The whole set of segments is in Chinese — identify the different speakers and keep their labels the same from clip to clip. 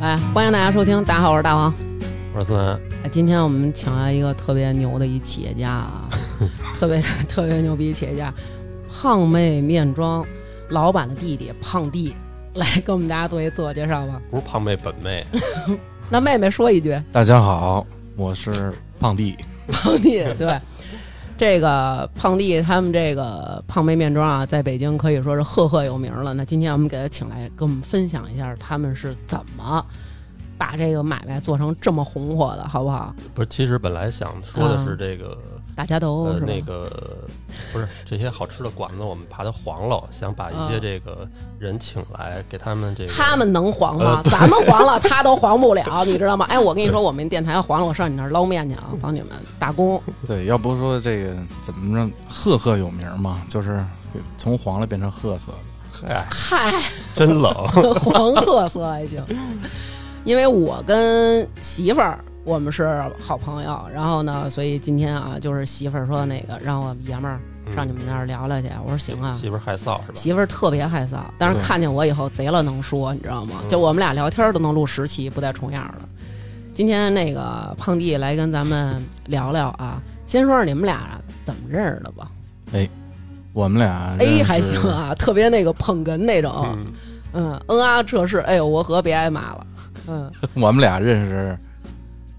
Speaker 1: 哎欢迎大家收听，大家好，我是大王。
Speaker 2: 我是南，
Speaker 1: 哎今天我们请来一个特别牛的一企业家啊，特别特别牛逼企业家，胖妹面庄老板的弟弟胖弟，来跟我们大家做一自我介绍吧。
Speaker 2: 不是胖妹本妹，
Speaker 1: 那妹妹说一句，
Speaker 3: 大家好，我是 胖弟。
Speaker 1: 胖弟对。这个胖弟他们这个胖妹面庄啊，在北京可以说是赫赫有名了。那今天我们给他请来，跟我们分享一下他们是怎么把这个买卖做成这么红火的，好不好？
Speaker 2: 不是。其实本来想说的是这个，
Speaker 1: 大家都、
Speaker 2: 呃，
Speaker 1: 哦是吧
Speaker 2: 那个不是这些好吃的馆子，我们把它黄了，想把一些
Speaker 1: 嗯
Speaker 2: 这个人请来，给他们这个
Speaker 1: 他们能黄吗？咱们黄了，他都黄不了， 你知道吗？哎，我跟你说，我们电台要黄了，我上你那儿捞面去啊，帮你们打工。
Speaker 3: 对，要不说这个怎么着，赫赫有名嘛，就是从黄了变成褐色的。
Speaker 2: 嗨，
Speaker 1: 嗨，
Speaker 2: 哎真冷，
Speaker 1: 黄褐色还行。因为我跟媳妇儿我们是好朋友，然后呢，所以今天啊，就是媳妇儿说那个让我爷们儿上你们那儿聊聊去，我说行啊。
Speaker 2: 媳妇儿害臊是吧？
Speaker 1: 媳妇儿特别害臊，但是
Speaker 3: 对
Speaker 1: 看见我以后贼了能说，你知道吗？
Speaker 2: 嗯
Speaker 1: 就我们俩聊天都能录十期，不带重样的。今天那个胖弟来跟咱们聊聊啊，先说说你们俩怎么认识的吧。
Speaker 3: 我们俩认识
Speaker 1: A 还行，啊， 特别那个捧哏那种，
Speaker 2: 嗯，
Speaker 1: 嗯嗯啊，这是哎呦，我和别挨骂了，嗯
Speaker 3: 我们俩认识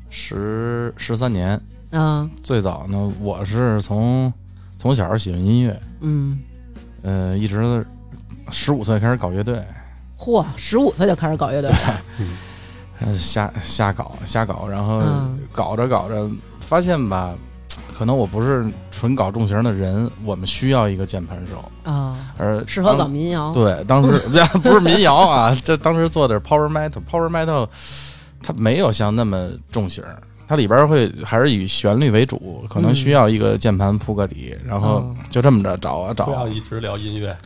Speaker 3: 十十三年。
Speaker 1: 啊
Speaker 3: 最早呢，我是从从小喜欢音乐，
Speaker 1: 嗯，
Speaker 3: 呃，一直十五岁开始搞乐队，
Speaker 1: 嚯，十五岁就开始搞乐队了，
Speaker 3: 呃瞎瞎搞瞎搞，然后
Speaker 1: 嗯
Speaker 3: 搞着搞着发现吧，可能我不是纯搞重型的人，我们需要一个键盘手，
Speaker 1: 啊，
Speaker 3: 而
Speaker 1: 适合
Speaker 3: 当
Speaker 1: 搞民谣，
Speaker 3: 对，当 时不是民谣啊，这当时做的是 power metal，power metal 它没有像那么重型儿，它里边儿会还是以旋律为主，可能
Speaker 1: 嗯
Speaker 3: 需要一个键盘铺个底，然后
Speaker 1: 哦
Speaker 3: 就这么着找啊找
Speaker 2: 不要
Speaker 3: 啊。
Speaker 2: 一直聊音乐，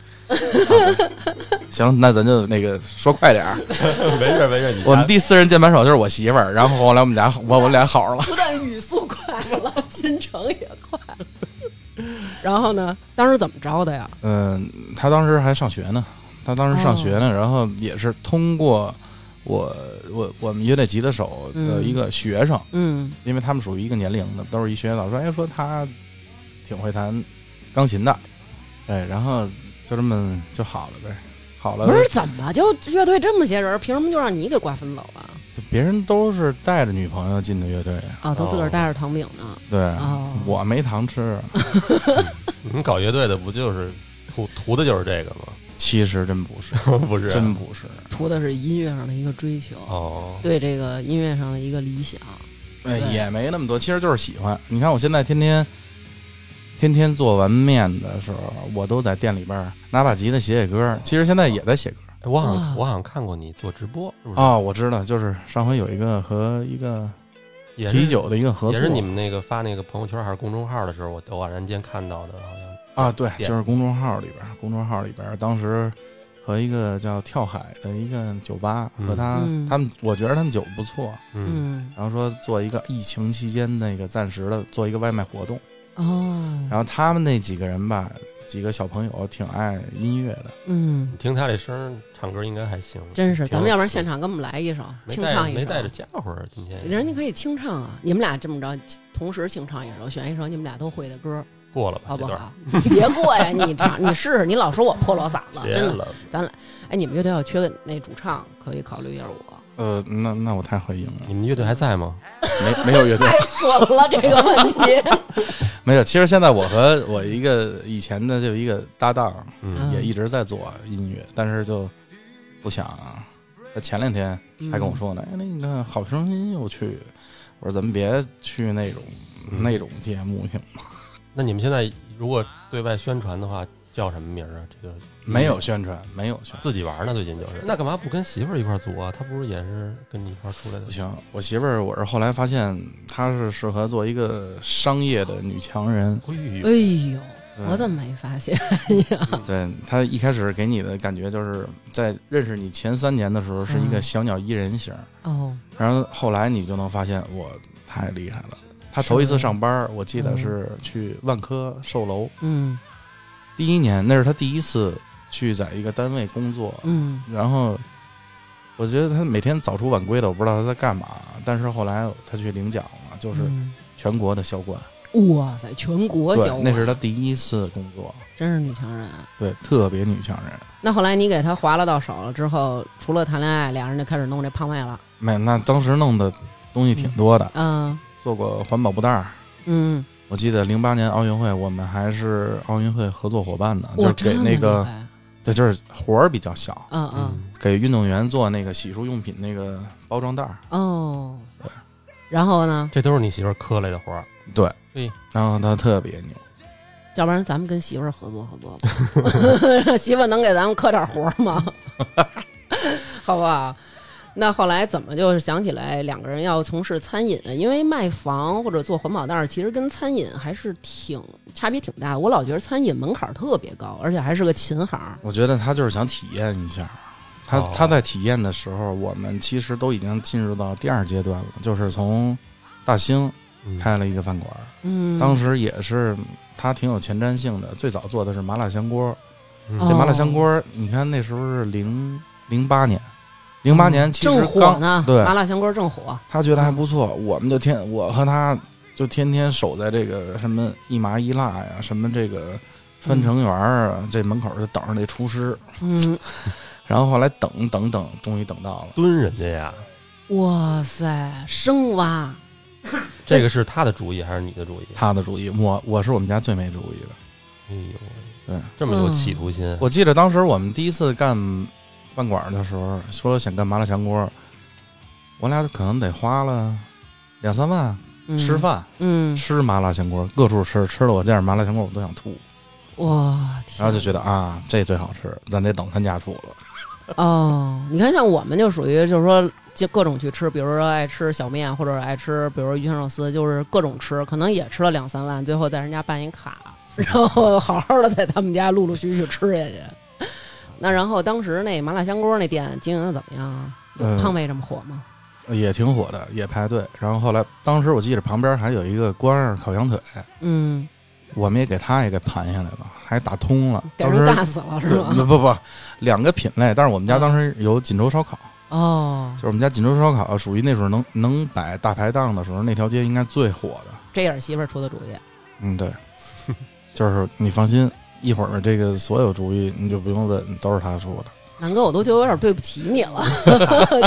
Speaker 3: 行，那咱就那个说快点儿。
Speaker 2: 没事儿没事儿，你
Speaker 3: 我们
Speaker 2: 家
Speaker 3: 第四任键盘手就是我媳妇儿，然后后来我们俩我我们俩好上了。
Speaker 1: 不但语速快了， 进程也快。 然后呢，当时怎么着的呀？
Speaker 3: 嗯，她当时还上学呢，她当时上
Speaker 1: 哦
Speaker 3: 学呢，然后也是通过我我我们乐队吉他手的一个学生。
Speaker 1: 嗯
Speaker 3: 因为他们属于一个年龄的，都是一学老说，哎，说他挺会弹钢琴的，哎，然后就这么就好了呗，好了
Speaker 1: 不，是怎么就乐队这么些人，凭什么就让你给瓜分走啊了？
Speaker 3: 就别人都是带着女朋友进的乐队，
Speaker 1: 啊，都自个儿
Speaker 2: 哦
Speaker 1: 带着糖饼呢。
Speaker 3: 对，
Speaker 1: 哦
Speaker 3: 我没糖吃， 啊
Speaker 2: 你们搞乐队的不就是图图的就是这个吗？
Speaker 3: 其实真不是，
Speaker 2: 不 是啊，
Speaker 3: 真不是，
Speaker 1: 图的是音乐上的一个追求，
Speaker 2: 哦，
Speaker 1: 对这个音乐上的一个理想。
Speaker 3: 哎，
Speaker 1: 对
Speaker 3: 也没那么多，其实就是喜欢。你看我现在天天。天天做完面的时候，我都在店里边儿拿把吉他写写歌。其实现在也在写歌
Speaker 2: 哎我好
Speaker 1: 哇
Speaker 2: 像我好像看过你做直播，是不是？
Speaker 3: 啊、我知道，就是上回有一个和一个
Speaker 2: 也是
Speaker 3: 啤酒的一个合
Speaker 2: 也
Speaker 3: 作，
Speaker 2: 是你们那个发那个朋友圈还是公众号的时候，我偶然间看到的，好像
Speaker 3: 啊，对，
Speaker 2: 点
Speaker 3: 就是公众号里边儿，公众号里边儿当时和一个叫跳海的一个酒吧，
Speaker 2: 嗯
Speaker 3: 和他、
Speaker 1: 嗯
Speaker 3: 他们，我觉得他们酒不错，
Speaker 2: 嗯，
Speaker 1: 嗯，
Speaker 3: 然后说做一个疫情期间那个暂时的做一个外卖活动，
Speaker 1: 哦，
Speaker 3: 然后他们那几个人吧，几个小朋友挺爱音乐的，
Speaker 1: 嗯，
Speaker 2: 你听他这声儿唱歌应该还行，
Speaker 1: 真是，
Speaker 2: 挺
Speaker 1: 咱们要不然
Speaker 2: 有意思
Speaker 1: 现场给我们来一首，
Speaker 2: 没
Speaker 1: 清
Speaker 2: 带
Speaker 1: 唱
Speaker 2: 着
Speaker 1: 一首。
Speaker 2: 没带着家伙儿，今天
Speaker 1: 人家可以清唱啊，你们俩这么着，同时清唱一首，选一首你们俩都会的歌，
Speaker 2: 过了吧
Speaker 1: 好
Speaker 2: 啊这
Speaker 1: 不
Speaker 2: 段儿，
Speaker 1: 好？你 别过呀，你唱，你试 试，你老说我破锣嗓子，
Speaker 2: 谢
Speaker 1: 真的。
Speaker 2: 了，
Speaker 1: 哎，你们乐队要缺个那主唱，可以考虑一下我。
Speaker 3: 呃，那那我太会赢了，
Speaker 2: 你们乐队还在吗？
Speaker 3: 没没有乐队，
Speaker 1: 太损了这个问题。
Speaker 3: 没有。其实现在我和我一个以前的就一个搭档
Speaker 2: 嗯，
Speaker 3: 也一直在做音乐，但是就不想。前两天
Speaker 1: 嗯
Speaker 3: 还跟我说呢，哎，那个好声音又去，我说咱们别去那种、
Speaker 2: 嗯
Speaker 3: 那种节目行吗？
Speaker 2: 那你们现在如果对外宣传的话，叫什么名儿啊？这个
Speaker 3: 没有宣传，没有宣传，
Speaker 2: 自己玩儿呢，最近就是。那干嘛不跟媳妇儿一块儿组啊？她不是也是跟你一块儿出来的
Speaker 3: 不？行。我媳妇儿，我是后来发现她是适合做一个商业的女强人。
Speaker 2: 哎呦
Speaker 1: 哎呦，
Speaker 3: 对
Speaker 1: 我怎么没发 现？
Speaker 3: 对她一开始给你的感觉就是在认识你前三年的时候是一个
Speaker 1: 嗯
Speaker 3: 小鸟依人型，
Speaker 1: 哦，
Speaker 3: 然后后来你就能发现我太厉害了。她头一次上班，我记得
Speaker 1: 嗯
Speaker 3: 是去万科售楼，
Speaker 1: 嗯
Speaker 3: 第一年，那是他第一次去在一个单位工作，
Speaker 1: 嗯
Speaker 3: 然后我觉得他每天早出晚归的，我不知道他在干嘛。但是后来他去领奖了，就是
Speaker 1: 嗯
Speaker 3: 全国的销冠，
Speaker 1: 哇塞，全国
Speaker 3: 对
Speaker 1: 销，
Speaker 3: 那是他第一次工作，
Speaker 1: 真是女强人。啊
Speaker 3: 对，特别女强人。
Speaker 1: 那后来你给他划拉到手了之后，除了谈恋爱，俩人就开始弄这胖妹了。
Speaker 3: 没，那当时弄的东西挺多的，
Speaker 1: 嗯
Speaker 3: 做过环保布袋儿。
Speaker 1: 嗯，
Speaker 3: 我记得零八年奥运会，我们还是奥运会合作伙伴呢，就
Speaker 1: 我
Speaker 3: 是给那个，对，就是活儿比较小，
Speaker 1: 嗯嗯
Speaker 3: 给运动员做那个洗漱用品那个包装袋儿。
Speaker 1: 哦，然后呢？
Speaker 2: 这都是你媳妇儿磕来的活儿。
Speaker 3: 对，
Speaker 2: 对，
Speaker 3: 然后他特别牛，
Speaker 1: 要不然咱们跟媳妇儿合作合作吧， 媳妇儿能给咱们磕点活儿吗？ 好不好？那后来怎么就是想起来两个人要从事餐饮呢？因为卖房或者做环保袋儿，其实跟餐饮还是挺差别挺大的。我老觉得餐饮门槛儿特别高，而且还是个琴行儿。
Speaker 3: 我觉得他就是想体验一下。他
Speaker 2: 哦
Speaker 3: 他在体验的时候，我们其实都已经进入到第二阶段了，就是从大兴
Speaker 2: 嗯
Speaker 1: 哦
Speaker 3: 开了一个饭馆儿，
Speaker 1: 嗯，
Speaker 3: 当时也是他挺有前瞻性的，最早做的是麻辣香锅儿。
Speaker 2: 嗯
Speaker 1: 哦
Speaker 3: 这麻辣香锅儿，你看那时候是零零八年，零八年其实
Speaker 1: 正火
Speaker 3: 刚
Speaker 1: 呢，
Speaker 3: 对
Speaker 1: 麻辣香锅正火。
Speaker 3: 他觉得还不错，我们就天我和他就天天守在这个什么一麻一辣呀，什么这个川城园儿啊，这门口就等着那厨师。
Speaker 1: 嗯，
Speaker 3: 然后后来等等等，终于等到了。
Speaker 2: 蹲人家呀，
Speaker 1: 哇塞，生挖，
Speaker 2: 这个是他的主意还是你的主意？
Speaker 3: 他的主意，我我是我们家最没主意的。
Speaker 2: 哎呦，
Speaker 3: 对，
Speaker 2: 这么有
Speaker 1: 嗯
Speaker 2: 企图心，
Speaker 3: 我记得当时我们第一次干饭馆的时候，说想干麻辣香锅，我俩可能得花了两三万
Speaker 1: 嗯
Speaker 3: 吃，饭，
Speaker 1: 嗯，
Speaker 3: 吃麻辣香锅，各处吃，吃了我见着麻辣香锅我都想吐，
Speaker 1: 嗯哇，
Speaker 3: 然后就
Speaker 1: 得
Speaker 3: 觉得啊，这最好吃，咱得等他家出了。
Speaker 1: 哦，你看像我们就属于就是说。就各种去吃，比如说爱吃小面，或者爱吃，比如说鱼香肉丝，就是各种吃，可能也吃了两三万，最后在人家办一卡，然后好好的在他们家陆陆续续吃下去。那然后当时那麻辣香锅那店经营的怎么样啊？有
Speaker 3: 嗯
Speaker 1: 胖妹这么火吗？
Speaker 3: 也挺火的，也排队。然后后来，当时我记得旁边还有一个关二烤羊腿，
Speaker 1: 嗯，
Speaker 3: 我们也给他也给盘下来了，还打通了。
Speaker 1: 给
Speaker 3: 当
Speaker 1: 人
Speaker 3: 时
Speaker 1: 尬死了是
Speaker 3: 不
Speaker 1: 吗？嗯
Speaker 3: 不不，两个品类，但是我们家当时有锦州烧烤，
Speaker 1: 哦
Speaker 3: 就，是我们家锦州烧烤属于那时候能能摆大排档的时候，那条街应该最火的。
Speaker 1: 这也是媳妇儿出的主意。
Speaker 3: 嗯，对，就是你放心，一会儿这个所有主意你就不用问，都是他出的。
Speaker 1: 南哥，我都觉得有点对不起你了。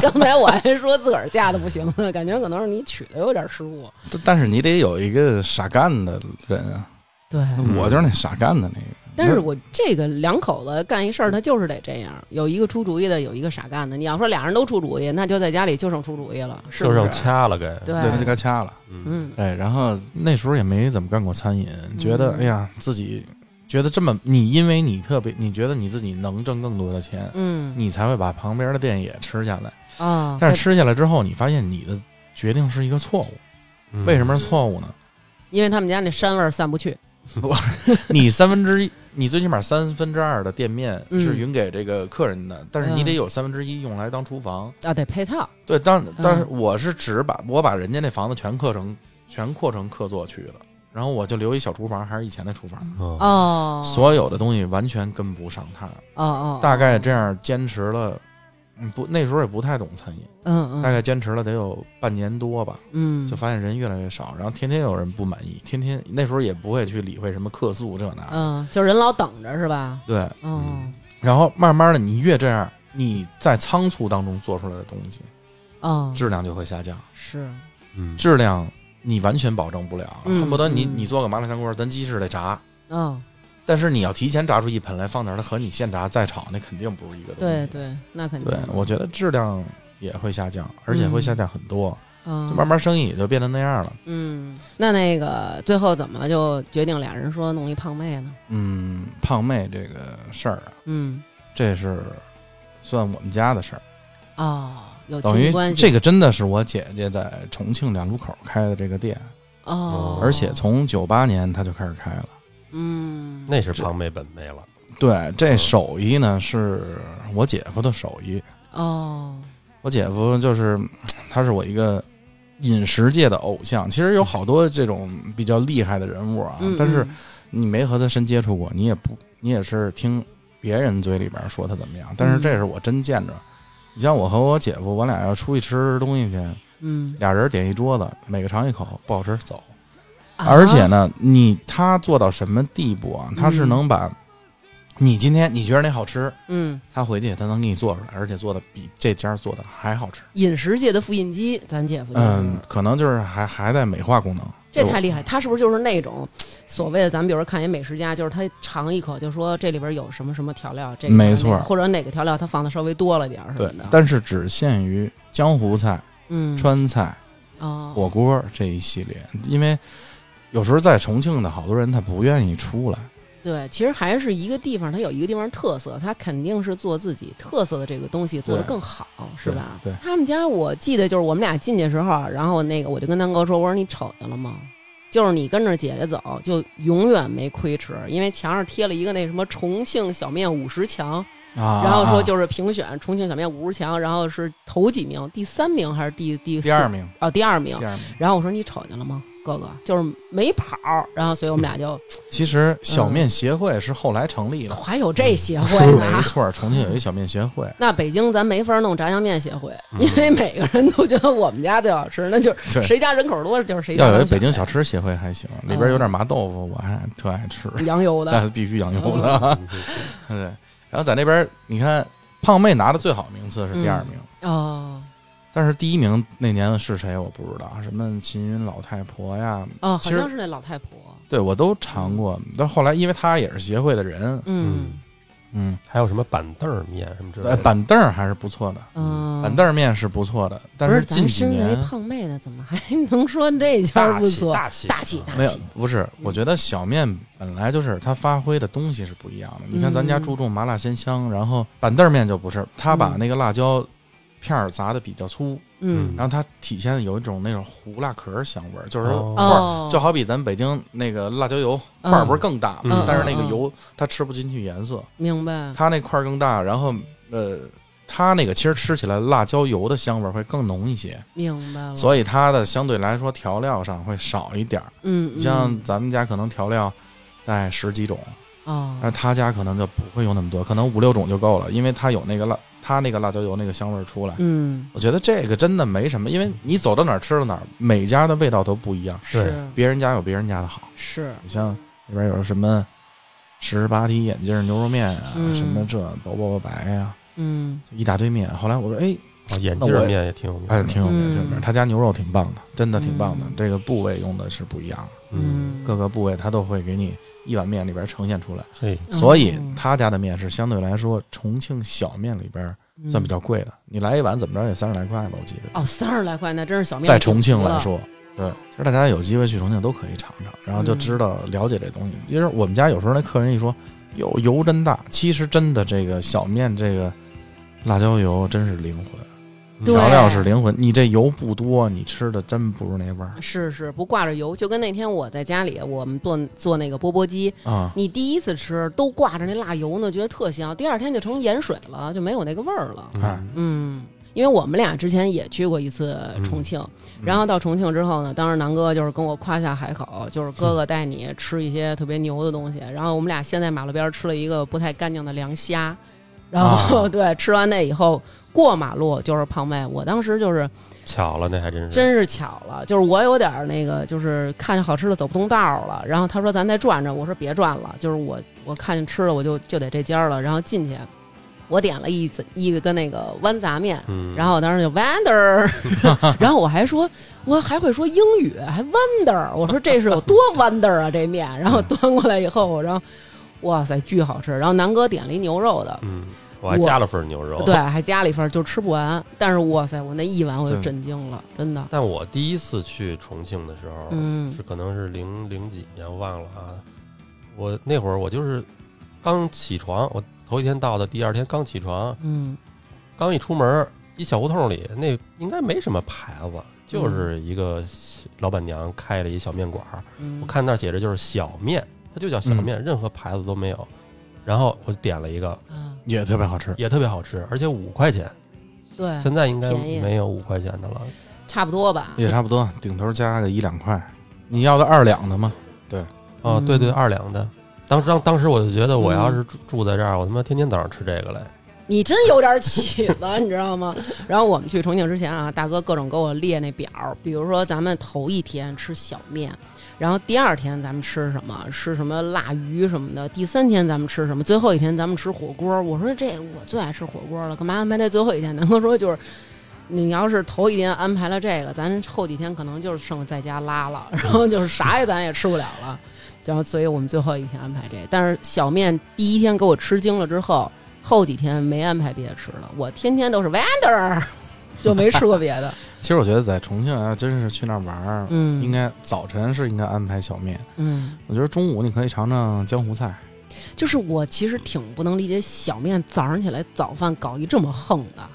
Speaker 1: 刚才我还说自个儿嫁的不行呢，感觉可能是你娶的有点失误。
Speaker 3: 但但是你得有一个傻干的人啊，
Speaker 1: 对，
Speaker 3: 我就是那傻干的那个。
Speaker 1: 但是我这个两口子干一事儿，他就是得这样，有一个出主意的，有一个傻干的。你要说俩人都出主意，那就在家里就剩出主意了，是
Speaker 2: 就
Speaker 1: 不
Speaker 3: 啊
Speaker 2: 剩
Speaker 1: 是？
Speaker 2: 掐了该。
Speaker 1: 对
Speaker 3: 对，他就该掐了。
Speaker 2: 嗯，
Speaker 1: 嗯，
Speaker 3: 哎，然后那时候也没怎么干过餐饮，觉得哎呀，自己觉得这么你，因为你特别，你觉得你自己能挣更多的钱，
Speaker 1: 嗯
Speaker 3: 你才会把旁边的店也吃下来。
Speaker 1: 啊，
Speaker 3: 但是吃下来之后，你发现你的决定是一个错误。
Speaker 2: 嗯
Speaker 3: 为什么是错误呢？
Speaker 1: 因为他们家那膻味儿散不去。
Speaker 3: 你三分之一，你最起码三分之二的店面
Speaker 1: 嗯
Speaker 3: 是匀给这个客人的，但是你
Speaker 1: 嗯
Speaker 3: 得有三分之一用来当厨房。
Speaker 1: 啊，得配套，
Speaker 3: 对，当但是
Speaker 1: 嗯
Speaker 3: 我是只把我把人家那房子全课程全扩成客座去了，然后我就留一小厨房，还是以前的厨房。
Speaker 2: 嗯
Speaker 1: 哦，
Speaker 3: 所有的东西完全跟不上他，
Speaker 1: 哦哦，
Speaker 3: 大概这样坚持了，嗯，不那时候也不太懂餐饮，
Speaker 1: 嗯
Speaker 3: 大
Speaker 1: 嗯
Speaker 3: 概坚持了得有半年多吧，
Speaker 1: 嗯，
Speaker 3: 就发现人越来越少，然后天天有人不满意，天天那时候也不会去理会什么客诉这那，
Speaker 1: 嗯，就人老等着是吧？
Speaker 3: 对，
Speaker 1: 嗯
Speaker 3: 然后慢慢的你越这样，你在仓促当中做出来的东西
Speaker 1: 哦，
Speaker 3: 质量就会下降，
Speaker 1: 是
Speaker 2: 嗯，
Speaker 3: 质量你完全保证不了，
Speaker 1: 嗯
Speaker 3: 恨不得你
Speaker 1: 嗯
Speaker 3: 你做个麻辣香锅，咱鸡翅得炸。
Speaker 1: 嗯。
Speaker 3: 但是你要提前炸出一盆来放那儿，它和你现炸再炒那肯定不是一个东
Speaker 1: 对
Speaker 3: 西。
Speaker 1: 对，那肯定。
Speaker 3: 对，我觉得质量也会下降，而且会下降很多，
Speaker 1: 嗯，
Speaker 3: 就慢慢生意也就变得那样了。
Speaker 1: 嗯，那那个最后怎么了？就决定俩人说弄一胖妹呢？
Speaker 3: 嗯，胖妹这个事儿啊，
Speaker 1: 嗯，
Speaker 3: 这是算我们家的事儿，
Speaker 1: 哦，有亲
Speaker 3: 等
Speaker 1: 戚
Speaker 3: 于
Speaker 1: 关系
Speaker 3: 这个真的是我姐姐在重庆两路口开的这个店，
Speaker 1: 哦，
Speaker 3: 而且从九八年她就开始开了。
Speaker 1: 嗯，
Speaker 2: 那是胖妹本妹了。
Speaker 3: 对，这
Speaker 2: 嗯
Speaker 3: 手艺呢是我姐夫的手艺，
Speaker 1: 哦，
Speaker 3: 我姐夫就是，他是我一个饮食界的偶像。其实有好多这种比较厉害的人物啊，
Speaker 1: 嗯
Speaker 3: 但是
Speaker 1: 嗯
Speaker 3: 你没和他深接触过，你
Speaker 1: 嗯
Speaker 3: 也不，你也是听别人嘴里边说他怎么样，但是这是我真见着。你像我和我姐夫，我俩要出去吃东西去，
Speaker 1: 嗯，
Speaker 3: 俩人点一桌子，每个尝一口，不好吃走。
Speaker 1: 啊
Speaker 3: 啊而且呢，你他做到什么地步啊？他是
Speaker 1: 嗯
Speaker 3: 能把你今天你觉得那好吃，
Speaker 1: 嗯，
Speaker 3: 他回去他能给你做出来，而且做的比这家做的还好吃。
Speaker 1: 饮食界的复印机，咱姐夫就是。
Speaker 3: 嗯，可能就是还还在美化功能。
Speaker 1: 这
Speaker 3: 就
Speaker 1: 太厉害，他是不是就是那种所谓的咱们比如说看一美食家，就是他尝一口就说这里边有什么什么调料，这个
Speaker 3: 没错
Speaker 1: 那个或者哪个调料他放的稍微多了点儿什
Speaker 3: 对
Speaker 1: 么，的，
Speaker 3: 但是只限于江湖菜、
Speaker 1: 嗯，
Speaker 3: 川菜、
Speaker 1: 哦，
Speaker 3: 火锅这一系列，因为有时候在重庆的好多人他不愿意出来。
Speaker 1: 对，其实还是一个地方，它有一个地方特色，它肯定是做自己特色的这个东西做得
Speaker 3: 对
Speaker 1: 更好，是吧？
Speaker 3: 对对
Speaker 1: 他们家我记得就是我们俩进去的时候，然后那个我就跟南哥说，我说你瞅见了吗？就是你跟着姐姐走，就永远没亏吃，因为墙上贴了一个那什么重庆小面五十强，
Speaker 3: 啊，
Speaker 1: 然后说就是评选重庆小面五十强，然后是头几名，第三名还是第第四
Speaker 3: 第二名，
Speaker 1: 哦，第二名
Speaker 3: 第。二名。
Speaker 1: 然后我说你瞅见了吗，哥哥？就是没跑儿，然后所以我们俩就、
Speaker 3: 其实
Speaker 1: 嗯
Speaker 3: 小面协会是后来成立的，
Speaker 1: 还有哎这协会呢
Speaker 3: 没。错，重庆有一小面协会。
Speaker 1: 那北京咱没法弄炸酱面协会，
Speaker 2: 嗯
Speaker 1: 因为每个人都觉得我们家最好吃，那就是
Speaker 3: 对
Speaker 1: 谁家人口多就是谁家
Speaker 3: 要
Speaker 1: 能选。
Speaker 3: 有一北京小吃协会还行，里边有点麻豆腐，我还特爱吃，哎
Speaker 1: 羊油的，
Speaker 3: 那必须羊
Speaker 1: 嗯
Speaker 3: 油
Speaker 2: 啊
Speaker 3: 的。
Speaker 2: 嗯
Speaker 3: 对，然后在那边你看，胖妹拿的最好名次是第二名，
Speaker 1: 哦
Speaker 3: 但是第一名那年是谁我不知道，什么秦云老太婆呀，
Speaker 1: 哦，
Speaker 3: 其
Speaker 1: 好
Speaker 3: 实
Speaker 1: 像是那老太婆，
Speaker 3: 对我都尝过。但后来因为她也是协会的人，
Speaker 1: 嗯
Speaker 3: 嗯，
Speaker 2: 还有什么板凳儿面什么之类
Speaker 3: 呃，
Speaker 2: 的，
Speaker 3: 板凳儿还是不错的，
Speaker 1: 嗯，
Speaker 3: 板凳儿面是不错的，但
Speaker 1: 不是
Speaker 3: 近
Speaker 1: 咱
Speaker 3: 几
Speaker 1: 身为
Speaker 3: 年
Speaker 1: 胖妹的，怎么还 能说这家儿
Speaker 2: 大
Speaker 1: 不
Speaker 2: 气
Speaker 1: 错？
Speaker 2: 大气
Speaker 1: 大气大
Speaker 3: 没有
Speaker 1: 气，，
Speaker 3: 不是，我觉得小面本来就是它发挥的东西是不一样的。你看咱家
Speaker 1: 嗯
Speaker 3: 注重麻辣鲜香，然后板凳面就不是，它把
Speaker 1: 嗯
Speaker 3: 那个辣椒片儿砸的比较粗，
Speaker 1: 嗯
Speaker 3: 然后它体现有一种那种胡辣壳儿香味儿，就是
Speaker 2: 哦
Speaker 3: 块儿、
Speaker 1: 哦
Speaker 3: 就好比咱北京那个辣椒油
Speaker 1: 嗯
Speaker 3: 块儿不是更大吗？
Speaker 2: 嗯
Speaker 3: 但是那个
Speaker 1: 嗯
Speaker 3: 油它吃不进去颜色，
Speaker 1: 明白。
Speaker 3: 它那块儿更大，然后呃。它那个其实吃起来辣椒油的香味儿会更浓一些，
Speaker 1: 明白了，以
Speaker 3: 所以它的相对来说调料上会少一点儿。
Speaker 1: 嗯，
Speaker 3: 你像
Speaker 1: 嗯
Speaker 3: 咱们家可能调料在十几种，
Speaker 1: 哦
Speaker 3: 那他家可能就不会用那么多，可能五六种就够了，因为他有那个辣，他那个辣椒油那个香味儿出来。
Speaker 1: 嗯
Speaker 3: 我觉得这个真的没什么，因为你走到哪儿吃到哪儿，每家的味道都不一样，
Speaker 1: 是
Speaker 3: 别人家有别人家的好。
Speaker 1: 是
Speaker 3: 你像里边有什么十八提眼镜牛肉面啊，
Speaker 1: 嗯
Speaker 3: 什么这薄薄白啊呀、
Speaker 1: 嗯
Speaker 3: 就一大堆面。后来我说，哎，
Speaker 2: 哦眼
Speaker 3: 那
Speaker 2: 镜
Speaker 3: 我
Speaker 2: 儿
Speaker 3: 也
Speaker 2: 面也挺有名
Speaker 3: 哎，
Speaker 2: 的，
Speaker 3: 挺有
Speaker 1: 嗯
Speaker 3: 名，这边他家牛肉挺棒的，真的挺棒的。
Speaker 1: 嗯
Speaker 3: 这个部位用的是不一样的，
Speaker 2: 嗯，
Speaker 1: 嗯
Speaker 3: 各个部位他都会给你一碗面里边呈现出来。
Speaker 2: 嘿，
Speaker 3: 所以
Speaker 1: 哦
Speaker 3: 他家的面是相对来说重庆小面里边儿
Speaker 1: 嗯
Speaker 3: 算比较贵的，你来一碗怎么着也三十来块吧，我记得。
Speaker 1: 哦三十来块那真是小面
Speaker 3: 在重庆
Speaker 1: 挺足
Speaker 3: 来
Speaker 1: 了，
Speaker 3: 说，对，其实大家有机会去重庆都可以尝尝，然后
Speaker 1: 嗯
Speaker 3: 就知道了解这东西。其实我们家有时候那客人一说有油真大，其实真的这个小面这个辣椒油真是灵魂，
Speaker 2: 嗯
Speaker 1: 对
Speaker 3: 调料是灵魂。你这油不多，你吃的真不是那味儿
Speaker 1: 是是不挂着油，就跟那天我在家里我们做做那个钵钵鸡，
Speaker 3: 啊。
Speaker 1: 你第一次吃都挂着那辣油呢，觉得特香，第二天就成盐水了，就没有那个味儿了。
Speaker 3: 哎
Speaker 2: 嗯
Speaker 1: 嗯，因为我们俩之前也去过一次重庆，然后到重庆之后呢，当时南哥就是跟我夸下海口，就是哥哥带你吃一些特别牛的东西，然后我们俩先在马路边儿吃了一个不太干净的凉虾，然后、
Speaker 3: 啊
Speaker 1: 对吃完那以后过马路就是胖妹，我当时就是
Speaker 2: 巧了，那还真是，
Speaker 1: 真是巧了，就是我有点儿那个，就是看见好吃的走不动道儿了。然后他说咱再转转，我说别转了，就是我我看见吃的我就就得这家儿了。然后进去，我点了一一个那个豌杂面，
Speaker 2: 嗯，
Speaker 1: 然后我当时就 wonder，然 后我还说我还会说英语，还 wonder，我说这是有多 wonder 啊这面。然后端过来以后，我然后哇塞巨好吃。然后南哥点了一牛肉的，
Speaker 2: 嗯，我还
Speaker 1: 我
Speaker 2: 加了份牛肉，
Speaker 1: 对，还加了一份儿，就吃不完。但是哇塞，我那一碗我就
Speaker 3: 对
Speaker 1: 震惊了，真的，
Speaker 2: 但我第一次去重庆的时候，
Speaker 1: 嗯
Speaker 2: 是可能是零零几年，我忘了啊。我那会儿我就是刚起床，我头一天到的，第二天刚起床，
Speaker 1: 嗯。
Speaker 2: 刚一出门，一小胡同里那应该没什么牌子，就是一个小老板娘开了一小面馆儿。
Speaker 1: 嗯
Speaker 2: 我看那儿写着就是小面，它就叫小面，任何牌子都没有。然后我点了一个，
Speaker 1: 嗯，
Speaker 3: 也特别好吃，
Speaker 2: 也特别好吃，而且五块钱，
Speaker 1: 对，
Speaker 2: 现在应该
Speaker 1: 嗯便宜
Speaker 2: 没有五块钱的了。
Speaker 1: 差不多吧。
Speaker 3: 也差不多，顶头加个一两块。你要的二两的吗？
Speaker 2: 啊，对对，
Speaker 1: 嗯
Speaker 2: 二两的。当时当当时我就觉得，我要是住住在这儿，我他妈天天早上吃这个嘞。
Speaker 1: 你真有点起了，你知道吗？ 然后我们去重庆之前啊，大哥各种给我列那表，比如说咱们头一天吃小面，然后第二天咱们吃什么，吃什么辣鱼什么的，第三天咱们吃什么，最后一天咱们吃火锅。我说这我最爱吃火锅了，干嘛安排在最后一天？南哥说就是。你要是头一天安排了这个，咱后几天可能就是剩在家拉了，然后就是啥也咱也吃不了了，然后所以我们最后一天安排这。但是小面第一天给我吃惊了之后，后几天没安排别的吃了，我天天都是 Wander，就 没吃过别的。
Speaker 3: 其实我觉得在重庆啊，真是去那儿玩儿，
Speaker 1: 嗯，
Speaker 3: 应该早晨是应该安排小面。
Speaker 1: 嗯，
Speaker 3: 我觉得中午你可以尝尝江湖菜，
Speaker 1: 就是我其实挺不能理解小面早上起来早饭搞一这么横的，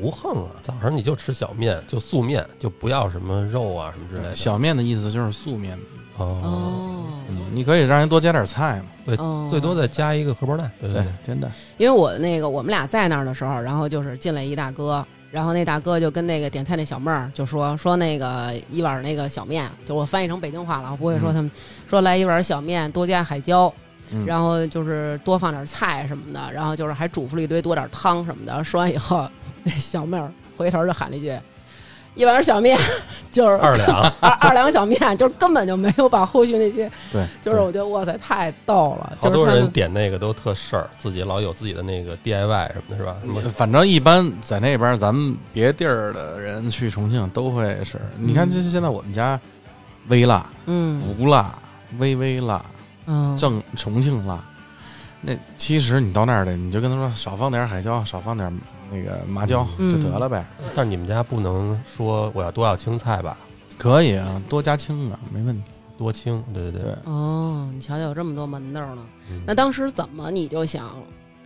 Speaker 2: 不横啊，早上你就吃小面，就素面，就不要什么肉啊什么之类的。
Speaker 3: 小面的意思就是素面嘛。
Speaker 2: 哦，
Speaker 1: 哦，
Speaker 3: 嗯，你可以让人多加点菜嘛。
Speaker 2: 对
Speaker 1: 哦
Speaker 2: 最多再加一个荷包蛋。对对
Speaker 3: 对
Speaker 2: 对，，
Speaker 3: 真的。
Speaker 1: 因为我那个我们俩在那儿的时候，然后就是进来一大哥，然后那大哥就跟那个点菜那小妹儿就说说那个一碗那个小面，就我翻译成北京话了，我不会说他们、说来一碗小面，多加海椒。
Speaker 3: 嗯
Speaker 1: 然后就是多放点菜什么的，然后就是还嘱咐了一堆多点汤什么的。说完以后，那小妹儿回头就喊了一句：“一碗小面， 就是
Speaker 2: 二两，
Speaker 1: 二二两小面，就是根本就没有把后续那些，
Speaker 3: 对，
Speaker 1: 就是我觉得哇塞太逗了，
Speaker 2: 好
Speaker 1: 就是
Speaker 2: 多
Speaker 1: 他们
Speaker 2: 人点那个都特事儿，自己老有自己的那个 DIY 什么的，是吧？
Speaker 3: 对反正一般在那边，咱们别地儿的人去重庆都会是。你看，这现在我们家微辣、
Speaker 1: 嗯
Speaker 3: 不辣、微微辣、
Speaker 1: 嗯
Speaker 3: 正重庆辣。那其实你到那儿的，你就跟他说少放点海椒，少放点那个麻椒
Speaker 1: 嗯
Speaker 3: 就得了呗。
Speaker 2: 但是你们家不能说我要多要青菜吧，
Speaker 3: 可以啊，多加青啊，没问题。
Speaker 2: 多青。对对
Speaker 3: 对，
Speaker 1: 哦，你瞧瞧有这么多门道呢。
Speaker 2: 嗯
Speaker 1: 那当时怎么你就想，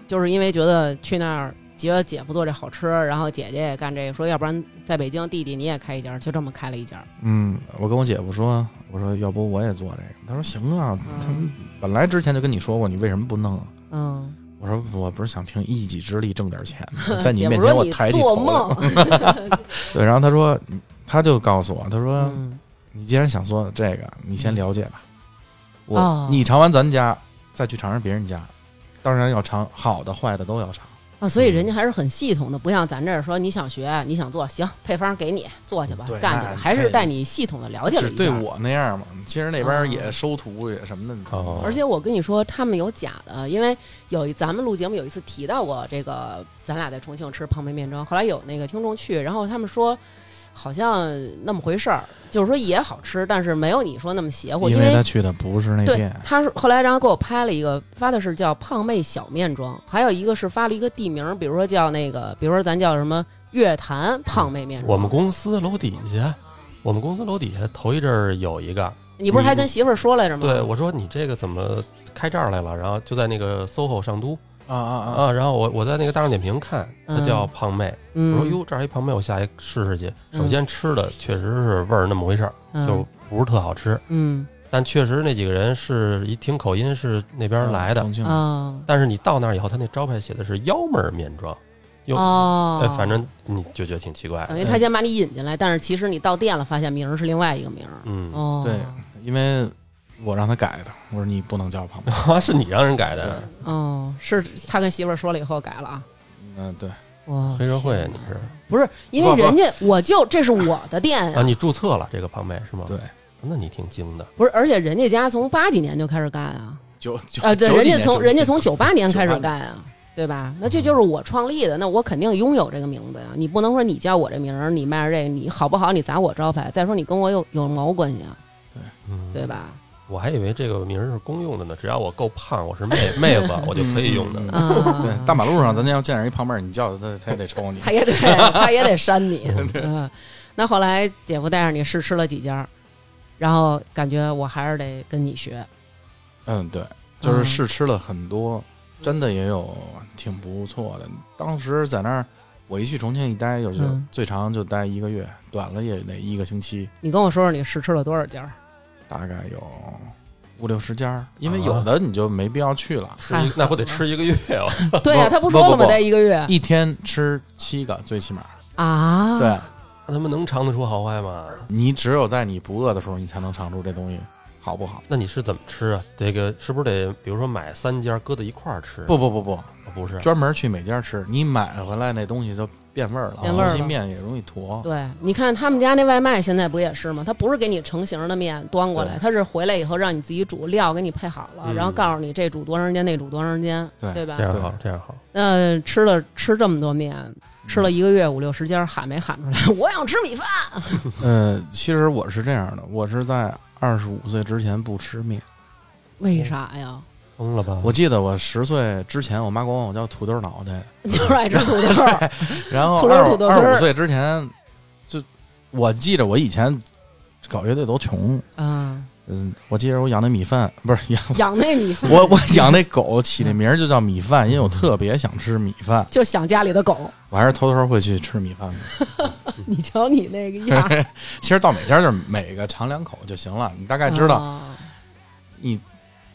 Speaker 1: 就是因为觉得去那儿觉得姐夫做这好吃，然后姐姐也干这个，说要不然在北京弟弟你也开一家，就这么开了一家。
Speaker 3: 嗯，我跟我姐夫说，我说要不我也做这个，她说行啊，他
Speaker 1: 嗯
Speaker 3: 们本来之前就跟你说过，你为什么不弄啊？
Speaker 1: 嗯，
Speaker 3: 我说我不是想凭一己之力挣点 钱吗，在你
Speaker 1: 姐
Speaker 3: 面
Speaker 1: 夫
Speaker 3: 前
Speaker 1: 说
Speaker 3: 我
Speaker 1: 你
Speaker 3: 抬起
Speaker 1: 做
Speaker 3: 头来。
Speaker 1: 梦，
Speaker 3: 对，然后他说，他就告诉我，他说、
Speaker 1: 嗯
Speaker 3: 你既然想做这个，你先了解吧。我、
Speaker 1: 哦
Speaker 3: 你尝完咱家，再去尝尝别人家，当然要尝好的坏的都要尝。
Speaker 1: 啊，所以人家还是很系统的，不像咱这儿说你想学你想做，行，配方给你做去吧
Speaker 3: 对，
Speaker 1: 干去吧，
Speaker 3: 那
Speaker 1: 还是
Speaker 3: 这
Speaker 1: 带你系统的了解了
Speaker 3: 只
Speaker 1: 一
Speaker 3: 对
Speaker 1: 下。
Speaker 3: 我那样嘛，其实那
Speaker 1: 哦
Speaker 3: 边也收徒也什么的，你知道吗
Speaker 2: 哦
Speaker 1: 而且我跟你说，他们有假的，因为有一咱们录节目有一次提到过这个，咱俩在重庆吃胖妹面庄，后来有那个听众去，然后他们说好像那么回事儿，就是说也好吃，但是没有你说那么邪乎，因
Speaker 3: 因为他去的不是那
Speaker 1: 对
Speaker 3: 店，，
Speaker 1: 他是后来然后给我拍了一个，发的是叫胖妹小面庄，还有一个是发了一个地名，比如说叫那个，比如说咱叫什么乐坛胖妹面
Speaker 2: 我
Speaker 1: 庄，
Speaker 2: 们公司楼底下，我们公司楼底下头一阵儿有一个，
Speaker 1: 你不是还跟媳妇儿说来着吗？
Speaker 2: 对我说你这个怎么开这儿来了？然后就在那个 SOHO 上都
Speaker 3: 啊啊啊！
Speaker 2: 啊，然后我我在那个大众点评看，它叫胖妹，
Speaker 1: 嗯，
Speaker 2: 我说哟，这儿一胖妹，我下去试试去。
Speaker 1: 嗯
Speaker 2: 首先吃的确实是味儿那么回事儿，
Speaker 1: 嗯，
Speaker 2: 就不是特好吃，
Speaker 1: 嗯
Speaker 2: 但确实那几个人是一听口音是那边来的。
Speaker 3: 重庆
Speaker 1: 啊
Speaker 2: 但是你到那儿以后，他那招牌写的是幺妹儿面庄，又
Speaker 1: 哦
Speaker 2: 哎，，反正你就觉得挺奇怪
Speaker 1: 等
Speaker 2: 的。
Speaker 3: 哎
Speaker 1: 于他先把你引进来，但是其实你到店了，发现名儿是另外一个名儿。
Speaker 2: 嗯，
Speaker 1: 哦，
Speaker 3: 对，因为我让他改的，我说你不能叫胖
Speaker 1: 啊
Speaker 3: 胖。
Speaker 2: 是你让人改的，
Speaker 1: 哦，是他跟媳妇儿说了以后改了啊。
Speaker 3: 嗯，对，
Speaker 1: 哇，
Speaker 2: 黑社会啊
Speaker 1: 天
Speaker 2: 你
Speaker 1: 哪
Speaker 2: 是
Speaker 1: 不是因为
Speaker 3: 不不
Speaker 1: 人家我就这是我的店
Speaker 2: 啊？
Speaker 1: 呀，
Speaker 2: 你注册了这个胖妹是吗？
Speaker 3: 对，
Speaker 2: 那你挺精的。
Speaker 1: 不是，而且人家家从八几年就开始干啊，
Speaker 3: 九九
Speaker 1: 啊，对，
Speaker 3: 九
Speaker 1: 人
Speaker 3: 几
Speaker 1: 家
Speaker 3: 年
Speaker 1: 从
Speaker 3: 九
Speaker 1: 人家
Speaker 3: 几
Speaker 1: 从九八年开始
Speaker 3: 98
Speaker 1: 干啊，对吧？那这就是我创立的，那我肯定拥有这个名字呀。你不能说你叫我这名儿，你卖着这个，你好不好？你砸我招牌，再说你跟我有有毛关系啊，
Speaker 2: 嗯，
Speaker 1: 对吧？
Speaker 2: 我还以为这个名儿是公用的呢，只要我够胖，我是妹 妹子，我就可以用的。
Speaker 3: 嗯
Speaker 1: 啊，
Speaker 3: 对，大马路上咱要见着一胖妹儿，你叫她，她也得抽你。
Speaker 1: 他 也得他也得删你。嗯，那后来姐夫带着你试吃了几家，然后感觉我还是得跟你学。
Speaker 3: 嗯，对，就是
Speaker 1: 嗯
Speaker 3: 试吃了很多，真的也有挺不错的。当时在那儿，我一去重庆一待，有就
Speaker 1: 嗯
Speaker 3: 最长就待一个月，短了也得一个星期，
Speaker 1: 你跟我说说你试吃了多少 家？
Speaker 3: 大概有五六十家儿。因为
Speaker 2: 啊
Speaker 3: 有的你就没必要去了，
Speaker 2: 吃一
Speaker 1: 太
Speaker 2: 那不得吃一个月 啊？
Speaker 1: 对呀、
Speaker 3: 不
Speaker 1: 他不说了
Speaker 3: 不
Speaker 1: 吗？
Speaker 3: 不
Speaker 1: 待一个月
Speaker 3: 一天吃七个最起码。
Speaker 1: 啊？，
Speaker 3: 对
Speaker 2: 那他们能尝得出好坏吗？
Speaker 3: 你只有在你不饿的时候，你才能尝出这东西。好不好？
Speaker 2: 那你是怎么吃啊？这个是不是得比如说买三家搁在一块儿吃？
Speaker 3: 不不不不，
Speaker 2: 哦，不是，
Speaker 3: 专门去每家吃，你买回来那东西就变味儿了，
Speaker 1: 变味儿了
Speaker 3: 尤其面也容易坨。
Speaker 1: 对，你看他们家那外卖现在不也是吗？他不是给你成型的面端过来，
Speaker 3: 对
Speaker 1: 他是回来以后让你自己煮，料给你配好了，
Speaker 2: 嗯
Speaker 1: 然后告诉你这煮多长时间，那煮多长时间，
Speaker 3: 对
Speaker 1: 吧
Speaker 2: 这？样好，这样好。
Speaker 1: 那吃了吃这么多
Speaker 3: 嗯
Speaker 1: 面，吃了一个月五六十家，喊没喊出来？ 我想吃米饭。
Speaker 3: 嗯呃，其实我是这样的，我是在二十五岁之前不吃面。
Speaker 1: 为啥呀？
Speaker 2: 疯了吧？
Speaker 3: 我记得我十岁之前，我妈管我叫土豆脑袋，
Speaker 1: 就是爱吃土 豆儿。
Speaker 3: 然后
Speaker 1: 醋溜儿 土豆丝
Speaker 3: 二
Speaker 1: 儿
Speaker 3: 五岁之前，就我记着我以前搞乐队都穷，
Speaker 1: 嗯，
Speaker 3: 嗯，我记着我养那米饭不是养
Speaker 1: 养那米饭，
Speaker 3: 我我养那狗起那名儿就叫米饭，因为我特别想吃米饭，
Speaker 1: 就想家里的狗。
Speaker 3: 我还是偷偷会去吃米饭的。
Speaker 1: 你瞧你那个样 儿，
Speaker 3: 其实到每家就是每个尝两口就行了，你大概知道
Speaker 1: 啊
Speaker 3: 你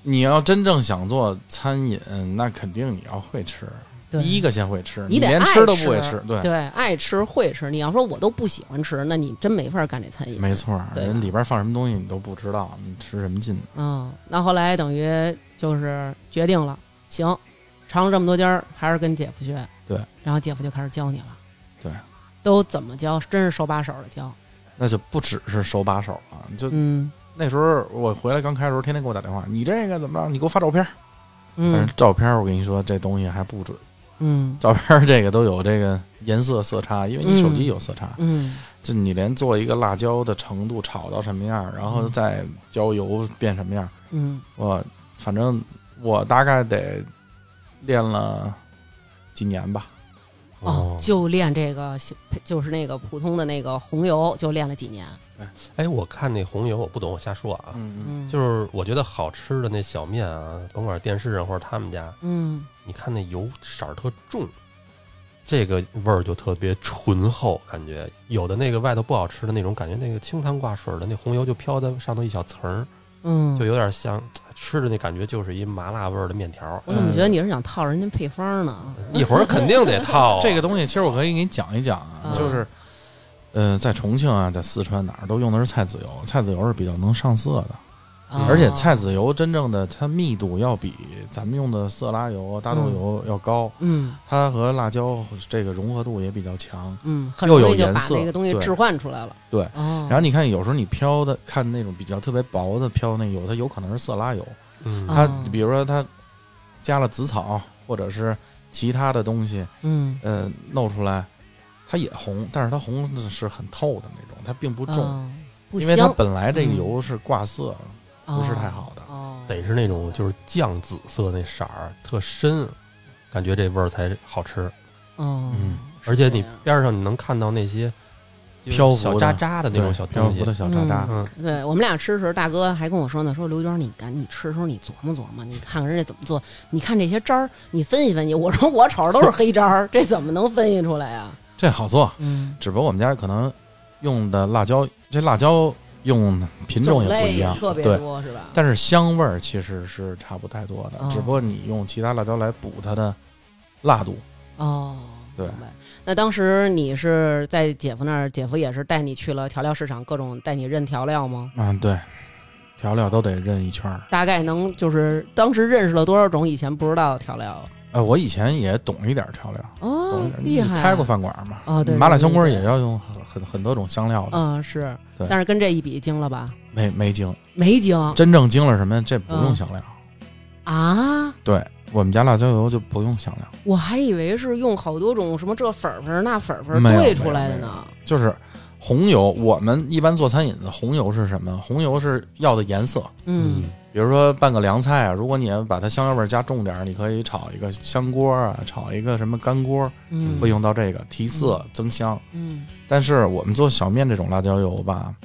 Speaker 3: 你要真正想做餐饮，那肯定你要会吃，第
Speaker 1: 对
Speaker 3: 一个先会吃，
Speaker 1: 你得
Speaker 3: 连
Speaker 1: 爱
Speaker 3: 吃都不会
Speaker 1: 吃
Speaker 3: 吃，对。
Speaker 1: 对爱吃会吃。你要说我都不喜欢吃，那你真没法干这餐饮。
Speaker 3: 没错儿，
Speaker 1: 对啊吧
Speaker 3: 人里边放什么东西你都不知道，你吃什么劲？
Speaker 1: 嗯，那后来等于就是决定了，行，尝了这么多家儿，还是跟姐夫学。
Speaker 3: 对，
Speaker 1: 然后姐夫就开始教你了。
Speaker 3: 对，
Speaker 1: 都怎么教？真是手把手的教。
Speaker 3: 那就不只是手把手了。就
Speaker 1: 嗯
Speaker 3: 那时候我回来刚开的时候，天天给我打电话，你这个怎么着？你给我发照片儿。但
Speaker 1: 嗯
Speaker 3: 是照片儿我跟你说，这东西还不准。
Speaker 1: 嗯
Speaker 3: 照片儿这个都有这个颜色色差，因为你手
Speaker 1: 嗯
Speaker 3: 机有色差，
Speaker 1: 嗯，
Speaker 3: 就你连做一个辣椒的程度炒到什么样儿，然后再浇油变什么样儿，
Speaker 1: 嗯，
Speaker 3: 我反正我大概得练了几年吧。
Speaker 1: 哦，就练这个，就是那个普通的那个红油，就练了几年。
Speaker 2: 哎，我看那红油，我不懂，我瞎说啊。
Speaker 3: 嗯
Speaker 1: 嗯，
Speaker 2: 就是是我觉得好吃的那小面啊，甭管是电视上或者他们家，
Speaker 1: 嗯，
Speaker 2: 你看那油色儿特重，这个味儿就特别醇厚，感觉有的那个外头不好吃的那种感觉，那个清汤挂水的那红油就飘在上头一小层儿，
Speaker 1: 嗯，
Speaker 2: 就有点像哎吃的那感觉，就是一麻辣味儿的面条儿。
Speaker 1: 我怎么觉
Speaker 3: 呃
Speaker 1: 得你是想套人家配方呢？
Speaker 2: 一会儿肯定得套啊
Speaker 3: 这个东西，其实我可以给你讲一讲啊
Speaker 1: 哦嗯，
Speaker 3: 就是，呃，在重庆啊，在四川哪儿都用的是菜籽油，菜籽油是比较能上色的，
Speaker 1: 啊
Speaker 3: 而且菜籽油真正的它密度要比咱们用的色拉油、大豆油要高，
Speaker 1: 嗯
Speaker 3: 它和辣椒这个融合度也比较强。
Speaker 1: 嗯，很
Speaker 3: 又
Speaker 1: 容易
Speaker 3: 有
Speaker 1: 就
Speaker 3: 颜
Speaker 1: 把
Speaker 3: 色
Speaker 1: 那个东西
Speaker 3: 对
Speaker 1: 置换出来了。
Speaker 3: 对
Speaker 1: 哦，
Speaker 3: 然后你看，有时候你飘的看那种比较特别薄的飘那油，它有可能是色拉油，
Speaker 2: 嗯
Speaker 1: 啊
Speaker 3: 它比如说它加了紫草或者是其他的东西，
Speaker 1: 嗯，
Speaker 3: 呃，弄出来它也红，但是它红的是很透的那种，它并不重。
Speaker 1: 哦不
Speaker 3: 因为它
Speaker 1: 香，嗯
Speaker 3: 本来这个油是挂色，不是太好的
Speaker 1: 哦，哦
Speaker 2: 得是那种就是酱紫色那色儿特深，感觉这味儿才好吃。
Speaker 1: 哦
Speaker 3: 嗯，
Speaker 1: 是
Speaker 2: 而且你
Speaker 1: 这样
Speaker 2: 边上你能看到那些就是
Speaker 3: 漂浮
Speaker 2: 小
Speaker 3: 的
Speaker 2: 渣渣的那种小
Speaker 3: 漂
Speaker 2: 东
Speaker 3: 浮
Speaker 2: 西
Speaker 3: 的，小渣渣。
Speaker 2: 嗯，
Speaker 1: 对我们俩吃的时候，大哥还跟我说呢，说刘娟，你赶你吃的时候你琢磨琢磨，你看看人家怎么做，你看这些渣儿，你分析分析。我说我瞅着都是黑渣儿，这怎么能分析出来啊呀、
Speaker 3: 这好做，
Speaker 1: 嗯，
Speaker 3: 只不过我们家可能用的辣椒，这辣椒用的品种也不一样，
Speaker 1: 特别
Speaker 3: 对。
Speaker 1: 多是吧？
Speaker 3: 但是香味儿其实是差不太多的，
Speaker 1: 哦
Speaker 3: 只不过你用其他辣椒来补它的辣度。
Speaker 1: 哦，
Speaker 3: 对
Speaker 1: 明白。那当时你是在姐夫那儿，姐夫也是带你去了调料市场，各种带你认调料吗？
Speaker 3: 嗯，对，调料都得认一圈儿。
Speaker 1: 大概能就是当时认识了多少种以前不知道的调料？
Speaker 3: 呃，我以前也懂一点儿调料，懂
Speaker 1: 哦
Speaker 3: 一点，儿
Speaker 1: 厉
Speaker 3: 嗯你
Speaker 1: 害！
Speaker 3: 开过饭馆嘛？
Speaker 1: 哦对对
Speaker 3: 麻辣香锅
Speaker 1: 对对
Speaker 3: 也要用很很很多种香料的，
Speaker 1: 嗯，是
Speaker 3: 对，
Speaker 1: 但是跟这一比精了吧？
Speaker 3: 没没精，
Speaker 1: 没精
Speaker 3: 真正精了什么？这不用
Speaker 1: 嗯
Speaker 3: 香料。
Speaker 1: 啊！
Speaker 3: 对我们家辣椒油就不用香料，
Speaker 1: 我还以为是用好多种什么这粉儿粉儿那粉儿粉儿
Speaker 3: 没有
Speaker 1: 兑出来的呢。
Speaker 3: 就是红油。我们一般做餐饮的红油是什么？红油是要的颜色。
Speaker 1: 嗯，
Speaker 3: 比如说拌个凉菜啊，如果你要把它香料味儿加重点儿，你可以炒一个香锅啊，炒一个什么干锅，
Speaker 1: 嗯，
Speaker 3: 会用到这个提色增香。
Speaker 1: 嗯
Speaker 3: 但是我们做小面这种辣椒油吧，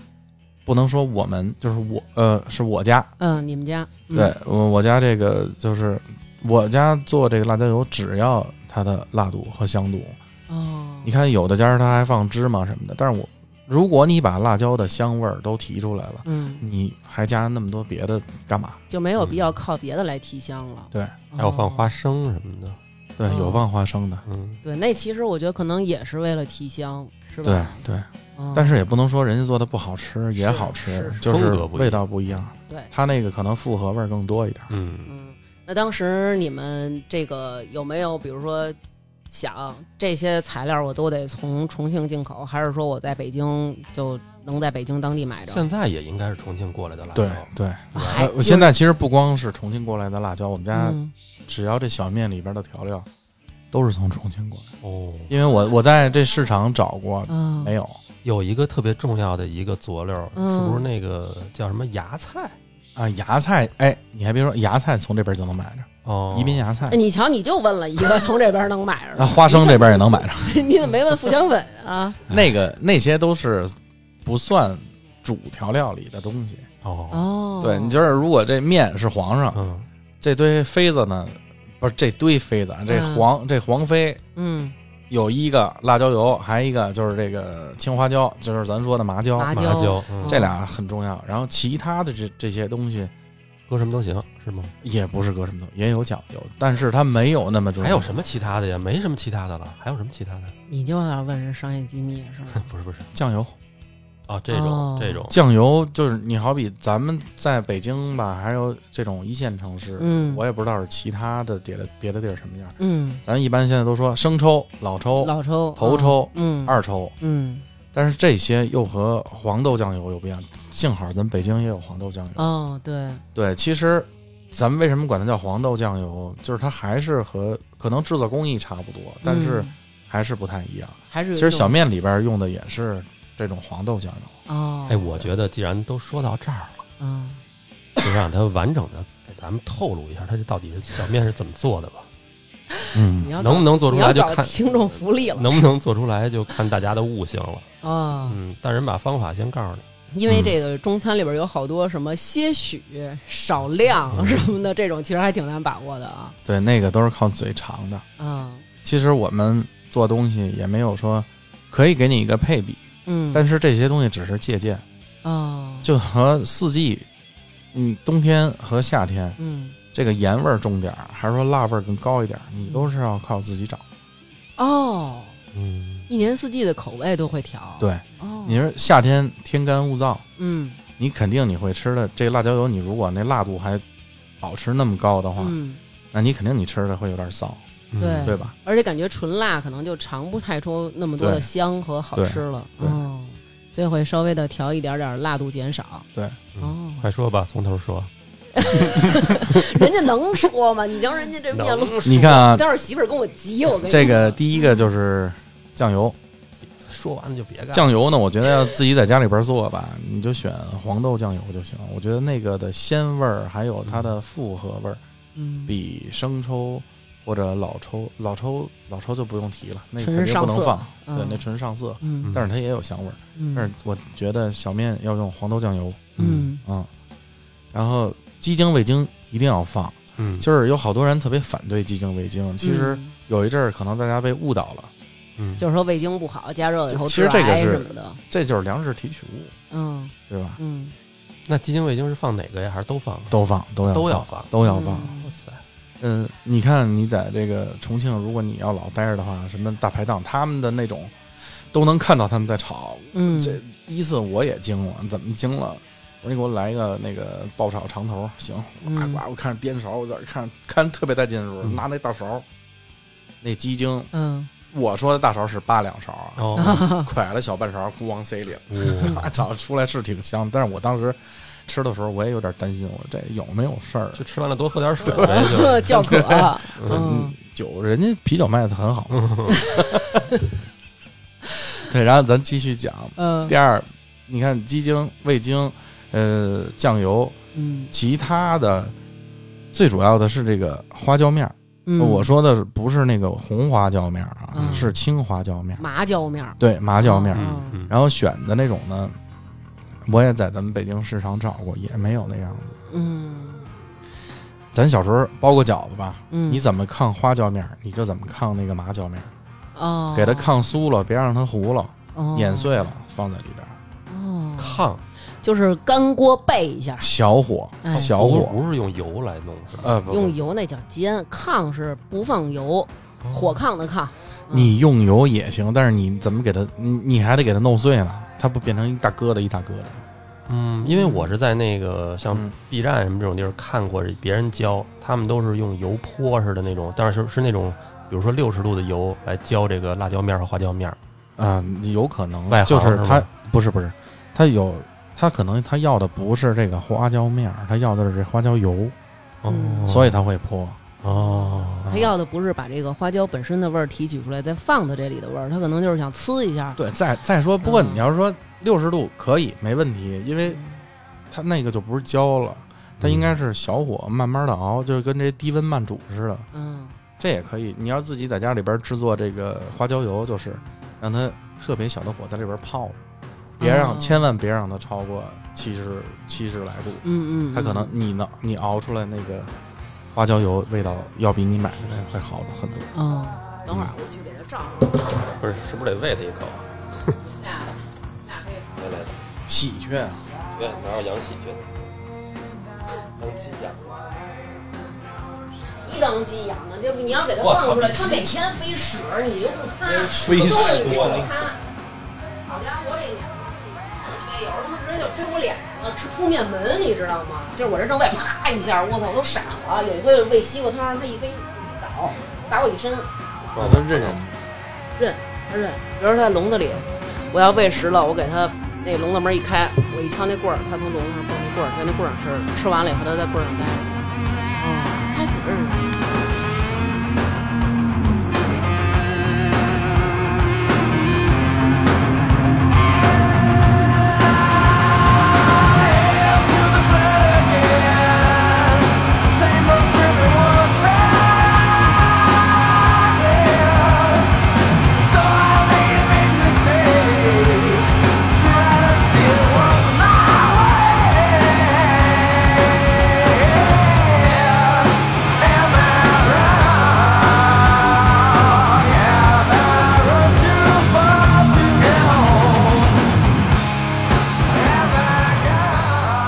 Speaker 3: 不能说我们就是我呃是我家，
Speaker 1: 嗯，你们家嗯
Speaker 3: 对我我家这个就是我家做这个辣椒油，只要它的辣度和香度，
Speaker 1: 哦，
Speaker 3: 你看有的家它还放芝麻什么的，但是我如果你把辣椒的香味儿都提出来了，
Speaker 1: 嗯
Speaker 3: 你还加那么多别的干嘛？
Speaker 1: 就没有必要靠别的来提香了。
Speaker 3: 嗯对，
Speaker 2: 还有放花
Speaker 1: 哦
Speaker 2: 生什么的，
Speaker 3: 对，有放花生的，
Speaker 2: 嗯，
Speaker 1: 对，那其实我觉得可能也是为了提香，是
Speaker 3: 对
Speaker 1: 吧？
Speaker 3: 对。
Speaker 1: 嗯
Speaker 3: 但是也不能说人家做的不好吃，也
Speaker 1: 是
Speaker 3: 好吃
Speaker 1: 是，
Speaker 3: 就
Speaker 2: 风
Speaker 3: 是
Speaker 2: 格不一
Speaker 3: 味
Speaker 2: 样
Speaker 3: 道不一样。
Speaker 1: 对，
Speaker 3: 它那个可能复合味儿更多一点。
Speaker 2: 嗯，
Speaker 1: 嗯，那当时你们这个有没有，比如说想这些材料我都得从重庆进口，还是说我在北京就能在北京当地买着？
Speaker 2: 现在也应该是重庆过来的辣椒
Speaker 3: 对，对，
Speaker 1: 还
Speaker 3: 呃，我现在其实不光是重庆过来的辣椒，我们家
Speaker 1: 哎嗯
Speaker 3: 只要这小面里边的调料都是从重庆过来的，
Speaker 2: 哦，
Speaker 3: 因为我我在这市场找过，
Speaker 1: 啊
Speaker 3: 没有，
Speaker 2: 有一个特别重要的一个佐料，
Speaker 1: 嗯
Speaker 2: 是不是那个叫什么芽菜？
Speaker 3: 啊，芽菜，哎，你还别说，芽菜从这边就能买着，
Speaker 2: 哦，
Speaker 3: 宜宾芽菜
Speaker 1: 哎，你瞧，你就问了一个从这边能买
Speaker 3: 啊，
Speaker 1: 着
Speaker 3: 花生这边也 能买着。
Speaker 1: 的，你怎么没问富强粉啊？
Speaker 3: 那个那些都是不算主调料里的东西。
Speaker 2: 哦，
Speaker 1: 哦，
Speaker 3: 对，你就是如果这面是皇上，
Speaker 2: 嗯，
Speaker 3: 这堆妃子呢，不是这堆妃子啊，这
Speaker 1: 嗯
Speaker 3: 皇这皇妃
Speaker 1: 嗯，
Speaker 3: 有一个辣椒油，还一个就是这个青花椒，就是咱说的麻椒，
Speaker 1: 麻
Speaker 2: 麻
Speaker 1: 椒
Speaker 2: 椒，嗯
Speaker 1: 哦
Speaker 3: 这俩很重要。然后其他的这这些东西
Speaker 2: 搁什么都行，是吗？
Speaker 3: 也不是搁什么都也有讲究，但是它没有那么重要。
Speaker 2: 还有什么其他的呀？没什么其他的了，还有什么其他的？
Speaker 1: 你就要问人商业机密是吧？
Speaker 2: 不是不是
Speaker 3: 酱油？
Speaker 2: 啊，这种
Speaker 1: 哦
Speaker 2: 这种，
Speaker 3: 酱油就是你好比咱们在北京吧，还有这种一线城市，
Speaker 1: 嗯
Speaker 3: 我也不知道是其他的别的别的地儿什么样。
Speaker 1: 嗯，
Speaker 3: 咱一般现在都说生抽、老抽、
Speaker 1: 老抽、
Speaker 3: 头抽
Speaker 1: 哦嗯，
Speaker 3: 二抽，
Speaker 1: 嗯，
Speaker 3: 但是这些又和黄豆酱油又不一样。幸好咱北京也有黄豆酱油。
Speaker 2: 嗯
Speaker 1: 哦，对，
Speaker 3: 对，其实咱们为什么管它叫黄豆酱油，就是它还是和可能制作工艺差不多，但是
Speaker 1: 嗯
Speaker 3: 还是不太一样。
Speaker 1: 还是有
Speaker 3: 其
Speaker 1: 一
Speaker 3: 实小
Speaker 1: 种
Speaker 3: 面里边用的也是这种黄豆酱油。
Speaker 1: 哦，
Speaker 2: 哎，我觉得既然都说到这儿了，
Speaker 1: 嗯。
Speaker 2: 就让他完整的给咱们透露一下，他这到底是小面是怎么做的吧？
Speaker 1: 你
Speaker 3: 嗯，
Speaker 1: 要
Speaker 2: 能不能做出来就
Speaker 1: 你要搞
Speaker 2: 看
Speaker 1: 听众福利了
Speaker 2: 能不能做出来就看大家的悟性了。
Speaker 1: 啊！
Speaker 2: 嗯，但人把方法先告诉你，
Speaker 3: 嗯
Speaker 1: 因为这个中餐里边有好多什么些许、少量
Speaker 2: 嗯
Speaker 1: 什么的，这种其实还挺难把握的啊。
Speaker 3: 对，那个都是靠嘴尝的。
Speaker 1: 啊，
Speaker 3: 其实我们做东西也没有说可以给你一个配比，
Speaker 1: 嗯，
Speaker 3: 但是这些东西只是借鉴，
Speaker 1: 啊，
Speaker 3: 就和四季，嗯，冬天和夏天
Speaker 1: 嗯，
Speaker 3: 这个盐味儿重点儿，还是说辣味儿更高一点儿，你都是要靠自己找。
Speaker 1: 哦，
Speaker 2: 嗯，
Speaker 1: 一年四季的口味都会调。，
Speaker 3: 对，
Speaker 1: 哦，
Speaker 3: 你说夏天天干物燥，
Speaker 1: 嗯
Speaker 3: 你肯定你会吃的这辣椒油，你如果那辣度还保持那么高的话，
Speaker 1: 嗯，
Speaker 3: 那你肯定你吃的会有点燥，
Speaker 2: 嗯
Speaker 1: 对
Speaker 3: 对吧？
Speaker 1: 而且感觉纯辣可能就尝不太出那么多的
Speaker 3: 对
Speaker 1: 香和好吃了。
Speaker 3: 对对
Speaker 1: 哦，所以会稍微的调一点点辣度减少。
Speaker 2: 嗯
Speaker 1: 哦
Speaker 2: 快说吧，从头说。
Speaker 1: 人家能说吗？你瞧人家这面露，
Speaker 3: 你看啊，
Speaker 1: 待会儿媳妇儿跟我急，我跟你
Speaker 3: 这个第一个就是酱油，
Speaker 2: 说完了就别干了。
Speaker 3: 酱油呢，我觉得要自己在家里边做吧，你就选黄豆酱油就行。我觉得那个的鲜味儿还有它的复合味儿，
Speaker 1: 嗯
Speaker 3: 比生抽或者老抽，老抽老抽就不用提了，那
Speaker 1: 纯
Speaker 3: 肯
Speaker 1: 是
Speaker 3: 定不
Speaker 1: 上
Speaker 3: 能
Speaker 1: 色
Speaker 3: 放，
Speaker 1: 嗯
Speaker 3: 对，那纯上色，
Speaker 1: 嗯
Speaker 3: 但是它也有香味儿。
Speaker 1: 嗯
Speaker 3: 但是我觉得小面要用黄豆酱油，
Speaker 1: 嗯
Speaker 3: 嗯，然后鸡精、味精一定要放。
Speaker 2: 嗯，
Speaker 3: 就是有好多人特别反对鸡精、味精，其实
Speaker 1: 嗯
Speaker 3: 有一阵儿可能大家被误导了，
Speaker 2: 嗯，
Speaker 1: 就是说味精不好，加热以后
Speaker 3: 其实这个
Speaker 1: 致癌
Speaker 3: 是
Speaker 1: 什么的，
Speaker 3: 这就是粮食提取物，
Speaker 1: 嗯
Speaker 3: 对吧？
Speaker 1: 嗯，
Speaker 2: 那鸡精味精是放哪个呀？还是都放啊？
Speaker 3: 都放，都要
Speaker 2: 都要
Speaker 3: 放，
Speaker 2: 放。
Speaker 3: 都要放。
Speaker 1: 嗯
Speaker 2: 哇塞，
Speaker 3: 嗯，你看你在这个重庆，如果你要老待着的话，什么大排档，他们的那种都能看到他们在炒。
Speaker 1: 嗯，
Speaker 3: 这第一次我也惊了，怎么惊了？我说你给我来一个那个爆炒肠头，行，呱
Speaker 1: 嗯
Speaker 3: 呱，我看着颠勺，我在这看看特别带劲的时候，
Speaker 2: 嗯
Speaker 3: 拿那大勺，那鸡精，
Speaker 1: 嗯，
Speaker 3: 我说的大勺是八两勺啊，
Speaker 2: 哦，
Speaker 3: 蒯了小半勺，咣塞里了，
Speaker 2: 哇
Speaker 3: 啊炒出来是挺香，但是我当时吃的时候我也有点担心，我这有没有事儿？
Speaker 2: 就吃完了多喝点水呗，就是
Speaker 1: 叫渴，
Speaker 3: 嗯
Speaker 1: 嗯，
Speaker 3: 酒人家啤酒卖的很好，
Speaker 2: 嗯
Speaker 3: 对，然后咱继续讲。
Speaker 1: 嗯
Speaker 3: 第二，你看鸡精、味精、呃酱油，
Speaker 1: 嗯
Speaker 3: 其他的最主要的是这个花椒面儿。
Speaker 1: 嗯，
Speaker 3: 我说的是不是那个红花椒面儿啊，
Speaker 1: 嗯
Speaker 3: 是青花椒面儿，
Speaker 1: 麻椒面儿，
Speaker 3: 对，麻椒面儿。
Speaker 2: 嗯嗯，
Speaker 3: 然后选的那种呢，我也在咱们北京市场找过，也没有那样的。
Speaker 1: 嗯
Speaker 3: 咱小时候包过饺子吧，
Speaker 1: 嗯，
Speaker 3: 你怎么抗花椒面儿，你就怎么抗那个麻椒面儿，
Speaker 1: 哦，
Speaker 3: 给它炕酥了，别让它糊了，
Speaker 1: 哦
Speaker 3: 碾碎了放在里边儿，
Speaker 1: 哦，
Speaker 2: 炕
Speaker 1: 就是干锅备一下，
Speaker 3: 小火，
Speaker 1: 哎
Speaker 3: 小
Speaker 2: 不是
Speaker 3: 火，
Speaker 2: 不是用油来弄是吧？
Speaker 3: 呃，不
Speaker 1: 用油那叫煎，炕是不放油，火炕的炕，嗯
Speaker 3: 你用油也行，但是你怎么给它，你你还得给它弄碎了，它不变成一大疙瘩一大疙瘩。
Speaker 2: 嗯，因为我是在那个像
Speaker 3: 嗯
Speaker 2: B 站什么这种地儿看过别人浇，他们都是用油泼似的那种，但是是那种比如说六十度的油来浇这个辣椒面儿和花椒面儿。
Speaker 3: 嗯、有可能
Speaker 2: 外行
Speaker 3: 就是
Speaker 2: 是
Speaker 3: 它
Speaker 2: 吧
Speaker 3: 不是不是，它有它可能它要的不是这个花椒面儿，它要的是这花椒油，
Speaker 2: 哦
Speaker 1: 嗯，
Speaker 3: 所以它会泼。
Speaker 2: 哦，
Speaker 1: 他要的不是把这个花椒本身的味儿提取出来，再放到这里的味儿，他可能就是想呲一下。
Speaker 3: 对，再再说，不过
Speaker 1: 嗯
Speaker 3: 你要是说六十度可以没问题，因为它那个就不是焦了，它应
Speaker 2: 嗯
Speaker 3: 该是小火慢慢的熬，就是跟这低温慢煮似的，
Speaker 1: 嗯，
Speaker 3: 这也可以。你要自己在家里边制作这个花椒油，就是让它特别小的火在里边泡着，别让、
Speaker 1: 哦
Speaker 3: 千万别让它超过七十七十来度，
Speaker 1: 嗯嗯，
Speaker 3: 它可能你能你熬出来那个花椒油味道要比你买的会好的很多。
Speaker 1: 嗯，等会儿我去给他照上。
Speaker 2: 不是，是不是得喂它一口啊？来来来，
Speaker 3: 喜鹊啊，
Speaker 2: 对，哪有养喜鹊的？能寄养
Speaker 1: 一等鸡养的，就是你要给它
Speaker 2: 我操
Speaker 1: 放出来，
Speaker 2: 你
Speaker 1: 它每天飞屎，你又不擦，
Speaker 3: 飞
Speaker 1: 都是
Speaker 3: 屎
Speaker 1: 你不擦。好家伙，我这鸟飞，有时候它直接就飞我脸上了，直扑面门，你知道吗？就是我这正喂，啪一下，我操，我都闪了。有一回喂西瓜汤，它一飞一倒，打我一身。
Speaker 3: 嗯
Speaker 2: 我都认识。
Speaker 1: 认，它认。比如说它在笼子里，我要喂食了，我给它那笼子门一开，我一敲那棍儿，它从笼子上蹦那棍儿，在那棍儿上吃，吃完了以后它在棍儿上待着。哦，它挺认识。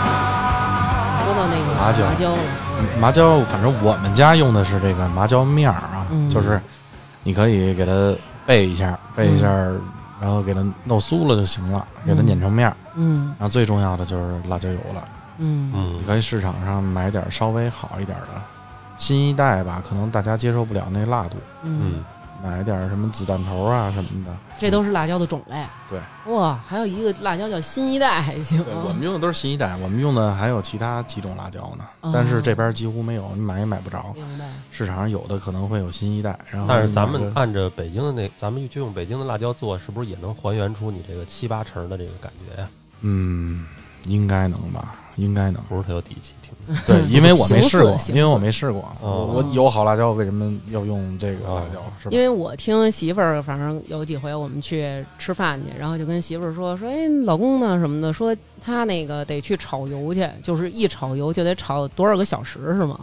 Speaker 1: 说到那个
Speaker 3: 麻椒
Speaker 1: 麻椒了，
Speaker 3: 嗯麻椒，反正我们家用的是这个麻椒面儿啊，
Speaker 1: 嗯
Speaker 3: 就是你可以给它备一下，备一下，然后给它弄酥了就行了，给它
Speaker 1: 嗯
Speaker 3: 碾成面儿。
Speaker 1: 嗯
Speaker 3: 然后最重要的就是辣椒油了，
Speaker 1: 嗯
Speaker 2: 嗯
Speaker 3: 你，可以市场上买点儿稍微好一点儿的，新一代吧，可能大家接受不了那辣度，
Speaker 1: 嗯
Speaker 2: 嗯，
Speaker 3: 买点儿什么子弹头啊什么的。
Speaker 1: 这都是辣椒的种类。
Speaker 3: 对，
Speaker 1: 哇，还有一个辣椒叫新一代，还行
Speaker 2: 哦
Speaker 3: 对，我们用的都是新一代，我们用的还有其他几种辣椒呢，
Speaker 1: 哦
Speaker 3: 但是这边几乎没有，你买也买不 着。
Speaker 1: 明白。
Speaker 3: 市场上有的可能会有新一代，然后
Speaker 2: 但是咱
Speaker 3: 你买
Speaker 2: 们啊
Speaker 3: 个
Speaker 2: 按着北京的那，咱们就用北京的辣椒做，是不是也能还原出你这个七八成的这个感觉呀？
Speaker 3: 嗯，应该能吧，应该能。
Speaker 2: 不是特有底气，听 着。
Speaker 3: 对， 因为我没
Speaker 1: 形
Speaker 3: 试
Speaker 1: 似
Speaker 3: 过，
Speaker 1: 形
Speaker 3: 因为我
Speaker 1: 似
Speaker 3: 没试过，我
Speaker 2: 哦
Speaker 3: 我有好辣椒，为什么要用这个辣椒？是吧
Speaker 1: 因？为我听媳妇儿，反正有几回我们去吃饭去，然后就跟媳妇儿说说，哎，老公呢什么的，说他那个得去炒油去，就是一炒油就得炒多少个小时是吗？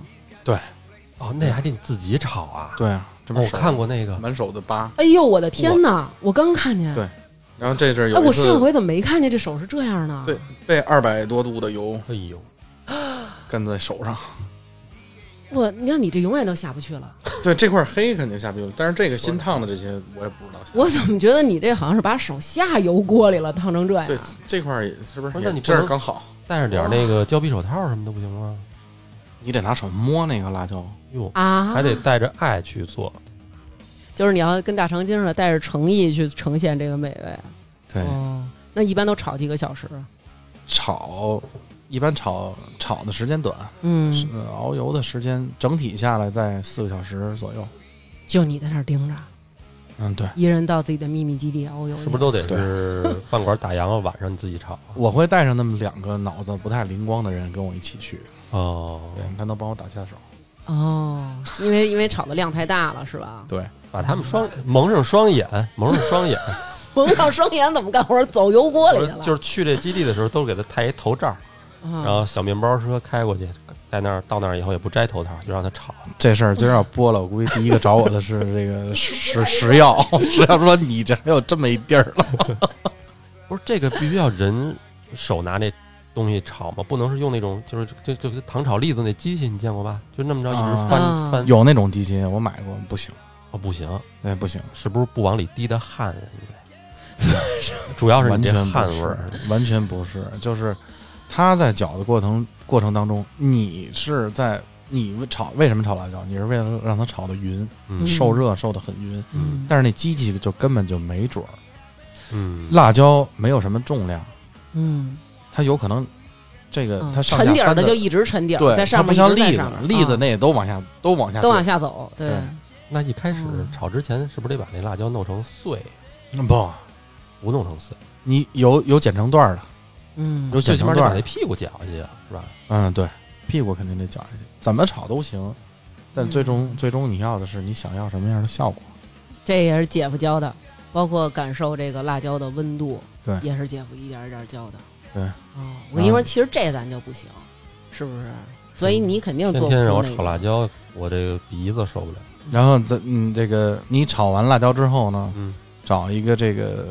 Speaker 2: 哦，那还得你自己炒啊？
Speaker 3: 对啊，这
Speaker 2: 哦
Speaker 3: 不
Speaker 2: 我
Speaker 3: 是
Speaker 2: 看过那个，
Speaker 3: 满手的疤。
Speaker 1: 哎呦，我的天哪！我刚看见，
Speaker 3: 对然后这阵
Speaker 2: 啊
Speaker 1: 哎，
Speaker 3: 有一
Speaker 1: 我上
Speaker 3: 次
Speaker 1: 回怎么没看见这手是这样呢？
Speaker 3: 对被二百多度的油
Speaker 2: 哎呦，
Speaker 3: 干在手上，
Speaker 1: 我你看你这永远都下不去了。
Speaker 3: 对这块黑肯定下不去了，但是这个新烫的这些我也不知道。
Speaker 1: 我怎么觉得你这好像是把手下油锅里了，烫成这样？啊
Speaker 3: 对这块儿也是不是
Speaker 2: 不是
Speaker 3: 也？
Speaker 2: 那你不
Speaker 3: 这儿
Speaker 2: 能
Speaker 3: 刚好，
Speaker 2: 戴着点儿那个胶皮手套什么的不行吗？
Speaker 3: 你得拿手摸那个辣椒。
Speaker 2: 哟，
Speaker 1: 啊，哎
Speaker 2: 还得带着爱去做。
Speaker 1: 就是你要跟大长今似的，带着诚意去呈现这个美味。
Speaker 3: 对，
Speaker 1: 哦，那一般都炒几个小时？啊
Speaker 3: 炒一般炒炒的时间短，是
Speaker 1: 嗯，
Speaker 3: 熬油的时间整体下来在四个小时左右。
Speaker 1: 就你在那儿盯着，
Speaker 3: 嗯，对，
Speaker 1: 一人到自己的秘密基地遨游去，
Speaker 2: 是不是都得是饭馆打烊了，晚上你自己炒啊？
Speaker 3: 我会带上那么两个脑子不太灵光的人跟我一起去，
Speaker 2: 哦
Speaker 3: 对，他能帮我打下手。
Speaker 1: 哦？因为因为炒的量太大了，是 吧？
Speaker 3: 对，
Speaker 2: 把他们双蒙上双眼，蒙上双眼，
Speaker 1: 蒙上双眼怎么干活？走油锅里
Speaker 2: 不
Speaker 1: 去
Speaker 2: 是
Speaker 1: 了，
Speaker 2: 就是去这基地的时候都给他戴一头罩，然
Speaker 1: 啊，
Speaker 2: 后小面包车开过去，在那儿到那儿以后也不摘头套，就让他炒。
Speaker 3: 这事儿今儿要播了，我估计第一个找我的是这 个石石药， 石药说你这还有这么一地儿了。
Speaker 2: 不是这个必须要人手拿那东西炒吗？不能是用那种就是就就就糖炒栗子那机器，你见过吧？就那么着一直翻
Speaker 3: 嗯
Speaker 1: 啊
Speaker 2: 翻。
Speaker 3: 有那种机器我买过，不行，
Speaker 2: 哦，不行，
Speaker 3: 哎，不行，
Speaker 2: 是不是不往里滴的汗呀？应该，主要是
Speaker 3: 完
Speaker 2: 你这
Speaker 3: 全
Speaker 2: 汗
Speaker 3: 不
Speaker 2: 味
Speaker 3: 是
Speaker 2: 儿，，
Speaker 3: 完全不是，就是他在搅的过程过程当中，你是在你为炒为什么炒辣椒？你是为了让它炒的匀，
Speaker 2: 嗯
Speaker 3: 受热受的很匀，
Speaker 1: 嗯，
Speaker 3: 但是那机器就根本就没准儿，
Speaker 2: 嗯，
Speaker 3: 辣椒没有什么重量，
Speaker 1: 嗯，
Speaker 3: 它有可能这个
Speaker 1: 嗯
Speaker 3: 它呃上
Speaker 1: 沉
Speaker 3: 下
Speaker 1: 底儿
Speaker 3: 翻
Speaker 1: 的
Speaker 3: 的
Speaker 1: 就一直沉底儿，
Speaker 3: 对，
Speaker 1: 在上
Speaker 3: 它不
Speaker 1: 面
Speaker 3: 像
Speaker 1: 一直在
Speaker 3: 栗子
Speaker 1: 上，面
Speaker 3: 栗子
Speaker 1: 啊
Speaker 3: 那也都往下都往下
Speaker 1: 都往
Speaker 3: 坠
Speaker 1: 下走，对
Speaker 3: 对
Speaker 2: 那一开始
Speaker 1: 嗯
Speaker 2: 炒之前是不是得把那辣椒弄成碎？
Speaker 3: 嗯不，
Speaker 2: 不弄成碎，
Speaker 3: 你有有剪成段儿的，
Speaker 1: 嗯，
Speaker 3: 有
Speaker 2: 最
Speaker 3: 剪
Speaker 2: 起
Speaker 3: 成
Speaker 2: 码得
Speaker 3: 段
Speaker 2: 把
Speaker 3: 儿
Speaker 2: 那
Speaker 3: 的，
Speaker 2: 屁股绞下去，啊是吧？
Speaker 3: 嗯，对，屁股肯定得绞下去，怎么炒都行，但最
Speaker 1: 嗯
Speaker 3: 终最终你要的是你想要什么样的效果。
Speaker 1: 这也是姐夫教的，包括感受这个辣椒的温度，
Speaker 3: 对
Speaker 1: 也是姐夫一点儿一点儿教的。
Speaker 3: 对嗯
Speaker 1: 哦，我跟你说，其实这咱就不行，是不是？所以你肯定
Speaker 2: 天
Speaker 1: 做不
Speaker 2: 天让
Speaker 1: 出
Speaker 2: 我
Speaker 1: 那
Speaker 2: 炒
Speaker 1: 个。
Speaker 2: 辣椒，我这个鼻子受不了。
Speaker 3: 然后这嗯，这个你炒完辣椒之后呢，
Speaker 2: 嗯，
Speaker 3: 找一个这个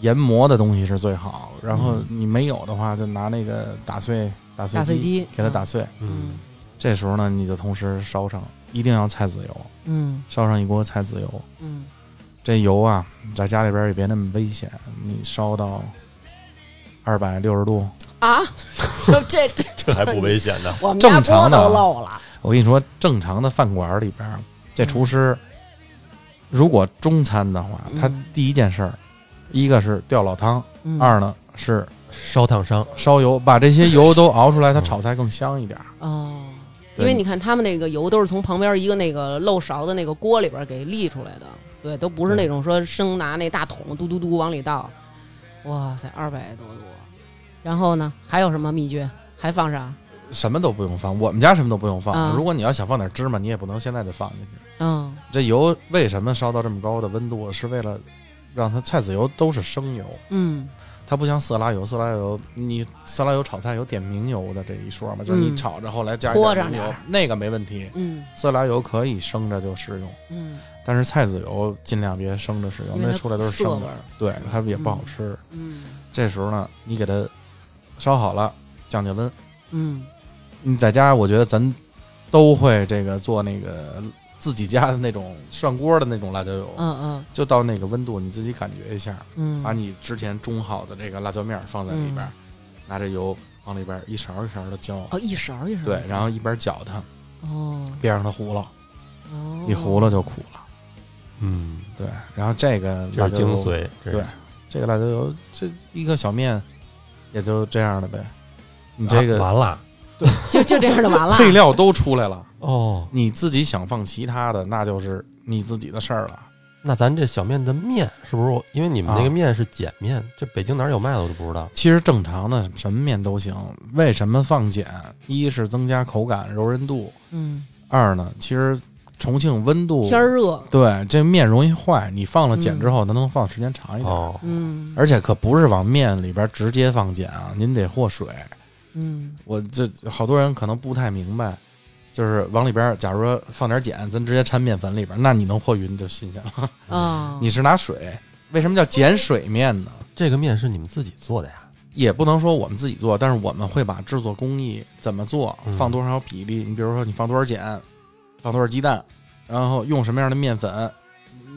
Speaker 3: 研磨的东西是最好。然后你没有的话，就拿那个打碎打
Speaker 1: 嗯
Speaker 3: 碎
Speaker 1: 打碎机
Speaker 3: 给它打碎。
Speaker 1: 嗯
Speaker 2: 嗯
Speaker 3: 这时候呢，你就同时烧上，一定要菜籽油，
Speaker 1: 嗯
Speaker 3: 烧上一锅菜籽油。
Speaker 1: 嗯
Speaker 3: 这油啊，在家里边也别那么危险，你烧到二百六十度。
Speaker 1: 啊， 就这这，
Speaker 2: 这还不危 险呢。
Speaker 1: 我们家锅
Speaker 3: 正
Speaker 1: 都
Speaker 3: 常的啊
Speaker 1: 漏了。
Speaker 3: 我跟你说，正常的饭馆里边，这
Speaker 1: 嗯
Speaker 3: 厨师如果中餐的话，他
Speaker 1: 嗯
Speaker 3: 第一件事儿，一个是吊老汤。
Speaker 1: 嗯
Speaker 3: 二呢是
Speaker 2: 烧烫伤，
Speaker 3: 烧油，把这些油都熬出来，它
Speaker 2: 嗯
Speaker 3: 炒菜更香一点儿。
Speaker 1: 哦，因
Speaker 3: 对
Speaker 1: 为你看他们那个油都是从旁边一个那个漏勺的那个锅里边给沥出来的，对，都不是
Speaker 3: 对
Speaker 1: 那种说生拿那大桶嘟嘟嘟往里倒。哇塞，二百多度。然后呢，还有什么秘诀？还放啥？
Speaker 3: 什么都不用放，我们家什么都不用
Speaker 1: 啊
Speaker 3: 放。如果你要想放点芝麻，你也不能现在就放进去。
Speaker 1: 嗯
Speaker 3: 这油为什么烧到这么高的温度？是为了让它菜籽油都是生油，
Speaker 1: 嗯
Speaker 3: 它不像色拉油。色拉油，你色拉油炒菜有点明油的这一说嘛，就是
Speaker 1: 嗯
Speaker 3: 你炒着后来加一
Speaker 1: 泼
Speaker 3: 点
Speaker 1: 上
Speaker 3: 明油
Speaker 1: 点儿，
Speaker 3: 那个没问题。
Speaker 1: 嗯
Speaker 3: 色拉油可以生着就食用，
Speaker 1: 嗯，
Speaker 3: 但是菜籽油尽量别生着食用，
Speaker 1: 因为
Speaker 3: 那
Speaker 1: 它
Speaker 3: 出来都是
Speaker 1: 涩
Speaker 3: 生
Speaker 1: 味
Speaker 3: 的，
Speaker 1: 儿。
Speaker 3: 对它也不好
Speaker 1: 嗯
Speaker 3: 吃。
Speaker 1: 嗯
Speaker 3: 这时候呢，你给它烧好了，降降温。
Speaker 1: 嗯
Speaker 3: 你在家，我觉得咱都会这个做那个自己家的那种涮锅的那种辣椒油，
Speaker 1: 嗯嗯
Speaker 3: 就到那个温度，你自己感觉一下，
Speaker 1: 嗯，
Speaker 3: 把你之前中好的这个辣椒面儿放在里边，
Speaker 1: 嗯
Speaker 3: 拿着油往里边一勺一勺的浇，
Speaker 1: 哦一勺一勺
Speaker 3: 对
Speaker 1: 的，
Speaker 3: 然后一边搅它，
Speaker 1: 哦
Speaker 3: 别让它糊了，
Speaker 1: 哦，
Speaker 3: 一糊了就苦了。
Speaker 2: 嗯，
Speaker 3: 对，然后这个
Speaker 2: 这
Speaker 3: 辣
Speaker 2: 是
Speaker 3: 椒
Speaker 2: 精
Speaker 3: 油，
Speaker 2: 髓。这是
Speaker 3: 对，这个辣椒油，这一个小面也就这样了呗。你这个
Speaker 2: 啊完了
Speaker 1: 就就这样就完 了。
Speaker 3: 配料都出来了，
Speaker 2: 哦。
Speaker 3: 你自己想放其他的，那就是你自己的事儿了。
Speaker 2: 那咱这小面的面是不是我？因为你们那个
Speaker 3: 啊
Speaker 2: 面是碱面，这北京哪儿有卖的我都不知道。
Speaker 3: 其实正常的什么面都行，为什么放碱？一是增加口感柔韧度，
Speaker 1: 嗯，
Speaker 3: 二呢，其实重庆温度
Speaker 1: 天儿热，
Speaker 3: 对这面容易坏，你放了碱之后，它能放时间长一点。
Speaker 2: 哦，
Speaker 1: 嗯
Speaker 3: 而且可不是往面里边直接放碱啊，您得和水。
Speaker 1: 嗯
Speaker 3: 我这好多人可能不太明白，就是往里边，假如说放点碱，咱直接掺面粉里边，那你能和匀就 新鲜了。
Speaker 1: 啊，
Speaker 3: 你是拿水，为什么叫碱水面呢？
Speaker 2: 这个面是你们自己做的呀？
Speaker 3: 也不能说我们自己做，但是我们会把制作工艺怎么做
Speaker 2: 嗯，
Speaker 3: 放多少比例，你比如说你放多少碱，放多少鸡蛋，然后用什么样的面粉，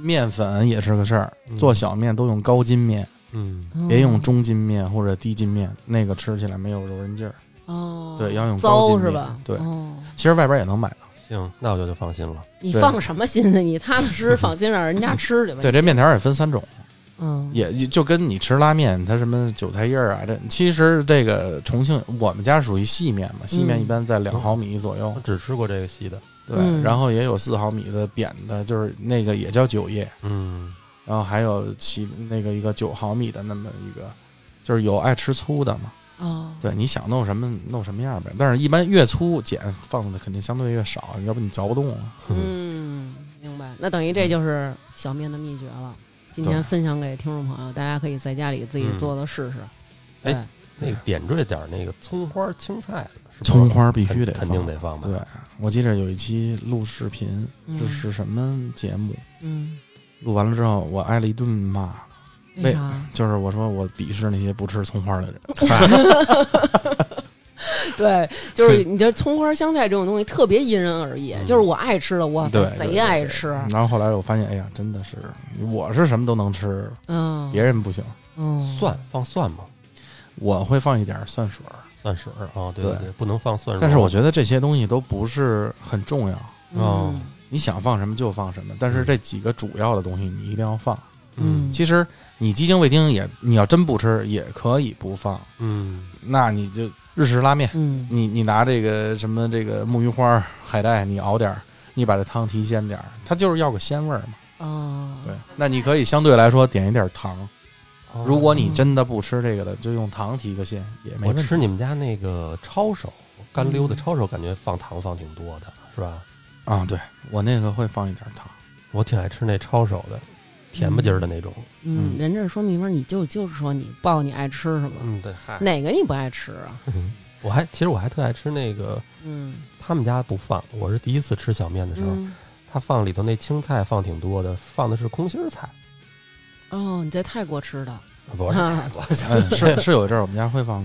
Speaker 3: 面粉也是个事儿。
Speaker 2: 嗯
Speaker 3: 做小面都用高筋面，
Speaker 2: 嗯，
Speaker 1: 哦
Speaker 3: 别用中筋面或者低筋面，那个吃起来没有柔韧劲儿。
Speaker 1: 哦，
Speaker 3: 对，要用
Speaker 1: 糟
Speaker 3: 高筋面。
Speaker 1: 是吧？
Speaker 3: 对，
Speaker 1: 哦，
Speaker 3: 其实外边也能买到。
Speaker 2: 行，那我就就放心了。
Speaker 1: 你
Speaker 3: 对
Speaker 1: 放什么心思？你踏踏实实放心让人家吃去吧。
Speaker 3: 对，这面条也分三种，
Speaker 1: 嗯，
Speaker 3: 也也就跟你吃拉面，它什么韭菜叶儿啊，这其实这个重庆我们家属于细面嘛，细面
Speaker 1: 嗯
Speaker 3: 一般在两毫米左右。
Speaker 2: 我只吃过这个稀的。
Speaker 3: 对，
Speaker 1: 嗯
Speaker 3: 然后也有四毫米的扁的，就是那个也叫九叶，
Speaker 2: 嗯，
Speaker 3: 然后还有其那个一个九毫米的那么一个，就是有爱吃粗的嘛。
Speaker 1: 哦，
Speaker 3: 对，你想弄什么弄什么样呗。但是一般越粗碱放的肯定相对越少，要不你嚼不动啊。
Speaker 1: 嗯，明白。那等于这就是小面的秘诀了。今天
Speaker 3: 对嗯
Speaker 1: 分享给听众朋友，大家可以在家里自己做做试试。
Speaker 2: 哎
Speaker 1: 对，
Speaker 2: 那个点缀点儿那个葱花青菜，是不是
Speaker 3: 葱花必须得
Speaker 2: 肯肯
Speaker 3: 放
Speaker 2: 定得放吧？
Speaker 3: 对，我记得有一期录视频，
Speaker 1: 嗯
Speaker 3: 这是什么节目？
Speaker 1: 嗯，
Speaker 3: 录完了之后，我挨了一顿骂，
Speaker 1: 为啥？
Speaker 3: 就是我说我鄙视那些不吃葱花的人。
Speaker 1: 对，就是你这葱花香菜这种东西特别因人而异，就是我爱吃的，哇塞
Speaker 3: 嗯对，对
Speaker 1: 贼
Speaker 3: 对
Speaker 1: 爱
Speaker 3: 对
Speaker 1: 吃，
Speaker 3: 然后后来我发现，哎呀，真的是我是什么都能吃，
Speaker 1: 嗯，
Speaker 3: 别人不行。
Speaker 1: 嗯，
Speaker 2: 蒜放蒜嘛，
Speaker 3: 我会放一点蒜水儿，
Speaker 2: 蒜水儿啊，对
Speaker 3: 对
Speaker 2: 对，不能放
Speaker 1: 嗯
Speaker 2: 蒜蓉。
Speaker 3: 但是我觉得这些东西都不是很重要，
Speaker 2: 哦
Speaker 1: 嗯，
Speaker 3: 你想放什么就放什么。但是这几个主要的东西你一定要放。
Speaker 1: 嗯
Speaker 3: 其实你鸡精、味精也，你要真不吃也可以不放，
Speaker 2: 嗯
Speaker 3: 那你就日式拉面，
Speaker 1: 嗯，
Speaker 3: 你你拿这个什么这个木鱼花儿、海带，你熬点儿，你把这汤提鲜点儿，它就是要个鲜味儿嘛。
Speaker 1: 啊，
Speaker 3: 对，那你可以相对来说点一点糖。
Speaker 2: 哦
Speaker 3: 如果你真的不吃这个的，就用糖提个鲜也没
Speaker 2: 我
Speaker 3: 问
Speaker 2: 吃
Speaker 3: 题。
Speaker 2: 你们家那个抄手干溜的
Speaker 1: 嗯
Speaker 2: 抄手，感觉放糖放挺多的，是吧？
Speaker 3: 啊，对我那个会放一点 糖。
Speaker 2: 我挺爱吃那抄手的，甜不唧儿的那种。
Speaker 1: 嗯，
Speaker 3: 嗯
Speaker 1: 人这说明白，你就就是说你报你爱吃什么，
Speaker 2: 嗯，对，嗨，
Speaker 1: 哪个你不爱吃啊？
Speaker 2: 嗯我还其实我还特爱吃那个，
Speaker 1: 嗯，
Speaker 2: 他们家不放，我是第一次吃小面的时候，
Speaker 1: 嗯
Speaker 2: 他放里头那青菜放挺多的，放的是空心儿菜，
Speaker 1: 哦，你在泰国吃的，
Speaker 2: 不是
Speaker 1: 啊
Speaker 2: 泰国菜。
Speaker 3: 嗯，是是有一阵儿我们家会放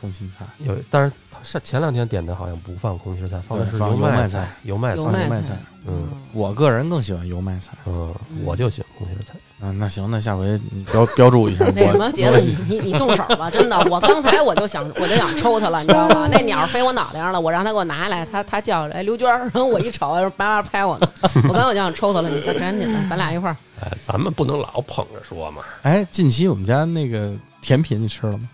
Speaker 3: 空心菜，
Speaker 2: 有，但是他上前两天点的好像不放空心菜，放的
Speaker 3: 对
Speaker 2: 是
Speaker 3: 放油麦
Speaker 2: 麦
Speaker 3: 菜，
Speaker 2: 油麦
Speaker 1: 油
Speaker 2: 菜。
Speaker 3: 麦
Speaker 1: 菜哦
Speaker 3: 菜，
Speaker 2: 嗯
Speaker 3: 我个人更喜欢油麦菜。
Speaker 2: 嗯
Speaker 1: 嗯，
Speaker 2: 我就喜欢空心菜。
Speaker 3: 嗯，那行，那下回你标标注一下。
Speaker 1: 那什
Speaker 3: 我
Speaker 1: 么，杰子，你你你动手吧！真的，我刚才我就想，我就想抽他了，你知道吗？那鸟飞我脑袋上了，我让他给我拿下来，他他叫来刘娟儿， 然后我一瞅，叭叭拍我呢。我刚才我就想抽他了，你赶紧的，咱俩一块儿。
Speaker 2: 哎，咱们不能老捧着说嘛。
Speaker 3: 哎，近期我们家那个甜品你吃了吗？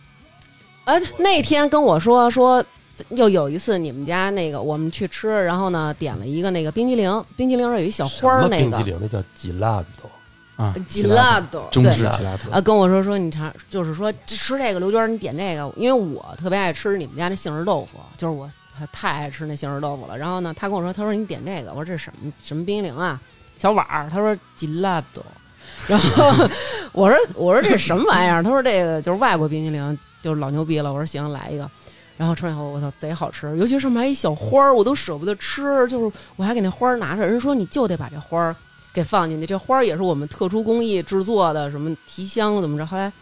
Speaker 1: 呃，那天跟我说说，又有一次你们家那个我们去吃，然后呢点了一个那个冰激凌，冰激凌上有一小花
Speaker 2: 什
Speaker 1: 儿
Speaker 2: 么
Speaker 1: 那
Speaker 2: 冰
Speaker 1: 个
Speaker 2: 激凌那叫吉拉豆，
Speaker 3: 啊，
Speaker 1: 吉拉豆，
Speaker 3: 中
Speaker 1: 呃对
Speaker 3: 式吉拉特。
Speaker 1: 啊，跟我说说你尝，就是说这吃这个刘娟儿，你点这个，因为我特别爱吃你们家那杏仁豆腐，就是我他太爱吃那杏仁豆腐了。然后呢，他跟我说，他说你点这个，我说这什么什么冰激凌啊，小碗儿，他说吉拉豆，然后 我说我说这什么玩意儿，他说这个就是外国冰激凌，就是老牛逼了。我说行，来一个。然后吃完以后，我操，贼好吃！尤其上面还一小花儿，我都舍不得吃。就是我还给那花儿拿出来，人说你就得把这花儿给放进去。这花儿也是我们特殊工艺制作的，什么提香怎么着。后来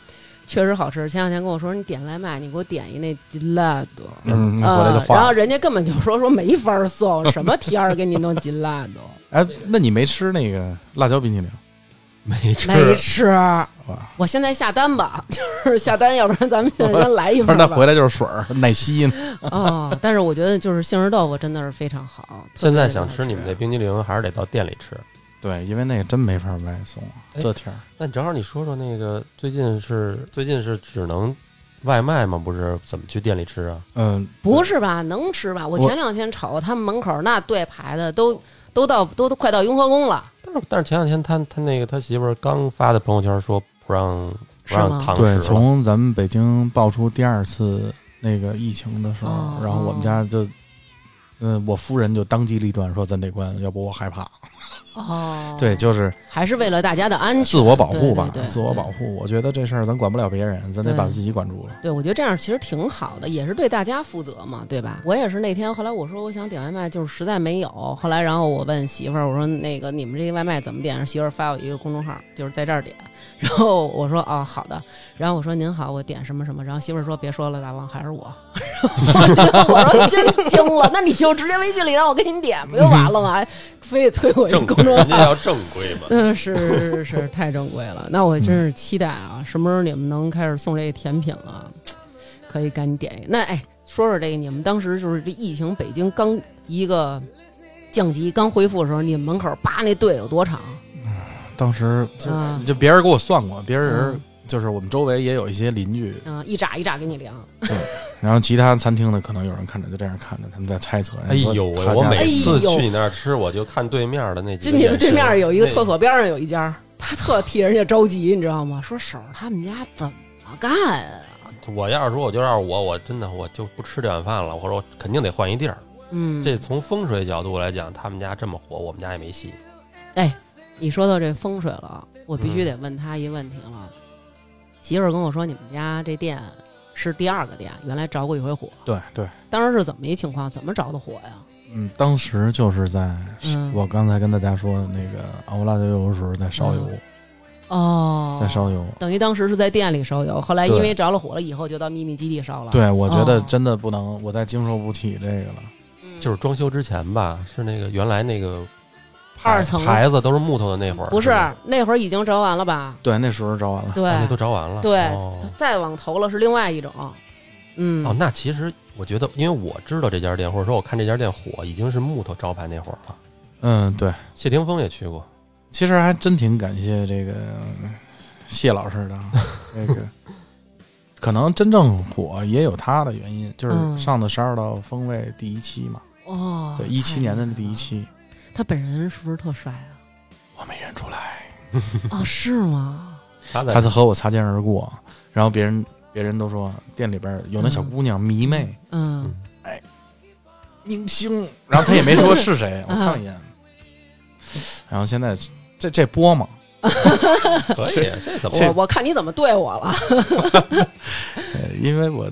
Speaker 1: 确实好吃。前两天跟我说你点外卖，你给我点一那吉拉多。
Speaker 3: 嗯，那回来就
Speaker 1: 啊，
Speaker 3: 化
Speaker 1: 然
Speaker 3: 了
Speaker 1: 后。人家根本就说说没法儿送，什么天儿给你弄吉 拉多，
Speaker 3: 哎，那你没吃那个辣椒冰淇淋
Speaker 2: 没吃
Speaker 1: 没吃。
Speaker 3: 啊？
Speaker 1: 我现在下单吧， 就是下单，要不然咱们现在先来一
Speaker 3: 不是，
Speaker 1: 份
Speaker 3: 那
Speaker 1: 吧。
Speaker 3: 回来就是水儿奶昔呢。
Speaker 1: 啊、但是我觉得就是杏仁豆腐真的是非常好。特别
Speaker 2: 现在
Speaker 1: 地
Speaker 2: 想
Speaker 1: 好
Speaker 2: 吃你们那冰激凌，还是得到店里吃。
Speaker 3: 对，因为那个真没法外送，
Speaker 2: 哎
Speaker 3: 这天儿
Speaker 2: 那正好你说说那个最近是最近是只能外卖吗？不是怎么去店里吃啊？
Speaker 3: 嗯，
Speaker 1: 不是吧？能吃吧？我
Speaker 3: 我
Speaker 1: 前两天瞅他们门口那队排的都都到都都快到雍和宫了，
Speaker 2: 但是但是前两天他他那个他媳妇儿刚发的朋友圈说不让不
Speaker 1: 是
Speaker 2: 让
Speaker 1: 吗？
Speaker 2: 堂食
Speaker 3: 对，
Speaker 2: 了
Speaker 3: 从咱们北京爆出第二次那个疫情的时候，
Speaker 1: 哦
Speaker 3: 然后我们家就，嗯、我夫人就当机立断说咱得关，要不我害怕。
Speaker 1: 哦，
Speaker 3: 对，就是
Speaker 1: 还是为了大家的安全，
Speaker 3: 自我保护吧，
Speaker 1: 对对对
Speaker 3: 自我保护。我觉得这事儿咱管不了别人，咱得
Speaker 1: 对
Speaker 3: 把自己管住了。
Speaker 1: 对，我觉得这样其实挺好的，也是对大家负责嘛，对吧？我也是那天后来我说我想点外卖，就是实在没有，后来然后我问媳妇儿，我说那个你们这外卖怎么点？媳妇儿发我一个公众号，就是在这儿点。 然后我说哦好的，然后我说您好，我点什么什么，然后媳妇儿说别说了，大王还是我。 然后我说真惊了，那你就直接微信里让我给你点不就完了吗？还非得推我一
Speaker 2: 正
Speaker 1: 公
Speaker 2: 规，
Speaker 1: 众
Speaker 2: 人
Speaker 1: 号。
Speaker 2: 家。要正规嘛
Speaker 1: 嗯，是是是，太正规了。那我真是期待啊，什么时候你们能开始送这个甜品了？可以赶紧点一个。那哎，说说这个，你们当时就是这疫情，北京刚一个降级、刚恢复的时候，你们门口叭那队有多长？
Speaker 3: 当时就、
Speaker 1: 嗯
Speaker 3: 就别人给我算过，别人、
Speaker 1: 嗯
Speaker 3: 就是我们周围也有一些邻居，
Speaker 1: 嗯，一扎一扎给你量。
Speaker 3: 然后其他餐厅的可能有人看着就这样看着，他们在猜测。
Speaker 2: 哎呦
Speaker 3: 说
Speaker 2: 喂！
Speaker 3: 他
Speaker 2: 我
Speaker 3: 家
Speaker 2: 每次
Speaker 1: 哎呦
Speaker 2: 去你那儿吃，我就看对面的那几
Speaker 1: 就
Speaker 2: 个
Speaker 1: 你们对面
Speaker 2: 眼神
Speaker 1: 有一个
Speaker 2: 那
Speaker 1: 厕所边上有一家，他特替人家着急，你知道吗？说婶儿他们家怎么干啊？
Speaker 2: 我要是说，我就要是我，我真的我就不吃这碗饭了。我说我肯定得换一地儿。
Speaker 1: 嗯，
Speaker 2: 这从风水角度来讲，他们家这么火，我们家也没戏。
Speaker 1: 你说到这风水了，我必
Speaker 3: 嗯
Speaker 1: 须得问他一问题了。媳妇儿跟我说，你们家这店是第二个店，原来着过一回火，
Speaker 3: 对对，
Speaker 1: 当时是怎么一情况？怎么着的火呀？
Speaker 3: 嗯，当时就是在、
Speaker 1: 嗯嗯
Speaker 3: 我刚才跟大家说那个熬辣椒油的时候在烧油，
Speaker 1: 哦，
Speaker 3: 在烧油。
Speaker 1: 等于当时是在店里烧油，后来
Speaker 3: 对
Speaker 1: 因为着了火了，以后就到秘密基地烧了。
Speaker 3: 对，我觉得
Speaker 1: 哦
Speaker 3: 真的不能，我再经受不起这个了。
Speaker 1: 嗯，
Speaker 2: 就是装修之前吧，是那个原来那个牌
Speaker 1: 二层
Speaker 2: 牌子都是木头的那会儿，
Speaker 1: 不是
Speaker 2: 是吗
Speaker 1: 那会儿已经着完了吧？
Speaker 3: 对，啊那时候着完了，
Speaker 1: 对
Speaker 2: 啊那都着完了。
Speaker 1: 对
Speaker 2: 哦，
Speaker 1: 再往头了是另外一种。嗯，
Speaker 2: 哦那其实我觉得，因为我知道这家店，或者说我看这家店火，已经是木头招牌那会儿了。
Speaker 3: 嗯，对，
Speaker 2: 谢霆锋也去过，
Speaker 3: 其实还真挺感谢这个谢老师 的啊，那个可能真正火也有他的原因，就是
Speaker 1: 嗯
Speaker 3: 上的《十二道风味》第一期嘛，
Speaker 1: 哦，
Speaker 3: 对，一七年的第一期，
Speaker 1: 他本人是不是特帅 啊？
Speaker 3: 我没认出来，
Speaker 1: 哦，是吗？
Speaker 2: 他在
Speaker 3: 他和我擦肩而过，然后别人别人都说店里边有那小姑娘迷妹
Speaker 1: 嗯，
Speaker 3: 明星，然后他也没说是 谁，我看了一眼，然后现在这这播嘛，
Speaker 2: 可以，这怎么
Speaker 3: 这
Speaker 1: 我我看你怎么对我了。
Speaker 3: 呃因为我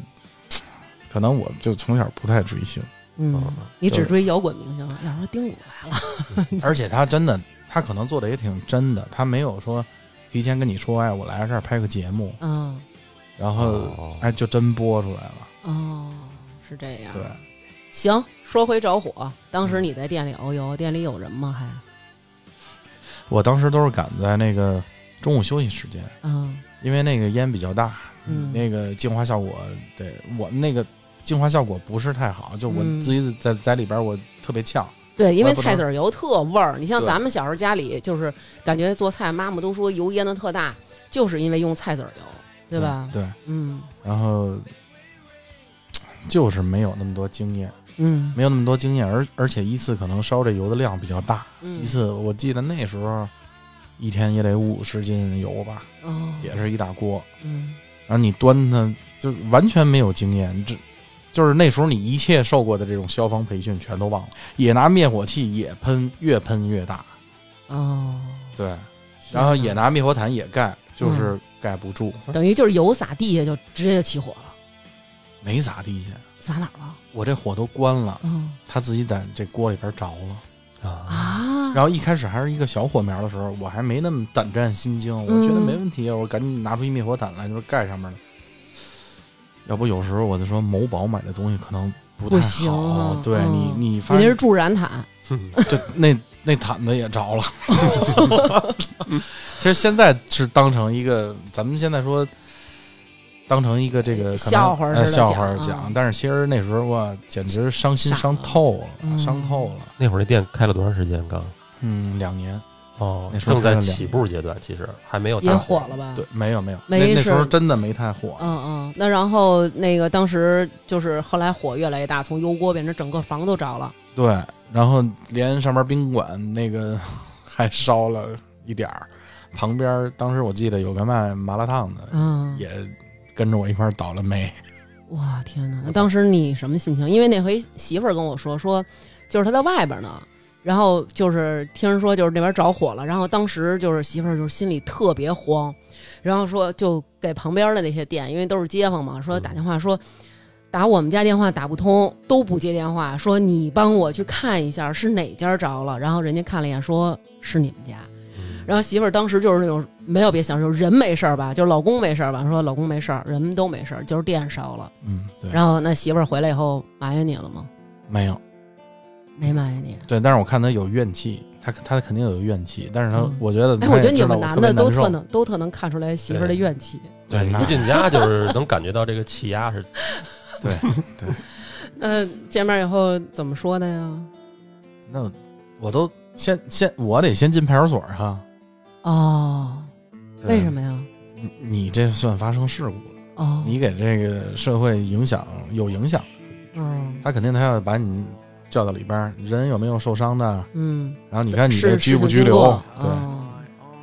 Speaker 3: 可能我就从小不太追星。
Speaker 1: 嗯
Speaker 2: 嗯，
Speaker 1: 你
Speaker 3: 就
Speaker 1: 只
Speaker 3: 是
Speaker 1: 追摇滚明星了，要说丁武来了。
Speaker 3: 而且他真的，他可能做的也挺真的，他没有说提前跟你说，哎，我来这儿拍个节目，
Speaker 1: 嗯，
Speaker 3: 然后
Speaker 2: 哦
Speaker 3: 哎就真播出来了。
Speaker 1: 哦，是这样。
Speaker 3: 对，
Speaker 1: 行，说回着火，当时你在店里熬油，店里有人吗？还
Speaker 3: 我当时都是赶在那个中午休息时间，
Speaker 1: 嗯
Speaker 3: 因为那个烟比较大，
Speaker 1: 嗯
Speaker 3: 那个净化效果得我们那个净化效果不是太好，就我
Speaker 1: 嗯
Speaker 3: 自己在在里边儿我特别呛。
Speaker 1: 对，因
Speaker 3: 我
Speaker 1: 为
Speaker 3: 也不
Speaker 1: 菜
Speaker 3: 能
Speaker 1: 籽儿油特味儿。你像
Speaker 3: 对
Speaker 1: 咱们小时候家里，就是感觉做菜，妈妈都说油腌的特大，就是因为用菜籽儿油，对吧？
Speaker 3: 对，
Speaker 1: 嗯
Speaker 3: 然后就是没有那么多经验，
Speaker 1: 嗯
Speaker 3: 没有那么多经验，而而且依次可能烧这油的量比较大，
Speaker 1: 嗯
Speaker 3: 一次，我记得那时候一天也得五十斤油吧，
Speaker 1: 哦，
Speaker 3: 也是一大锅。
Speaker 1: 嗯
Speaker 3: 然后你端它，就完全没有经验，这就是那时候你一切受过的这种消防培训全都忘了，也拿灭火器也喷，越喷越大，
Speaker 1: 哦，
Speaker 3: 对，然后
Speaker 1: 天
Speaker 3: 也
Speaker 1: 哪
Speaker 3: 拿灭火毯也盖，就是盖不住，
Speaker 1: 等于就是油撒地下就直接就起火了，
Speaker 3: 没咋地下。
Speaker 1: 撒哪儿了？
Speaker 3: 我这火都关了，
Speaker 1: 嗯
Speaker 3: 它自己在这锅里边着了。
Speaker 2: 啊，
Speaker 1: 啊，
Speaker 3: 然后一开始还是一个小火苗的时候，我还没那么胆战心惊，我觉得
Speaker 1: 嗯
Speaker 3: 没问题，啊我赶紧拿出一灭火毯来，就是盖上面了。要不有时候我就说某宝买的东西可能不太
Speaker 1: 不行
Speaker 3: 好，
Speaker 1: 啊
Speaker 3: 对、
Speaker 1: 嗯
Speaker 3: 你你发
Speaker 1: 你那是
Speaker 3: 现
Speaker 1: 助燃毯，
Speaker 2: 哼
Speaker 3: 对那那毯子也着了。 其实现在是当成一个，咱们现在说当成一个这个可能
Speaker 1: 笑话似的
Speaker 3: 哎笑话
Speaker 1: 讲啊
Speaker 3: 讲，但是其实那时候哇，简直伤心
Speaker 1: 傻
Speaker 3: 伤
Speaker 1: 了
Speaker 3: 透了，
Speaker 1: 嗯
Speaker 3: 伤透了。
Speaker 2: 那会儿那店开了多长时间？刚
Speaker 3: 嗯，两年
Speaker 2: 哦
Speaker 3: 那时候
Speaker 2: 正在
Speaker 3: 开了两
Speaker 2: 起步阶段，其实还没有
Speaker 1: 也
Speaker 2: 大
Speaker 1: 火了吧？
Speaker 3: 哦对，没有没有，
Speaker 1: 没
Speaker 3: 那那时候
Speaker 1: 事
Speaker 3: 真的没太火。
Speaker 1: 嗯嗯，那然后那个当时就是后来火越来越大，从油锅变成整个房都着了。
Speaker 3: 对，然后连上面宾馆那个 还烧了一点儿，旁边儿当时我记得有个卖麻辣烫的、
Speaker 1: 嗯，
Speaker 3: 也跟着我一块儿倒了霉。
Speaker 1: 哇天哪！那当时你什么心情？因为那回媳妇儿跟我说，说就是她在外边呢，然后就是听人说就是那边着火了，然后当时就是媳妇儿就是心里特别慌，然后说就给旁边的那些店，因为都是街坊嘛，说打电话说。打我们家电话打不通，都不接电话，说你帮我去看一下是哪家着了。然后人家看了一眼，说是你们家。
Speaker 2: 嗯
Speaker 1: 然后媳妇儿当时就是那种没有别想受，人没事儿吧，就是老公没事儿吧，说老公没事儿，人都没事儿，就是电烧了。
Speaker 3: 嗯，对，
Speaker 1: 然后那媳妇儿回来以后埋怨你了吗？
Speaker 3: 没有嗯
Speaker 1: 没埋怨你。
Speaker 3: 对，但是我看他有怨气，他他肯定有怨气，但是他、
Speaker 1: 嗯
Speaker 3: 我觉得他
Speaker 1: 哎，
Speaker 3: 也
Speaker 1: 我觉得你
Speaker 3: 知道
Speaker 1: 们
Speaker 3: 我
Speaker 1: 男
Speaker 3: 特别
Speaker 1: 的都
Speaker 3: 难受
Speaker 1: 特能都特能看出来媳妇儿的怨气。
Speaker 3: 对那
Speaker 2: 一进家就是能感觉到这个气压是
Speaker 1: 那见面以后怎么说的呀？
Speaker 3: 那我都先先我得先进派出所哈。
Speaker 1: 哦， 为什
Speaker 3: 么？
Speaker 1: 么呀？
Speaker 3: 你嗯你这算发生事故了，
Speaker 1: 哦，
Speaker 3: 你给这个社会影响有影响。
Speaker 1: 嗯
Speaker 3: 他肯定他要把你叫到里边儿，人有没有受伤的？
Speaker 1: 嗯，
Speaker 3: 然后你看你这
Speaker 1: 是
Speaker 3: 拘
Speaker 1: 事情
Speaker 3: 不拘
Speaker 1: 经
Speaker 3: 留
Speaker 1: 过？
Speaker 3: 对，
Speaker 1: 哦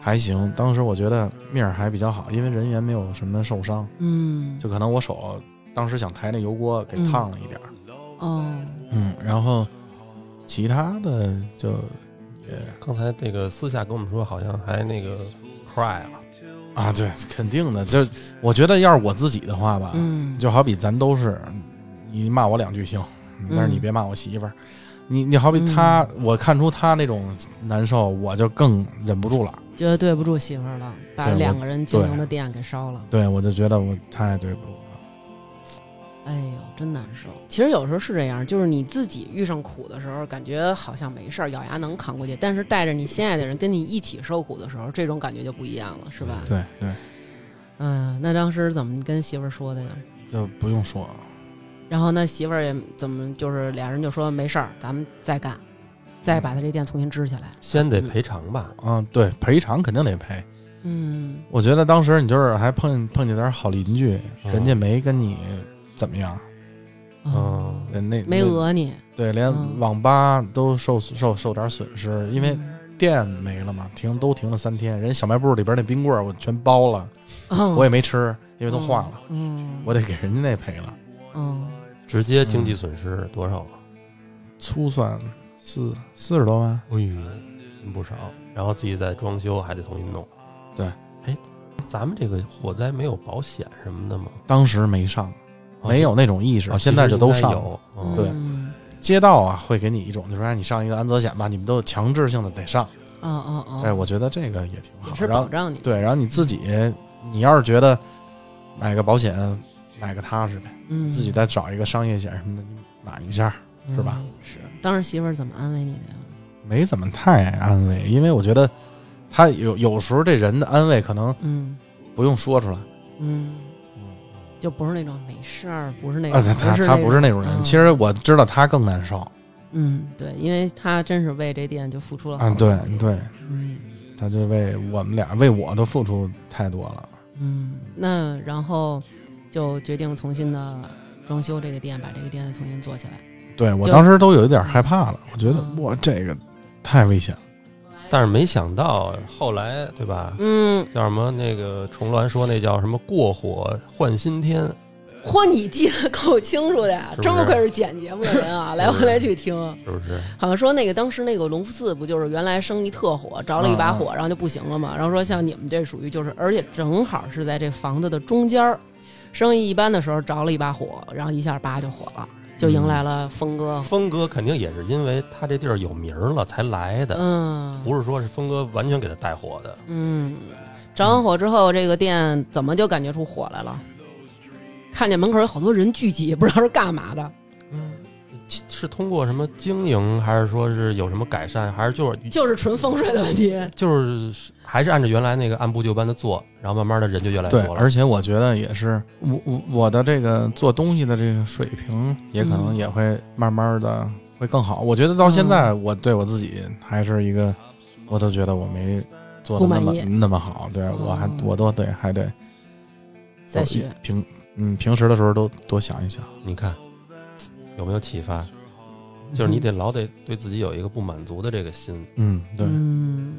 Speaker 3: 还行。当时我觉得面儿还比较好，因为人员没有什么受伤，
Speaker 1: 嗯，
Speaker 3: 就可能我手当时想抬那油锅给烫了一点儿。
Speaker 1: 哦，
Speaker 3: 嗯，然后其他的就也
Speaker 2: 刚才这个私下跟我们说，好像还那个 cry 了，
Speaker 3: 啊，对，肯定的。就我觉得要是我自己的话吧，
Speaker 1: 嗯，
Speaker 3: 啊就好比咱都是，你骂我两句行，但是你
Speaker 1: 嗯
Speaker 3: 别骂我媳妇儿。你你好比他，我看出他那种难受，我就更忍不住了。
Speaker 1: 觉得对不住媳妇儿了，把
Speaker 3: 对我
Speaker 1: 两个人经营
Speaker 3: 对
Speaker 1: 的店给烧了。
Speaker 3: 对我就觉得我太对不住了。
Speaker 1: 哎呦，真难受。其实有时候是这样，就是你自己遇上苦的时候，感觉好像没事儿，咬牙能扛过去；但是带着你心爱的人跟你一起受苦的时候，这种感觉就不一样了，是吧？
Speaker 3: 对对，
Speaker 1: 嗯，那当时怎么跟媳妇儿说的呀？
Speaker 3: 就不用说了。
Speaker 1: 然后那媳妇儿也怎么就是俩人就说没事儿，咱们再干，再把他这店重新支起来。
Speaker 2: 先得赔偿吧。
Speaker 3: 啊，对，赔偿肯定得赔。
Speaker 1: 嗯，
Speaker 3: 我觉得当时你就是还碰碰见点儿好邻居，
Speaker 2: 嗯
Speaker 3: 人家没跟你怎么样，
Speaker 1: 哦，
Speaker 3: 对那
Speaker 1: 没
Speaker 3: 那
Speaker 1: 讹你，
Speaker 3: 对，连
Speaker 1: 嗯
Speaker 3: 网吧都受受受点损失，因为店没了嘛，停都停了三天，人小卖部里边那冰棍儿我全包了，我也
Speaker 1: 也
Speaker 3: 没吃，因为都化了，，
Speaker 1: 嗯，
Speaker 3: 我得给人家那赔了，
Speaker 1: 嗯，
Speaker 2: 直接经济损失多少啊？
Speaker 3: 粗算四四十多万，
Speaker 2: 哎呦，不少。然后自己再装修，还得重新弄。
Speaker 3: 对，
Speaker 2: 哎，咱们这个火灾没有保险什么的吗？
Speaker 3: 当时没上，没有那种意识，
Speaker 2: 啊，
Speaker 3: 现在就都上
Speaker 2: 其实应该
Speaker 3: 了。
Speaker 2: 有。
Speaker 1: 嗯
Speaker 2: 嗯
Speaker 3: 对
Speaker 1: 嗯
Speaker 3: 街道啊会给你一种就说哎你上一个安责险吧，你们都强制性的得上，
Speaker 1: 哦哦，
Speaker 3: 哎，我觉得这个也挺好
Speaker 1: 也，是
Speaker 3: 然后
Speaker 1: 保障你，
Speaker 3: 对，然后你自己，你要是觉得买个保险买个踏实呗，
Speaker 1: 嗯，
Speaker 3: 自己再找一个商业险什么的你买一下，是吧
Speaker 1: 嗯？是，当时媳妇儿怎么安慰你的呀？
Speaker 3: 没怎么太安慰，因为我觉得他有有时候这人的安慰可能
Speaker 1: 嗯
Speaker 3: 不用说出来
Speaker 1: 嗯，就不是那种没事儿，不是那
Speaker 3: 啊，
Speaker 1: 种，
Speaker 3: 他他
Speaker 1: 是
Speaker 3: 他
Speaker 1: 那
Speaker 3: 不是那种人，
Speaker 1: 嗯
Speaker 3: 其实我知道他更难受
Speaker 1: 嗯，对，因为他真是为这店就付出了
Speaker 3: 啊，
Speaker 1: 好多
Speaker 3: 对
Speaker 1: 努力，
Speaker 3: 对，
Speaker 1: 嗯。
Speaker 3: 他就为我们俩为我都付出太多了，
Speaker 1: 嗯，那然后就决定重新的装修这个店，把这个店重新做起来。
Speaker 3: 对我
Speaker 1: 就
Speaker 3: 当时都有一点害怕了，我觉得
Speaker 1: 嗯
Speaker 3: 哇这个太危险了，
Speaker 2: 但是没想到后来，对吧？
Speaker 1: 嗯，
Speaker 2: 叫什么？那个重峦说那叫什么？过火换新天。
Speaker 1: 嚯，你记得够清楚的呀，
Speaker 2: 是不是
Speaker 1: 真不愧是剪节目的人啊，来回来去听。
Speaker 2: 是不是？
Speaker 1: 好像说那个当时那个隆福寺不就是原来生意特火，着了一把
Speaker 2: 嗯
Speaker 1: 火，然后就不行了嘛。然后说像你们这属于就是，而且正好是在这房子的中间儿，生意一般的时候着了一把火，然后一下叭就火了，就
Speaker 2: 嗯
Speaker 1: 迎来了峰哥。
Speaker 2: 峰哥肯定也是因为他这地儿有名儿了才来的，
Speaker 1: 嗯，
Speaker 2: 不是说是峰哥完全给他带火的。
Speaker 1: 嗯，着完火之后，这个店怎么就感觉出火来了？看见门口有好多人聚集，不知道是干嘛的，
Speaker 2: 嗯，其是通过什么经营，还是说是有什么改善，还是就是
Speaker 1: 就是纯风水的问题。
Speaker 2: 就是还是按照原来那个按部就班的做，然后慢慢的人就越来越
Speaker 3: 对，
Speaker 2: 多了。
Speaker 3: 而且我觉得也是，我我我的这个做东西的这个水平，也可能
Speaker 1: 嗯
Speaker 3: 也会慢慢的会更好。我觉得到现在，我对我自己还是一个，我都觉得我没做的那
Speaker 1: 不
Speaker 3: 么
Speaker 1: 满意
Speaker 3: 那么好。对
Speaker 1: 哦
Speaker 3: 我还我都得还得
Speaker 2: 哦
Speaker 1: 再学，
Speaker 3: 平嗯平时的时候都多想一想。
Speaker 2: 你看有没有启发？就是你得老得对自己有一个不满足的这个心。
Speaker 3: 嗯，对，
Speaker 1: 嗯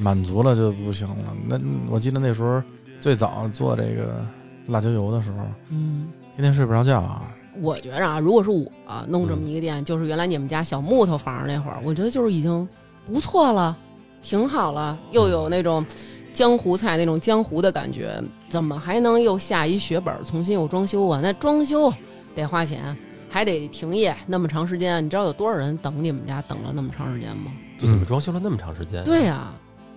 Speaker 3: 满足了就不行了。那我记得那时候最早做这个辣椒油的时候，
Speaker 1: 嗯，
Speaker 3: 天天睡不着觉啊。
Speaker 1: 我觉着啊，如果是我、弄这么一个店，就是原来你们家小木头房那会儿，我觉得就是已经不错了，挺好了，又有那种江湖菜那种江湖的感觉，怎么还能又下一血本儿重新又装修啊？那装修得花钱，还得停业那么长时间，你知道有多少人等你们家等了那么长时间吗？
Speaker 2: 就
Speaker 3: 嗯
Speaker 2: 怎么装修了那么长时间？啊
Speaker 1: 对呀、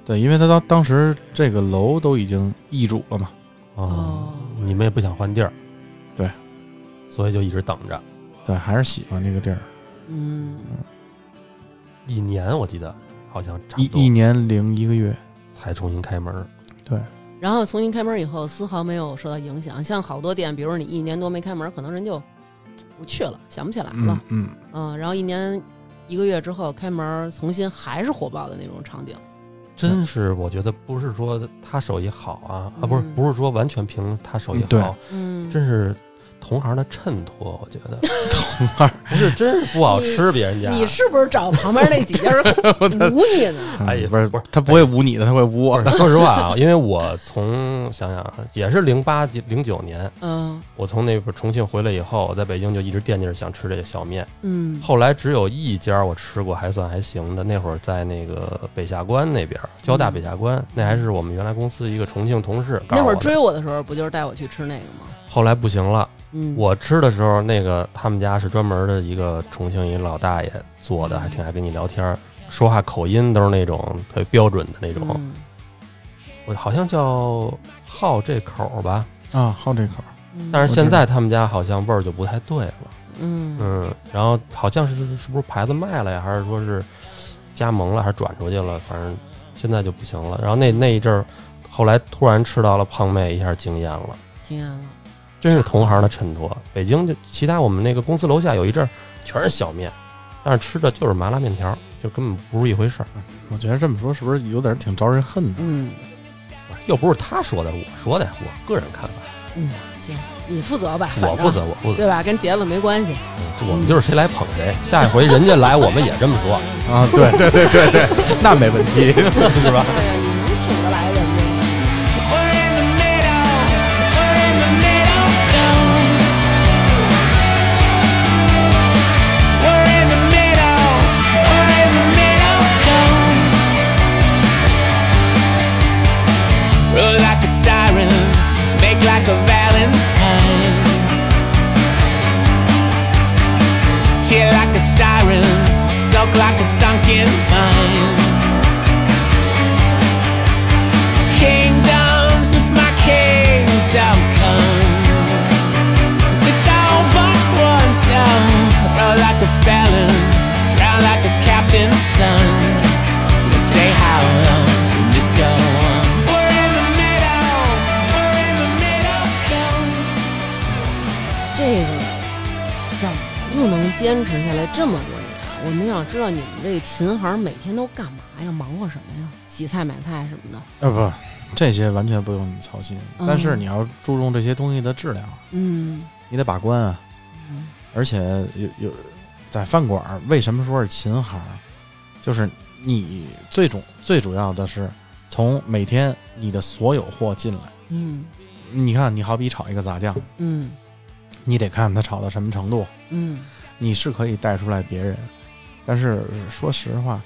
Speaker 3: 对，因为他当当时这个楼都已经易主了嘛。
Speaker 2: 哦
Speaker 1: 哦，
Speaker 2: 你们也不想换地儿，
Speaker 3: 对，
Speaker 2: 所以就一直等着。
Speaker 3: 对，还是喜欢那个地儿。
Speaker 1: 嗯，
Speaker 2: 一年我记得好像差
Speaker 3: 一
Speaker 2: 不
Speaker 3: 一
Speaker 2: 多
Speaker 3: 年零一个月，
Speaker 2: 才重新开门儿。
Speaker 3: 对，
Speaker 1: 然后重新开门以后，丝毫没有受到影响。像好多店，比如说你一年多没开门，可能人就不去了，想不起来了。
Speaker 3: 嗯嗯，
Speaker 1: 嗯，然后一年一个月之后开门儿，重新还是火爆的那种场景。
Speaker 2: 真是，我觉得不是说他手艺好啊，啊，不是，
Speaker 1: 嗯
Speaker 2: 不是说完全凭他手艺
Speaker 3: 嗯对
Speaker 2: 好，
Speaker 1: 嗯，
Speaker 2: 真是同行的衬托，我觉得
Speaker 3: 同伴儿
Speaker 2: 不是，真是不好吃别人家。
Speaker 1: 你是不是找旁边那几家 人堵你呢？
Speaker 2: 哎呀
Speaker 3: 不是
Speaker 2: 不是
Speaker 3: 他不会捂你的，他会捂 我
Speaker 2: 不
Speaker 3: 的。
Speaker 2: 是说实话啊，因为我从想想啊也是零八零九年，
Speaker 1: 嗯
Speaker 2: 我从那边重庆回来以后，我在北京就一直惦记着想吃这个小面。
Speaker 1: 嗯
Speaker 2: 后来只有一家我吃过，还算还行的。那会儿在那个北下关那边，交大北下关，那还是我们原来公司一个重庆同事告诉
Speaker 1: 嗯那会
Speaker 2: 我
Speaker 1: 儿
Speaker 2: 的。
Speaker 1: 追我的时候，不就是带我去吃那个吗？
Speaker 2: 后来不行了，
Speaker 1: 嗯，
Speaker 2: 我吃的时候，那个他们家是专门的一个重庆一老大爷
Speaker 1: 嗯
Speaker 2: 做的，还挺爱跟你聊天儿，说话口音都是那种特别标准的那种。
Speaker 1: 嗯
Speaker 2: 我好像叫好这口儿吧，
Speaker 3: 啊，好这口儿，
Speaker 1: 嗯
Speaker 2: 但是现在他们家好像味儿就不太对了，
Speaker 1: 嗯
Speaker 2: 嗯，然后好像是是不是牌子卖了呀，还是说是加盟了，还是转出去了，反正现在就不行了。然后那那一阵儿，后来突然吃到了胖妹，一下惊艳了，
Speaker 1: 惊艳了，
Speaker 2: 真是同行的衬托。北京就其他我们那个公司楼下有一阵儿全是小面，但是吃的就是麻辣面条，就根本不是一回事儿。
Speaker 3: 我觉得这么说是不是有点挺招人恨的？
Speaker 1: 嗯
Speaker 2: 又不是他说的，我说的，我个人看法，
Speaker 1: 嗯，行，你负责吧，
Speaker 2: 我
Speaker 1: 反正
Speaker 2: 负责，我负责，
Speaker 1: 对吧？跟杰子没关系。
Speaker 2: 嗯我们就是谁来捧谁。下一回人家来，我们也这么说。
Speaker 3: 啊，对对 对对对，那没问 题，是吧？
Speaker 1: 哎呀，你能请得来人吗？
Speaker 4: We're in the middle, we're in the middle, We're in the middle, we're in the middle, Roll like a tyrant, make like a valentine. Tear like a siren, soak like a sunken mine. Kingdoms if my kingdom come. It's all but one son. Roll like a felon, drown like a captain's son. Let's say how long can this go on? We're in the middle, we're in the middle. Bones.
Speaker 1: 这个怎么就能坚持下来这么多年？啊我们想知道你们这个琴行每天都干嘛呀？忙活什么呀？洗菜、买菜什么的。
Speaker 3: 啊，不，这些完全不用你操心，
Speaker 1: 嗯
Speaker 3: 但是你要注重这些东西的质量，
Speaker 1: 嗯
Speaker 3: 你得把关啊。
Speaker 1: 嗯
Speaker 3: 而且有有在饭馆儿，为什么说是琴行？就是你最主最主要的是从每天你的所有货进来，
Speaker 1: 嗯
Speaker 3: 你看你好比炒一个杂酱，
Speaker 1: 嗯
Speaker 3: 你得看它炒到什么程度，
Speaker 1: 嗯
Speaker 3: 你是可以带出来别人。但是说实话，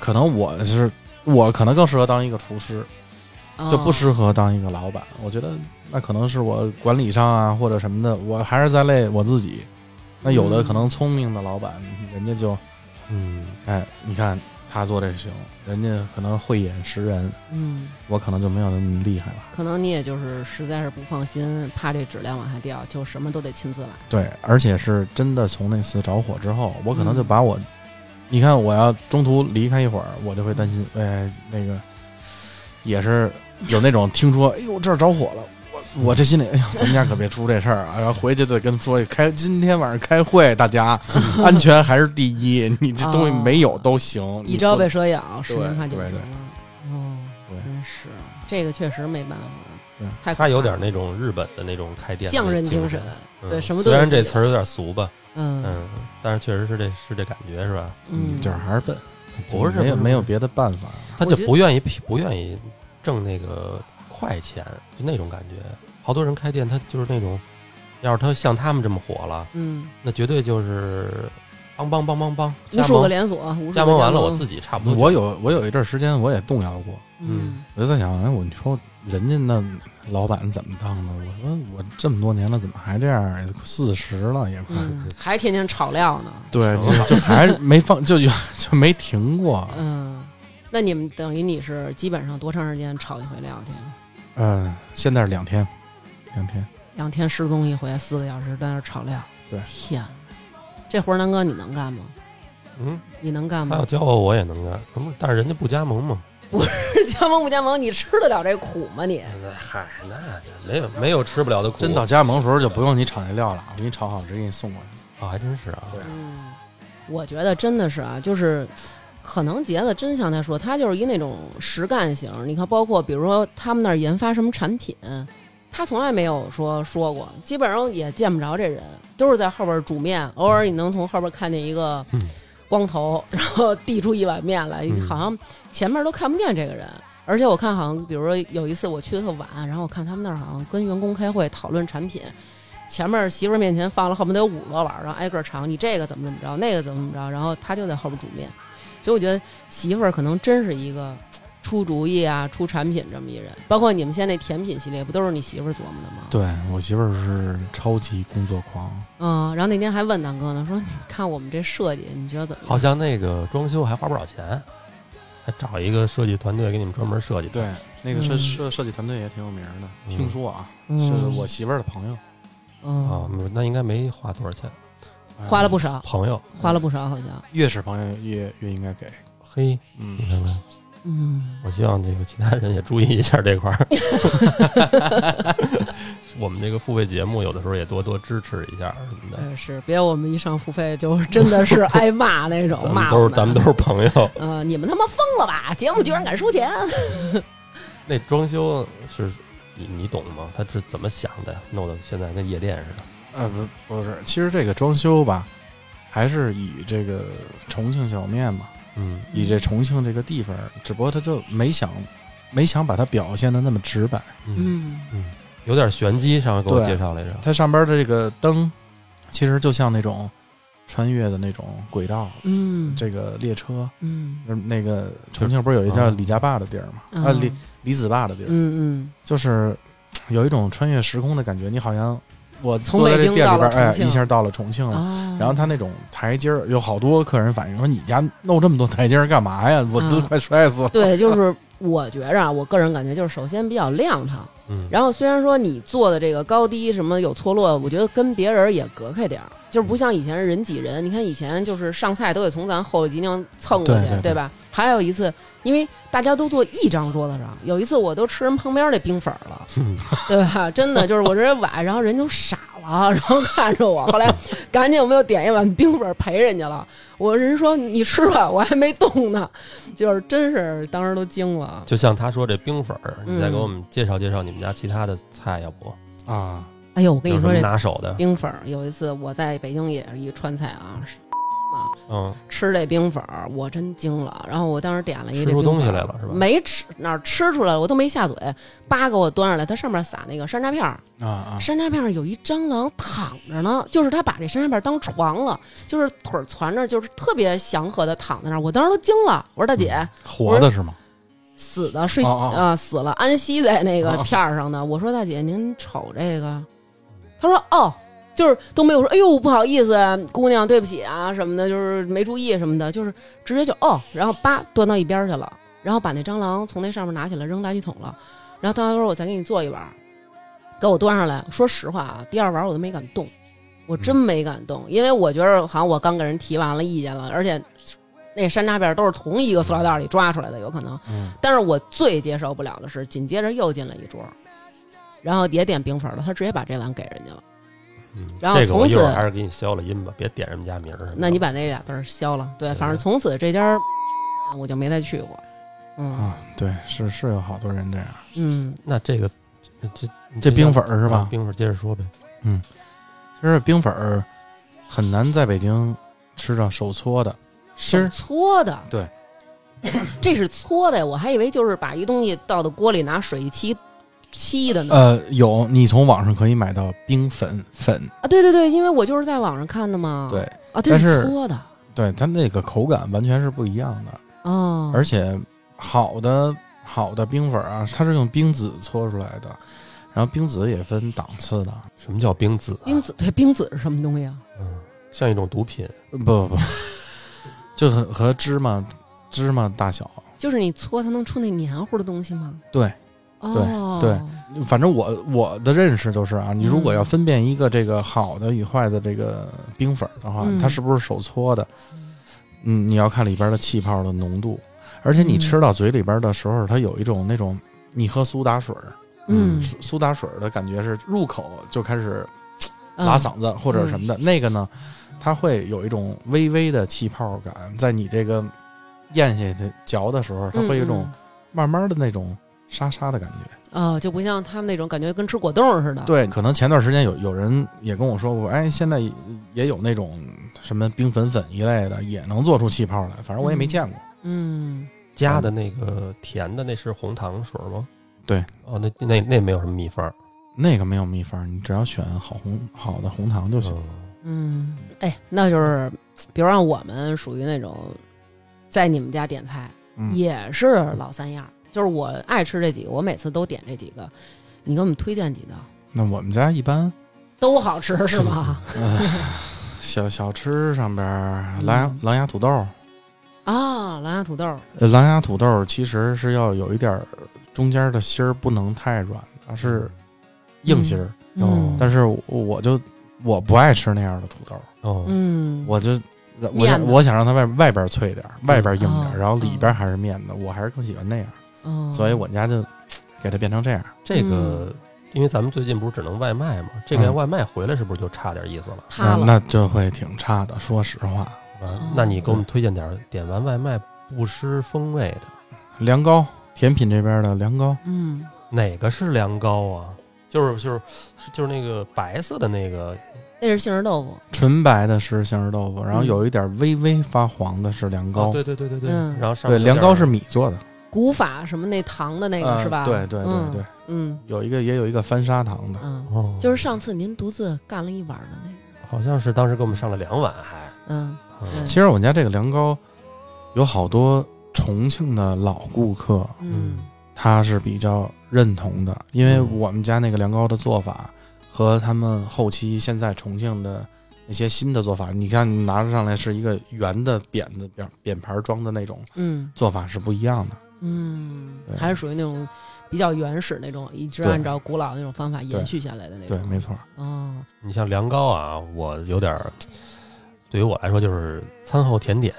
Speaker 3: 可能我是我可能更适合当一个厨师，
Speaker 1: 嗯，
Speaker 3: 就不适合当一个老板。我觉得那可能是我管理上啊或者什么的，我还是在累我自己。那有的
Speaker 1: 嗯
Speaker 3: 可能聪明的老板，人家就
Speaker 2: 嗯，
Speaker 3: 哎，你看他做这行，人家可能慧眼识人，
Speaker 1: 嗯，
Speaker 3: 我可能就没有那么厉害了。
Speaker 1: 可能你也就是实在是不放心，怕这质量往下掉，就什么都得亲自来。
Speaker 3: 对，而且是真的从那次着火之后，我可能就
Speaker 1: 嗯
Speaker 3: 把我，你看我要中途离开一会儿，我就会担心，哎，那个也是有那种听说，哎呦这儿着火了。我我这心里，哎呀，咱们家可别出这事儿啊！然后回去得跟他们说，开今天晚上开会，大家安全还是第一。你这东西没有都行，
Speaker 1: 哦一朝
Speaker 3: 你
Speaker 1: 被蛇咬，十年怕九
Speaker 3: 嗯对
Speaker 1: 折
Speaker 3: 对。
Speaker 1: 哦，
Speaker 3: 对
Speaker 1: 真是这个确实没办法
Speaker 3: 对，
Speaker 1: 太可怕
Speaker 2: 他
Speaker 1: 了
Speaker 2: 有点那种日本的那种开店的
Speaker 1: 匠人
Speaker 2: 那
Speaker 1: 精
Speaker 2: 精
Speaker 1: 神，
Speaker 2: 嗯
Speaker 1: 对什么都
Speaker 2: 虽然
Speaker 1: 得自
Speaker 2: 这
Speaker 1: 己
Speaker 2: 词儿有点俗吧，
Speaker 1: 嗯
Speaker 2: 嗯，但是确实是这是这感觉是吧？
Speaker 3: 嗯，就是还是笨，
Speaker 2: 不是
Speaker 3: 没有
Speaker 2: 不是
Speaker 3: 没有别的办法。
Speaker 2: 嗯他
Speaker 1: 我
Speaker 2: 就
Speaker 1: 觉得
Speaker 2: 不愿意不愿意挣那个快钱，就那种感觉。好多人开店，他就是那种，要是他像他们这么火了，
Speaker 1: 嗯，
Speaker 2: 那绝对就是梆梆梆梆梆，
Speaker 1: 无
Speaker 2: 加
Speaker 1: 数个
Speaker 2: 盟
Speaker 1: 连锁，无数个
Speaker 2: 加盟完了，我
Speaker 1: 己，
Speaker 2: 自己差不多就。
Speaker 3: 我有我有一阵儿时间我也动摇过，
Speaker 1: 嗯
Speaker 3: 我就在想，哎，我你说人家那老板怎么当的？我说我这么多年了，怎么还这样？四十了也快，
Speaker 1: 嗯，还天天炒料呢，
Speaker 3: 对，就就还是没放，就就就没停过。
Speaker 1: 嗯，那你们等于你是基本上多长时间炒一回料去？
Speaker 3: 嗯、现在是两天，两天，
Speaker 1: 两天失踪一回，四个小时在那儿炒料，
Speaker 3: 对
Speaker 1: 天哪，这活儿南哥你能干吗？
Speaker 2: 嗯，
Speaker 1: 你能干
Speaker 2: 他
Speaker 1: 吗
Speaker 2: 要？教我我也能干，怎么？但是人家不加盟嘛。
Speaker 1: 加盟不加盟，你吃得了这苦吗你？
Speaker 2: 哎嗨，那就没有没有吃不了的苦。
Speaker 3: 真到加盟时候就不用你炒那料了，我给你炒好直接给你送过去。
Speaker 2: 啊，还真是啊。
Speaker 1: 嗯，我觉得真的是啊，就是可能杰子真像他说，他就是一那种实干型。你看，包括比如说他们那儿研发什么产品，他从来没有说说过，基本上也见不着这人，都是在后边煮面。偶尔你能从后边看见一个
Speaker 2: 嗯
Speaker 1: 光头，然后递出一碗面来，
Speaker 2: 嗯
Speaker 1: 好像前面都看不见这个人。而且我看好像，比如说有一次我去的特晚，然后我看他们那儿好像跟员工开会讨论产品，前面媳妇儿面前放了恨不得有五个碗儿，然后挨个儿尝，你这个怎么怎么着，那个怎么怎么着，然后他就在后边煮面，所以我觉得媳妇儿可能真是一个出主意啊、出产品这么一人。包括你们现在那甜品系列，不都是你媳妇儿琢磨的吗？
Speaker 3: 对我媳妇儿是超级工作狂，
Speaker 1: 嗯，然后那天还问南哥呢，说你看我们这设计，你觉得怎么样？
Speaker 2: 好像那个装修还花不少钱，还找一个设计团队给你们专门设计。，
Speaker 3: 对那个设
Speaker 1: 嗯
Speaker 3: 设设计团队也挺有名儿的，
Speaker 2: 嗯
Speaker 3: 听说啊，
Speaker 1: 嗯
Speaker 3: 是我媳妇儿的朋友，
Speaker 2: 啊
Speaker 1: 嗯，，
Speaker 2: 那应该没花多少钱。
Speaker 1: 花了不少，
Speaker 2: 朋友，
Speaker 1: 花了不少，好像，
Speaker 3: 越是嗯朋友越越应该给，
Speaker 2: 嘿，
Speaker 3: 嗯
Speaker 2: 你，看看，
Speaker 1: 嗯
Speaker 2: 我希望这个其他人也注意一下这块儿。 我们这个付费节目有的时候也多多支持一下什么的，
Speaker 1: 呃是，别我们一上付费就真的 是挨骂那种，
Speaker 2: 咱们
Speaker 1: 骂
Speaker 2: 都
Speaker 1: 我
Speaker 2: 是咱们都是朋友。
Speaker 1: 呃，你们他妈疯了吧？节目居然敢收钱，
Speaker 2: 那装修是你你懂吗？他是怎么想的呀？弄得现在跟夜店似的。
Speaker 3: 呃，不不是，其实这个装修吧，还是以这个重庆小面嘛，
Speaker 2: 嗯
Speaker 3: 以这重庆这个地方，只不过他就没想没想把它表现的那么直白。
Speaker 1: 嗯
Speaker 2: 嗯，有点玄机，上回给我
Speaker 3: 对
Speaker 2: 介绍来着。
Speaker 3: 它上边的这个灯，其实就像那种穿越的那种轨道，
Speaker 1: 嗯
Speaker 3: 这个列车。
Speaker 1: 嗯
Speaker 3: 那那个重庆不是有一
Speaker 2: 啊
Speaker 3: 叫李家坝的地儿吗？啊，李李子坝的地儿，
Speaker 1: 嗯
Speaker 3: 就是有一种穿越时空的感觉。你好像我
Speaker 1: 从
Speaker 3: 坐在
Speaker 1: 北
Speaker 3: 这
Speaker 1: 京
Speaker 3: 店里
Speaker 1: 到了
Speaker 3: 边，哎，
Speaker 1: 重庆
Speaker 3: 一下到了重庆
Speaker 1: 嗯
Speaker 3: 了。
Speaker 1: 啊，
Speaker 3: 然后他那种台阶儿，有好多客人反映说：“你家弄这么多台阶儿干嘛呀？我都
Speaker 1: 啊
Speaker 3: 快摔死了。
Speaker 1: 对，就是我觉着啊，我个人感觉就是首先比较亮堂，
Speaker 2: 嗯，
Speaker 1: 然后虽然说你做的这个高低什么有错落，我觉得跟别人也隔开点儿，就是不像以前人挤人。你看以前就是上菜都得从咱后脊梁蹭过去，
Speaker 3: 对对对
Speaker 1: 吧？还有一次，因为大家都坐一张桌子上，有一次我都吃人旁边那冰粉儿 了，对吧？真的就是我这碗，然后人都傻了，然后看着我，后来赶紧我们又点一碗冰粉儿陪人家了。我人说你吃吧，我还没动呢，就是真是当时都惊了。
Speaker 2: 就像他说这冰粉儿，
Speaker 1: 嗯
Speaker 2: 你再给我们介绍介绍你们家其他的菜，要不？
Speaker 3: 啊，
Speaker 1: 哎呦，我跟
Speaker 2: 有
Speaker 1: 你
Speaker 2: 什
Speaker 1: 说
Speaker 2: 么
Speaker 1: 这
Speaker 2: 拿手的？
Speaker 1: 冰粉儿，有一次我在北京也是一川菜啊，是嘛
Speaker 2: 嗯，
Speaker 1: 吃这冰粉儿，我真惊了。然后我当时点了一
Speaker 2: 吃
Speaker 1: 个这
Speaker 2: 出
Speaker 1: 冰
Speaker 2: 东西
Speaker 1: 粉儿
Speaker 2: 来了是吧
Speaker 1: 没吃哪儿吃出来了，我都没下嘴，叭给我端上来，它上面撒那个山楂片儿，
Speaker 3: 啊啊！
Speaker 1: 山楂片儿有一蟑螂躺着呢，就是他把这山楂片儿当床了，就是腿儿攒着，就是特别祥和的躺在那儿。我当时都惊了，我说大姐。
Speaker 3: 嗯
Speaker 2: 嗯
Speaker 3: 活的是吗？
Speaker 1: 死的睡
Speaker 3: 哦
Speaker 1: 啊、
Speaker 3: 哦
Speaker 1: 死了，安息在那个
Speaker 3: 哦
Speaker 1: 片儿上的。我说大姐，您瞅这个，她说哦，就是都没有说，哎呦不好意思，姑娘对不起啊什么的，就是没注意什么的，就是直接就哦，然后叭端到一边儿去了，然后把那蟑螂从那上面拿起来扔垃圾桶了，然后当时说我再给你做一碗儿，给我端上来。说实话啊，第二碗我都没敢动，我真没敢
Speaker 3: 嗯
Speaker 1: 动，因为我觉得好像我刚给人提完了意见了，而且那山楂片儿都是同一个塑料袋儿里抓出来的，有可能。
Speaker 3: 嗯
Speaker 1: 但是我最接受不了的是，紧接着又进了一桌，然后也点冰粉了，他直接把这碗给人家了。
Speaker 2: 嗯
Speaker 1: 然后
Speaker 2: 这个我
Speaker 1: 从
Speaker 2: 一会儿
Speaker 1: 此
Speaker 2: 还是给你消了音吧，别点人家名儿什么的。
Speaker 1: 那你把那俩字儿消了，对，
Speaker 2: 对
Speaker 1: 反正从此这家儿我就没再去过。嗯
Speaker 3: 啊，对，是是有好多人这样。
Speaker 1: 嗯
Speaker 2: 那这个这
Speaker 3: 这冰粉儿是吧
Speaker 2: 啊冰粉儿接着说呗。
Speaker 3: 其实冰粉儿很难在北京吃到手搓的，其实
Speaker 1: 搓的，
Speaker 3: 对，
Speaker 1: 这是搓的，我还以为就是把一东西倒到锅里拿水一沏沏的呢。
Speaker 3: 呃有，你从网上可以买到冰粉粉，
Speaker 1: 啊，对对对，因为我就是在网上看的嘛。
Speaker 3: 对
Speaker 1: 啊，这
Speaker 3: 但是
Speaker 1: 搓的
Speaker 3: 对它那个口感完全是不一样的，
Speaker 1: 哦，
Speaker 3: 而且好的好的冰粉儿啊，它是用冰子搓出来的，然后冰子也分档次的，
Speaker 2: 什么叫冰子啊？
Speaker 1: 冰子对冰子是什么东西啊？
Speaker 2: 嗯，像一种毒品。
Speaker 3: 不不不，就和和芝麻芝麻大小。
Speaker 1: 就是你搓它能出那黏糊的东西吗？
Speaker 3: 对，
Speaker 1: 哦，
Speaker 3: 对反正我我的认识就是啊，你如果
Speaker 1: 嗯
Speaker 3: 要分辨一个这个好的与坏的这个冰粉儿的话，
Speaker 1: 嗯
Speaker 3: 它是不是手搓的，嗯，你要看里边的气泡的浓度，而且你
Speaker 1: 嗯
Speaker 3: 吃到嘴里边的时候，它有一种那种你喝苏打水儿，
Speaker 1: 嗯，
Speaker 3: 苏苏打水儿的感觉是入口就开始
Speaker 1: 嗯
Speaker 3: 拉嗓子或者什么的，那个呢，它会有一种微微的气泡感，在你这个咽下去嚼的时候，它会有一种
Speaker 1: 嗯
Speaker 3: 慢慢的那种沙沙的感觉。
Speaker 1: 嗯哦，就不像他们那种感觉跟吃果冻似的。，
Speaker 3: 对，可能前段时间有有人也跟我说过，哎，现在也有那种什么冰粉粉一类的，也能做出气泡来，反正我也没见过。
Speaker 1: 嗯，
Speaker 2: 加的那个甜的那是红糖水吗？
Speaker 3: 对，
Speaker 2: 哦，那那那没有什么秘方
Speaker 1: 嗯
Speaker 3: 那个没有秘方，你只要选好红好的红糖就
Speaker 2: 不
Speaker 3: 行。
Speaker 1: 嗯，哎，那就是，比如让我们属于那种在你们家点菜，
Speaker 3: 嗯，
Speaker 1: 也是老三样儿，就是我爱吃这几个，我每次都点这几个，你给我们推荐几道
Speaker 3: 那我们家一般
Speaker 1: 都好吃是吗？
Speaker 3: 小小吃上边儿
Speaker 1: 嗯
Speaker 3: 狼牙狼牙土豆儿，
Speaker 1: 啊，狼牙土豆儿，
Speaker 3: 哦呃，狼牙土豆儿其实是要有一点儿中间的芯儿不能太软，它是硬芯儿。
Speaker 1: 嗯
Speaker 3: 但是我我就我不爱吃那样的土豆，
Speaker 2: 哦，
Speaker 1: 嗯，
Speaker 3: 我就我
Speaker 1: 面
Speaker 3: 想
Speaker 1: 的
Speaker 3: 我想让它外外边脆点儿，外边硬点
Speaker 1: 哦
Speaker 3: 儿，然后里边还是面的，我还是更喜欢那样。
Speaker 1: 哦
Speaker 3: 所以我家就给它变成这样。
Speaker 2: 这个，
Speaker 1: 嗯
Speaker 2: 因为咱们最近不是只能外卖嘛，这个
Speaker 3: 嗯
Speaker 2: 外卖回来是不是就差点意思了？
Speaker 1: 塌
Speaker 3: 那
Speaker 1: 了，
Speaker 3: 啊那就会挺差的，说实话。
Speaker 1: 哦
Speaker 2: 啊，那你给我们推荐点儿点完外卖不失风味的，
Speaker 3: 凉糕，甜品这边的凉糕，
Speaker 1: 嗯
Speaker 2: 哪个是凉糕啊？就是就是是就是那个白色的那个
Speaker 1: 那是杏仁豆腐，
Speaker 3: 纯白的是杏仁豆腐，然后
Speaker 1: 嗯
Speaker 3: 有一点微微发黄的是凉糕。
Speaker 2: 哦对对对对对，
Speaker 1: 嗯
Speaker 2: 然后上
Speaker 3: 对，
Speaker 2: 面有
Speaker 3: 凉
Speaker 2: 点
Speaker 3: 糕
Speaker 2: 儿
Speaker 3: 是米做的，
Speaker 1: 古法什么那糖的那个
Speaker 3: 呃
Speaker 1: 是吧？
Speaker 3: 对对对
Speaker 1: 嗯
Speaker 3: 对，，
Speaker 1: 嗯
Speaker 3: 有一个也有一个翻砂糖的，
Speaker 1: 嗯，
Speaker 2: 哦，
Speaker 1: 就是上次您独自干了一碗的那个，
Speaker 2: 好像是当时给我们上了两碗还，
Speaker 1: 嗯
Speaker 2: 嗯
Speaker 3: 其实我们家这个凉糕有好多重庆的老顾客，
Speaker 1: 嗯
Speaker 3: 他是比较认同的，因为
Speaker 2: 嗯
Speaker 3: 我们家那个凉糕的做法和他们后期现在重庆的那些新的做法，你看你拿上来是一个圆的扁的扁扁盘装的那种
Speaker 1: 嗯
Speaker 3: 做法是不一样的。
Speaker 1: 嗯，
Speaker 3: 对
Speaker 1: 还是属于那种比较原始那种，一直
Speaker 3: 对
Speaker 1: 按照古老那种方法延
Speaker 3: 对
Speaker 1: 续下来的那种。
Speaker 3: 对，没错。
Speaker 1: 哦，
Speaker 2: 你像凉糕啊，我有点儿，对于我来说就是餐后甜点。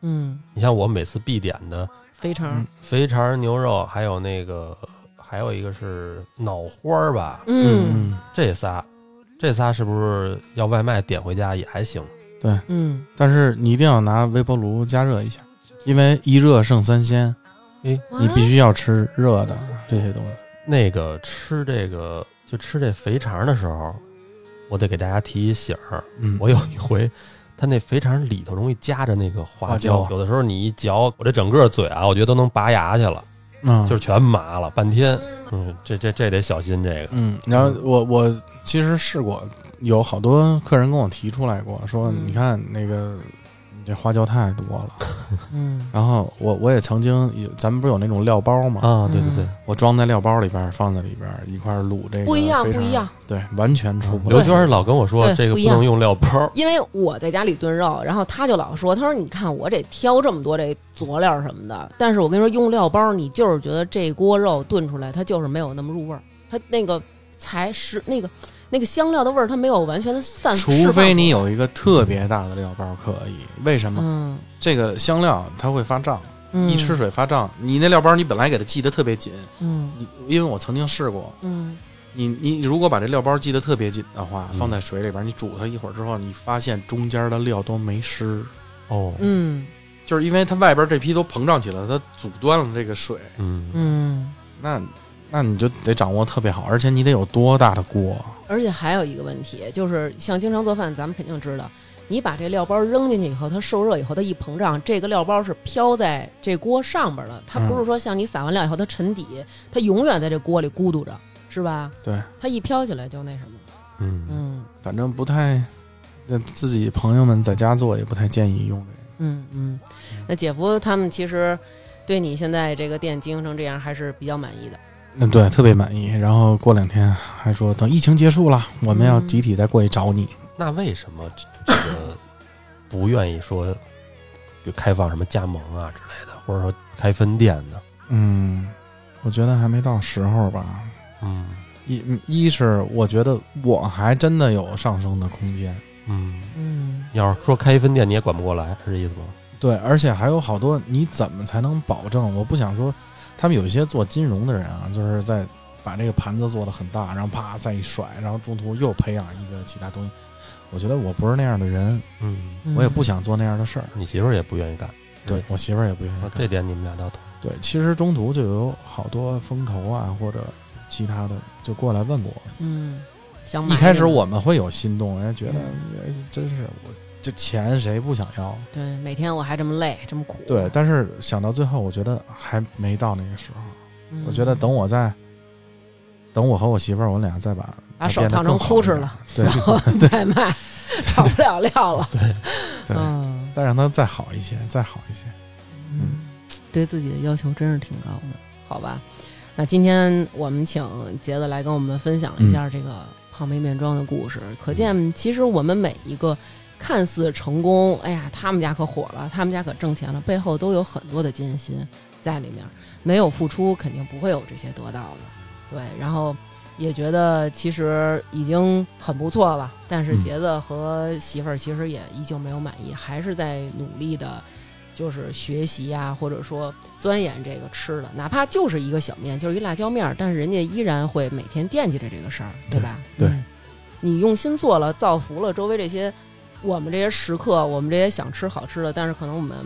Speaker 1: 嗯，
Speaker 2: 你像我每次必点的
Speaker 1: 肥肠
Speaker 3: 嗯，
Speaker 2: 肥肠、牛肉，还有那个还有一个是脑花儿吧，
Speaker 1: 嗯
Speaker 3: 嗯，
Speaker 2: 这仨，这仨是不是要外卖点回家也还行？
Speaker 3: 对。
Speaker 1: 嗯
Speaker 3: 但是你一定要拿微波炉加热一下，因为一热胜三鲜，你必须要吃热的这些东西。
Speaker 2: 那个吃这个就吃这肥肠的时候，我得给大家提一醒儿。
Speaker 3: 嗯
Speaker 2: 我有一回，它那肥肠里头容易夹着那个花
Speaker 3: 花椒啊
Speaker 2: 有的时候你一嚼，我这整个嘴啊，我觉得都能拔牙去了，
Speaker 3: 嗯，
Speaker 2: 就是全麻了，半天。嗯，这这这得小心这个。
Speaker 3: 嗯，然后我我其实试过，有好多客人跟我提出来过，说
Speaker 1: 嗯
Speaker 3: 你看那个你这花椒太多了。
Speaker 1: 嗯
Speaker 3: 然后我我也曾经有，咱们不是有那种料包吗？
Speaker 2: 啊，对对对，
Speaker 3: 我装在料包里边儿，放在里边儿一块儿卤这个，
Speaker 1: 不一样不一样，，嗯
Speaker 3: 对，完全出不
Speaker 2: 刘
Speaker 3: 来。
Speaker 2: 娟儿老跟我说
Speaker 1: 对
Speaker 2: 这个
Speaker 1: 不一
Speaker 2: 不能
Speaker 1: 样
Speaker 2: 用料包儿，
Speaker 1: 因为我在家里炖肉，然后他就老说，他说你看我这挑这么多这佐料什么的，但是我跟你说用料包，你就是觉得这锅肉炖出来它就是没有那么入味儿，它那个才是那个那个香料的味儿，它没有完全的散，
Speaker 3: 除非你有一个特别大的料包可以，为什
Speaker 1: 释
Speaker 3: 么？
Speaker 1: 放出来嗯
Speaker 3: 这个香料它会发胀，
Speaker 1: 嗯
Speaker 3: 一吃水发胀。你那料包你本来给它系得特别紧，
Speaker 1: 嗯
Speaker 3: 你因为我曾经试过，
Speaker 1: 嗯
Speaker 3: 你你如果把这料包系得特别紧的话，
Speaker 2: 嗯
Speaker 3: 放在水里边，你煮它一会儿之后，你发现中间的料都没湿，
Speaker 2: 哦，
Speaker 1: 嗯
Speaker 3: 就是因为它外边这批都膨胀起来了，它阻断了这个水。
Speaker 2: 嗯，
Speaker 1: 嗯，
Speaker 3: 那那你就得掌握特别好，而且你得有多大的锅？
Speaker 1: 而且还有一个问题就是，像经常做饭，咱们肯定知道。你把这料包扔进去以后，它受热以后，它一膨胀，这个料包是飘在这锅上边儿的，它
Speaker 3: 嗯
Speaker 1: 不是说像你撒完料以后它沉底，它永远在这锅里咕嘟着，是吧？
Speaker 3: 对，
Speaker 1: 它一飘起来就那什么，
Speaker 2: 嗯，
Speaker 1: 嗯
Speaker 3: 反正不太，那自己朋友们在家做也不太建议用这个。
Speaker 1: 嗯嗯。那姐夫他们其实对你现在这个店经营成这样还是比较满意的，
Speaker 3: 嗯，对，特别满意。然后过两天还说，等疫情结束了，我们要集体再过去找你。
Speaker 2: 那为什么这这个不愿意说，就开放什么加盟啊之类的，或者说开分店呢？
Speaker 3: 嗯，我觉得还没到时候吧。
Speaker 2: 嗯
Speaker 3: 一嗯一是我觉得我还真的有上升的空间，
Speaker 2: 嗯，
Speaker 1: 嗯
Speaker 2: 要是说开一分店你也管不过来，是这意思吗？
Speaker 3: 对，而且还有好多你怎么才能保证？我不想说，他们有一些做金融的人啊，就是在把这个盘子做得很大，然后啪再一甩，然后中途又培养一个其他东西。我觉得我不是那样的人，
Speaker 2: 嗯，
Speaker 3: 我也不想做那样的事儿。
Speaker 2: 你媳妇儿也不愿意干，
Speaker 3: 嗯对我媳妇儿也不愿意
Speaker 2: 啊
Speaker 3: 干、，
Speaker 2: 这点你们俩倒同。
Speaker 3: 对，其实中途就有好多风投啊，或者其他的就过来问过我，
Speaker 1: 嗯想买
Speaker 3: 一开
Speaker 1: 那
Speaker 3: 始
Speaker 1: 种
Speaker 3: 我们会有心动，人家觉得
Speaker 1: 嗯
Speaker 3: 哎真是我这钱谁不想要？
Speaker 1: 对每天我还这么累这么苦，
Speaker 3: 对，但是想到最后，我觉得还没到那个时候。
Speaker 1: 嗯
Speaker 3: 我觉得等我再等我和我媳妇儿，我俩再把
Speaker 1: 把
Speaker 3: 它
Speaker 1: 手
Speaker 3: 变得
Speaker 1: 烫成
Speaker 3: 更好
Speaker 1: 哭
Speaker 3: 一
Speaker 1: 哧
Speaker 3: 点
Speaker 1: 了，
Speaker 3: 对
Speaker 1: 然 后再卖，炒不了料了。
Speaker 3: 对，
Speaker 1: 嗯
Speaker 3: 再让它再好一些，再好一些。
Speaker 1: 嗯，对自己的要求真是挺高的，好吧？那今天我们请杰子来跟我们分享一下这个胖妹面妆的故事，可见其实我们每一个看似成功，哎呀，他们家可火了，他们家可挣钱了，背后都有很多的艰辛在里面，没有付出肯定不会有这些得到的。对，然后也觉得其实已经很不错了，但是
Speaker 3: 嗯
Speaker 1: 杰子和媳妇儿其实也依旧没有满意，还是在努力的，就是学习呀、或者说钻研这个吃的，哪怕就是一个小面，就是一辣椒面儿，但是人家依然会每天惦记着这个事儿，对吧？
Speaker 3: 对对
Speaker 1: 嗯你用心做了，造福了周围这些我们这些食客，我们这些想吃好吃的，但是可能我们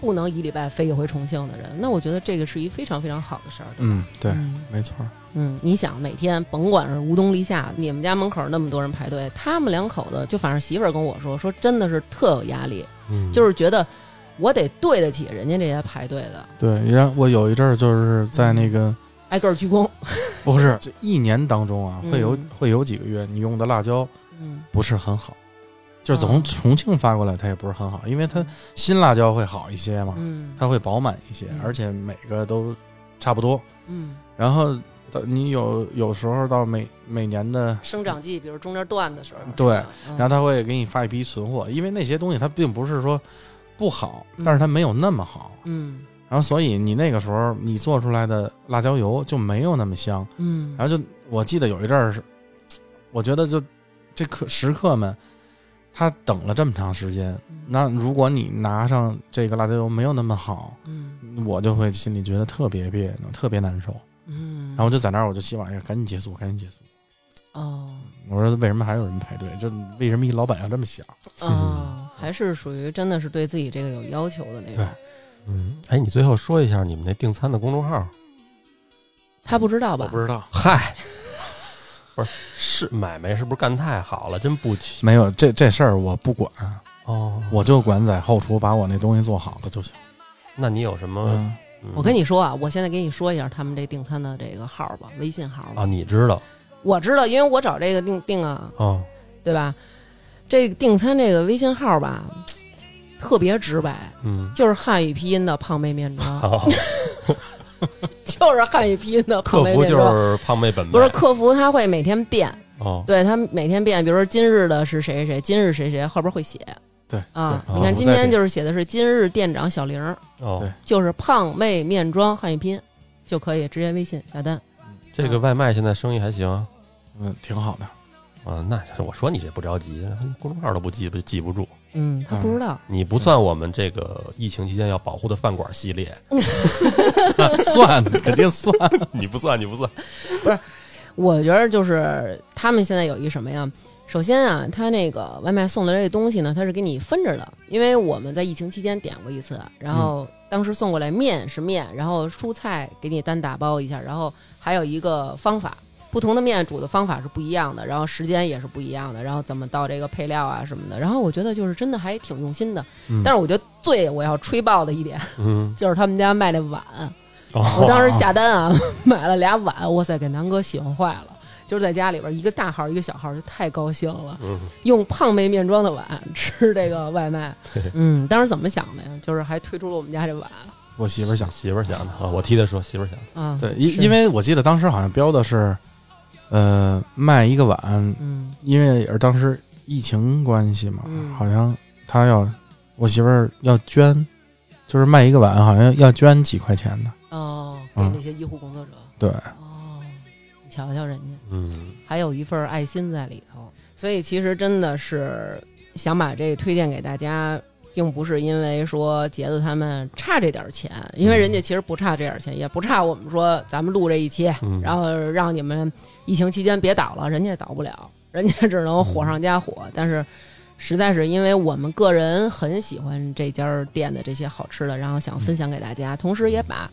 Speaker 1: 不能一礼拜飞一回重庆的人，那我觉得这个是一非常非常好的事儿。
Speaker 3: 嗯，对，
Speaker 1: 嗯
Speaker 3: 没错儿，
Speaker 1: 嗯，你想每天甭管是无冬立夏，你们家门口那么多人排队，他们两口子就反正媳妇儿跟我说，说真的是特有压力，
Speaker 2: 嗯，
Speaker 1: 就是觉得我得对得起人家这些排队的，
Speaker 3: 对。然后我有一阵儿就是在那个
Speaker 1: 挨个儿鞠躬。
Speaker 3: 嗯不是这一年当中啊，
Speaker 1: 嗯
Speaker 3: 会有会有几个月你用的辣椒
Speaker 1: 嗯，
Speaker 3: 不是很好，就是
Speaker 1: 哦
Speaker 3: 从重庆发过来它也不是很好，因为它新辣椒会好一些嘛，
Speaker 1: 嗯
Speaker 3: 它会饱满一些
Speaker 1: 嗯，
Speaker 3: 而且每个都差不多。
Speaker 1: 嗯，
Speaker 3: 然后到你有有时候到每每年的，
Speaker 1: 生长季，比如中间断的时候，
Speaker 3: 对
Speaker 1: 是吧，嗯
Speaker 3: 然后他会给你发一批存货，因为那些东西它并不是说不好
Speaker 1: 嗯，
Speaker 3: 但是它没有那么好。
Speaker 1: 嗯
Speaker 3: 然后所以你那个时候你做出来的辣椒油就没有那么香。
Speaker 1: 嗯，
Speaker 3: 然后就我记得有一阵儿是，我觉得就这客食客们，他等了这么长时间，那如果你拿上这个辣椒油没有那么好，
Speaker 1: 嗯
Speaker 3: 我就会心里觉得特别别扭，特别难受。
Speaker 1: 嗯，
Speaker 3: 然后我就在那儿，我就希望哎呀，赶紧结束，赶紧结束。
Speaker 1: 哦
Speaker 3: 我说为什么还有人排队？就为什么一老板要这么想？
Speaker 1: 哦，还是属于真的是对自己这个有要求的那种
Speaker 3: 对。
Speaker 2: 嗯，哎，你最后说一下你们那订餐的公众号。
Speaker 1: 他不知道吧？
Speaker 3: 知道，
Speaker 2: 嗨， 不是是买卖是不是干太好了？真不起
Speaker 3: 没有这这事儿我不管，
Speaker 2: 哦。
Speaker 3: 我就管在后厨把我那东西做好了就行。
Speaker 2: 那你有什么？
Speaker 3: 嗯，
Speaker 2: 嗯
Speaker 1: 我跟你说啊，我现在给你说一下他们这订餐的这个号吧，微信号吧。
Speaker 2: 啊，你知道
Speaker 1: 我知道，因为我找这个订订啊，
Speaker 2: 哦，
Speaker 1: 对吧？这个订餐这个微信号吧，特别直白，
Speaker 2: 嗯，
Speaker 1: 就是汉语拼音的胖妹面妆，
Speaker 2: 好，
Speaker 1: 就是汉语拼音的胖
Speaker 2: 客
Speaker 1: 妹
Speaker 2: 服
Speaker 1: 面
Speaker 2: 就
Speaker 1: 妆。
Speaker 2: 是胖妹本妹，
Speaker 1: 不是客服，他会每天变，
Speaker 2: 哦，
Speaker 1: 对他每天变，比如说今日的是谁谁谁，今日谁谁后边会写
Speaker 3: 对
Speaker 1: 啊。
Speaker 2: 对
Speaker 1: 你看
Speaker 3: 哦
Speaker 1: 今
Speaker 3: 我在
Speaker 1: 天
Speaker 3: 这
Speaker 1: 就是写的是今日店长小玲儿，
Speaker 2: 哦，
Speaker 1: 就是胖妹面妆汉语拼音就可以直接微信下单。
Speaker 2: 这个外卖现在生意还行啊。
Speaker 3: 嗯，挺好的。
Speaker 2: 啊那我说你这不着急，公众号都不记不记不住，
Speaker 1: 嗯，他不知道，
Speaker 2: 你不算我们这个疫情期间要保护的饭馆系列，
Speaker 3: 算的肯定算。
Speaker 2: 你不算，你不算。
Speaker 1: 我觉得就是他们现在有一什么呀？首先啊，他那个外卖送的这东西呢，他是给你分着的，因为我们在疫情期间点过一次，然后当时送过来面是面，然后蔬菜给你单打包一下，然后还有一个方法，不同的面煮的方法是不一样的，然后时间也是不一样的，然后怎么倒这个配料啊什么的，然后我觉得就是真的还挺用心的，
Speaker 3: 嗯
Speaker 1: 但是我觉得最我要吹爆的一点
Speaker 2: 嗯，
Speaker 1: 就是他们家卖那碗，
Speaker 2: 哦
Speaker 1: 我当时下单啊，买了俩碗，哇塞，给南哥喜欢坏了。就是在家里边一个大号一个小号，就太高兴了。
Speaker 2: 嗯
Speaker 1: 用胖妹面妆的碗吃这个外卖，嗯，当时怎么想的呀？就是还推出了我们家这碗
Speaker 3: 我媳妇儿想，
Speaker 2: 媳妇儿想的啊，我替她说，媳妇儿想的。
Speaker 1: 啊。
Speaker 3: 对，因
Speaker 1: 是
Speaker 3: 因为我记得当时好像标的是，呃，卖一个碗，
Speaker 1: 嗯
Speaker 3: 因为也是当时疫情关系嘛，
Speaker 1: 嗯
Speaker 3: 好像她要我媳妇儿要捐，就是卖一个碗，好像要捐几块钱的。
Speaker 1: 哦，给那些医护工作者
Speaker 3: 嗯对，
Speaker 1: 哦，你瞧瞧人家。
Speaker 2: 嗯，
Speaker 1: 还有一份爱心在里头。所以其实真的是想把这推荐给大家，并不是因为说杰子他们差这点儿钱，因为人家其实不差这点儿钱，也不差我们说咱们录这一期，
Speaker 2: 嗯
Speaker 1: 然后让你们疫情期间别倒了，人家也倒不了，人家只能火上加火，但是。实在是因为我们个人很喜欢这家儿店的这些好吃的，然后想分享给大家，同时也把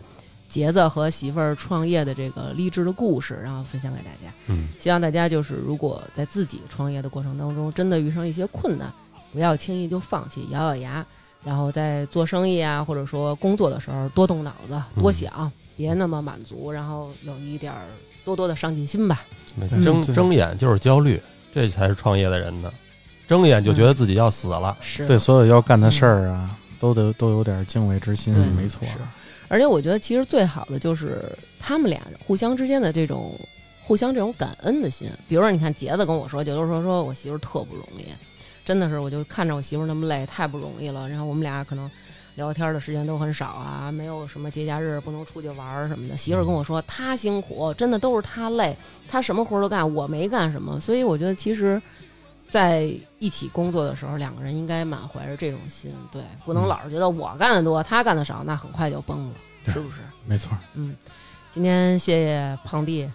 Speaker 1: 杰子和媳妇儿创业的这个励志的故事，然后分享给大家。
Speaker 2: 嗯，
Speaker 1: 希望大家就是如果在自己创业的过程当中，真的遇上一些困难，不要轻易就放弃，咬咬牙，然后在做生意啊，或者说工作的时候多动脑子，
Speaker 3: 嗯
Speaker 1: 多想，别那么满足，然后有一点儿多多的上进心吧。
Speaker 2: 没
Speaker 3: 嗯
Speaker 2: 睁
Speaker 3: 对
Speaker 2: 睁眼就是焦虑，这才是创业的人呢。睁眼就觉得自己要死了，
Speaker 1: 是啊嗯
Speaker 3: 对，所有要干的事儿啊，都得都有点敬畏之心
Speaker 1: 对，
Speaker 3: 没错。
Speaker 1: 是而且我觉得其实最好的就是他们俩互相之间的这种互相这种感恩的心。比如说，你看杰子跟我说，就是说说我媳妇儿特不容易，真的是我就看着我媳妇儿那么累，太不容易了。然后我们俩可能聊天的时间都很少啊，没有什么节假日不能出去玩儿什么的。媳妇儿跟我说，她辛苦，真的都是她累，她什么活儿都干，我没干什么。所以我觉得其实。在一起工作的时候，两个人应该满怀着这种心，对，不能
Speaker 3: 嗯
Speaker 1: 老是觉得我干的多，他干的少，那很快就崩了，是不是？
Speaker 3: 没错，
Speaker 1: 嗯， 今天谢谢胖 弟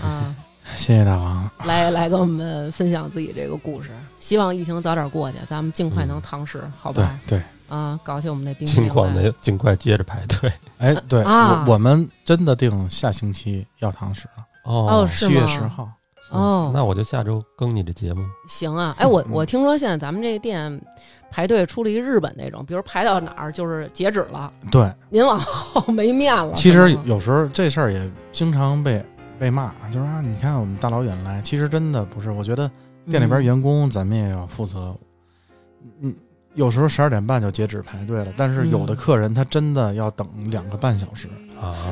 Speaker 1: 啊，
Speaker 3: 谢谢大王，
Speaker 1: 来来跟我们分享自己这个故事。希望疫情早点过去，咱们尽快能堂食，好
Speaker 3: 对
Speaker 1: 吧？
Speaker 3: 嗯对，
Speaker 1: 啊，搞起我们那冰淇
Speaker 2: 尽
Speaker 1: 淋
Speaker 2: 快
Speaker 1: 来。
Speaker 2: 的尽快接着排队
Speaker 3: 哎，对，
Speaker 1: 啊
Speaker 3: 我我们真的定下星期要堂食了，
Speaker 1: 哦，是
Speaker 3: 七
Speaker 1: 吗？
Speaker 3: 月十号，
Speaker 1: 哦，
Speaker 2: 那我就下周更你这节目。
Speaker 1: 行啊。哎，我
Speaker 3: 嗯
Speaker 1: 我听说现在咱们这个店排队出了一日本那种，比如排到哪儿就是截止了，
Speaker 3: 对，
Speaker 1: 您往后没面了。
Speaker 3: 其实
Speaker 1: 是吗
Speaker 3: 有时候这事儿也经常被被骂，就是啊，你看我们大老远来，其实真的不是。我觉得店里
Speaker 1: 嗯
Speaker 3: 边员工咱们也要负责，嗯，有时候十二点半就截止排队了，但是有的
Speaker 1: 嗯
Speaker 3: 客人他真的要等两个半小时，
Speaker 1: 哦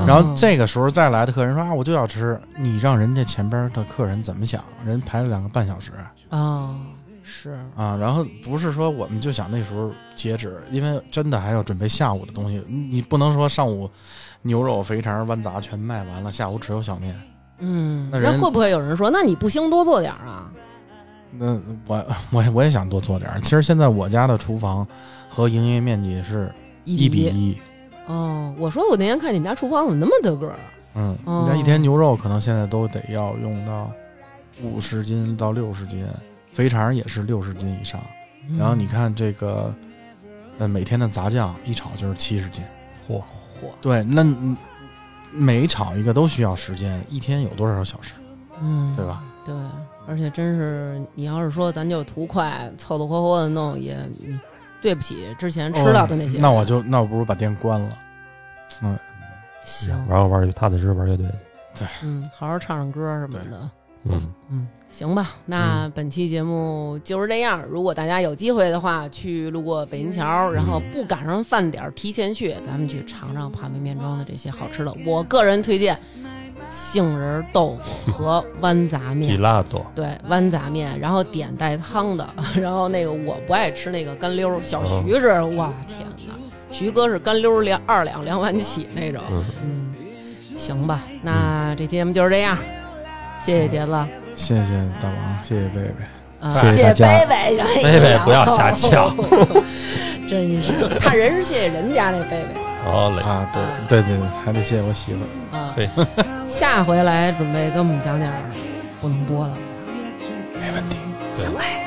Speaker 2: 啊
Speaker 3: 然后这个时候再来的客人说啊，我就要吃，你让人家前边的客人怎么想？人排了两个半小时
Speaker 1: 嗯哦，是
Speaker 3: 啊，然后不是说我们就想那时候截止，因为真的还要准备下午的东西，你不能说上午牛肉、肥肠、豌杂全卖完了，下午只有小面。
Speaker 1: 嗯，
Speaker 3: 那
Speaker 1: 那
Speaker 3: 人
Speaker 1: 会不会有人说，那你不兴多做点儿啊？
Speaker 3: 那我我也我也想多做点儿。其实现在我家的厨房和营业面积是一比一，
Speaker 1: 哦，我说我那天看你们家厨房怎么那么得个儿啊？
Speaker 3: 嗯，
Speaker 1: 哦
Speaker 3: 你家一天牛肉可能现在都得要用到五十斤到六十斤，肥肠也是六十斤以上。然
Speaker 1: 嗯
Speaker 3: 后你看这个，呃，每天的杂酱一炒就是七十斤。
Speaker 2: 嚯，
Speaker 1: 火，
Speaker 3: 对，那你每炒一个都需要时间，一天有多少小时，
Speaker 1: 嗯，
Speaker 3: 对吧？
Speaker 1: 对，而且真是，你要是说咱就图快，凑凑合合的弄，也你对不起之前吃到的那些人、
Speaker 3: 哦那我就那我不如把店关了。
Speaker 1: 行，
Speaker 2: 玩儿玩儿去，踏踏实实玩乐队去。
Speaker 1: 嗯，好好唱唱歌什么的，
Speaker 2: 嗯，
Speaker 1: 嗯，行吧。那
Speaker 3: 嗯
Speaker 1: 本期节目就是这样。如果大家有机会的话，去路过北银桥，然后
Speaker 3: 嗯
Speaker 1: 不赶上饭点儿，提前去，咱们去尝尝旁边面庄的这些好吃的。我个人推荐杏仁豆腐和 豌杂面
Speaker 2: 比。拉多，
Speaker 1: 对，豌杂面，然后点带汤的， 然后那个我不爱吃那个干溜儿，小
Speaker 2: 哦
Speaker 1: 徐是，哇天哪，徐哥是干溜儿两二两两碗起那种，
Speaker 2: 嗯
Speaker 1: 嗯，行吧，那这节目就是这样，谢谢杰子，啊、
Speaker 3: 谢谢大王，谢谢贝贝。
Speaker 1: 谢
Speaker 3: 谢
Speaker 1: 谢
Speaker 3: 谢大家
Speaker 1: 贝贝，让人
Speaker 2: 贝贝
Speaker 1: 养
Speaker 2: 哎不要瞎叫，
Speaker 1: 真是，他人是谢谢人家那贝贝
Speaker 2: 好嘞，
Speaker 3: 啊，对对对对，还得谢谢我媳妇儿。
Speaker 1: 啊
Speaker 2: 嘿，
Speaker 1: 下回来准备跟我们讲点儿不能播的，
Speaker 3: 没问题。
Speaker 1: 行嘞。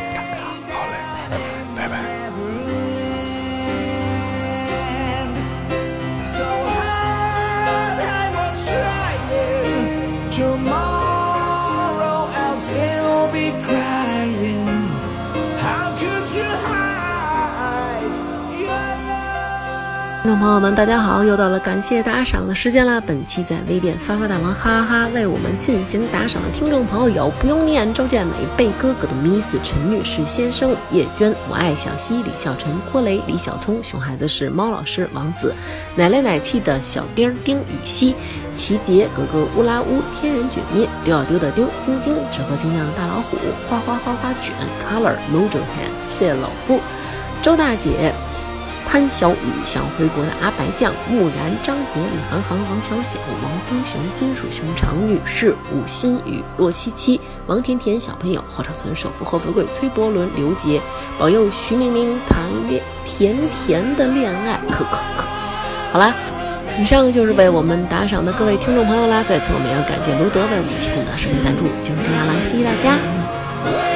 Speaker 5: So hard I was trying. Tomorrow I'll still be crying. How could you hide your love?
Speaker 6: 听众朋友们，大家好！又到了感谢打赏的时间啦！本期在微店发发大王哈哈哈为我们进行打赏的听众朋友有：不用念、周建美、贝哥哥的 miss、陈女士先生、叶娟、我爱小溪、李笑晨、郭雷、李小聪、熊孩子是猫老师、王子、奶来奶气的小丁儿丁禹兮、齐杰、格格乌拉乌、天人卷面、丢要丢的丢、晶晶、纸鹤精酿大老虎、花花花花卷、Color、Mojo Hand、谢老夫、周大姐。潘小雨、想回国的阿白酱、木然、张杰、李航航、王小小、王峰雄、金属熊长女士、吴新宇、洛七七、王甜甜、小朋友、侯长存、首富贺富贵、崔伯伦、刘杰、保佑徐明明谈恋甜甜的恋爱，可可可。好啦，以上就是为我们打赏的各位听众朋友啦，在此我们要感谢卢德为我们提供的视频赞助，就是这样啦，谢谢大家。
Speaker 5: When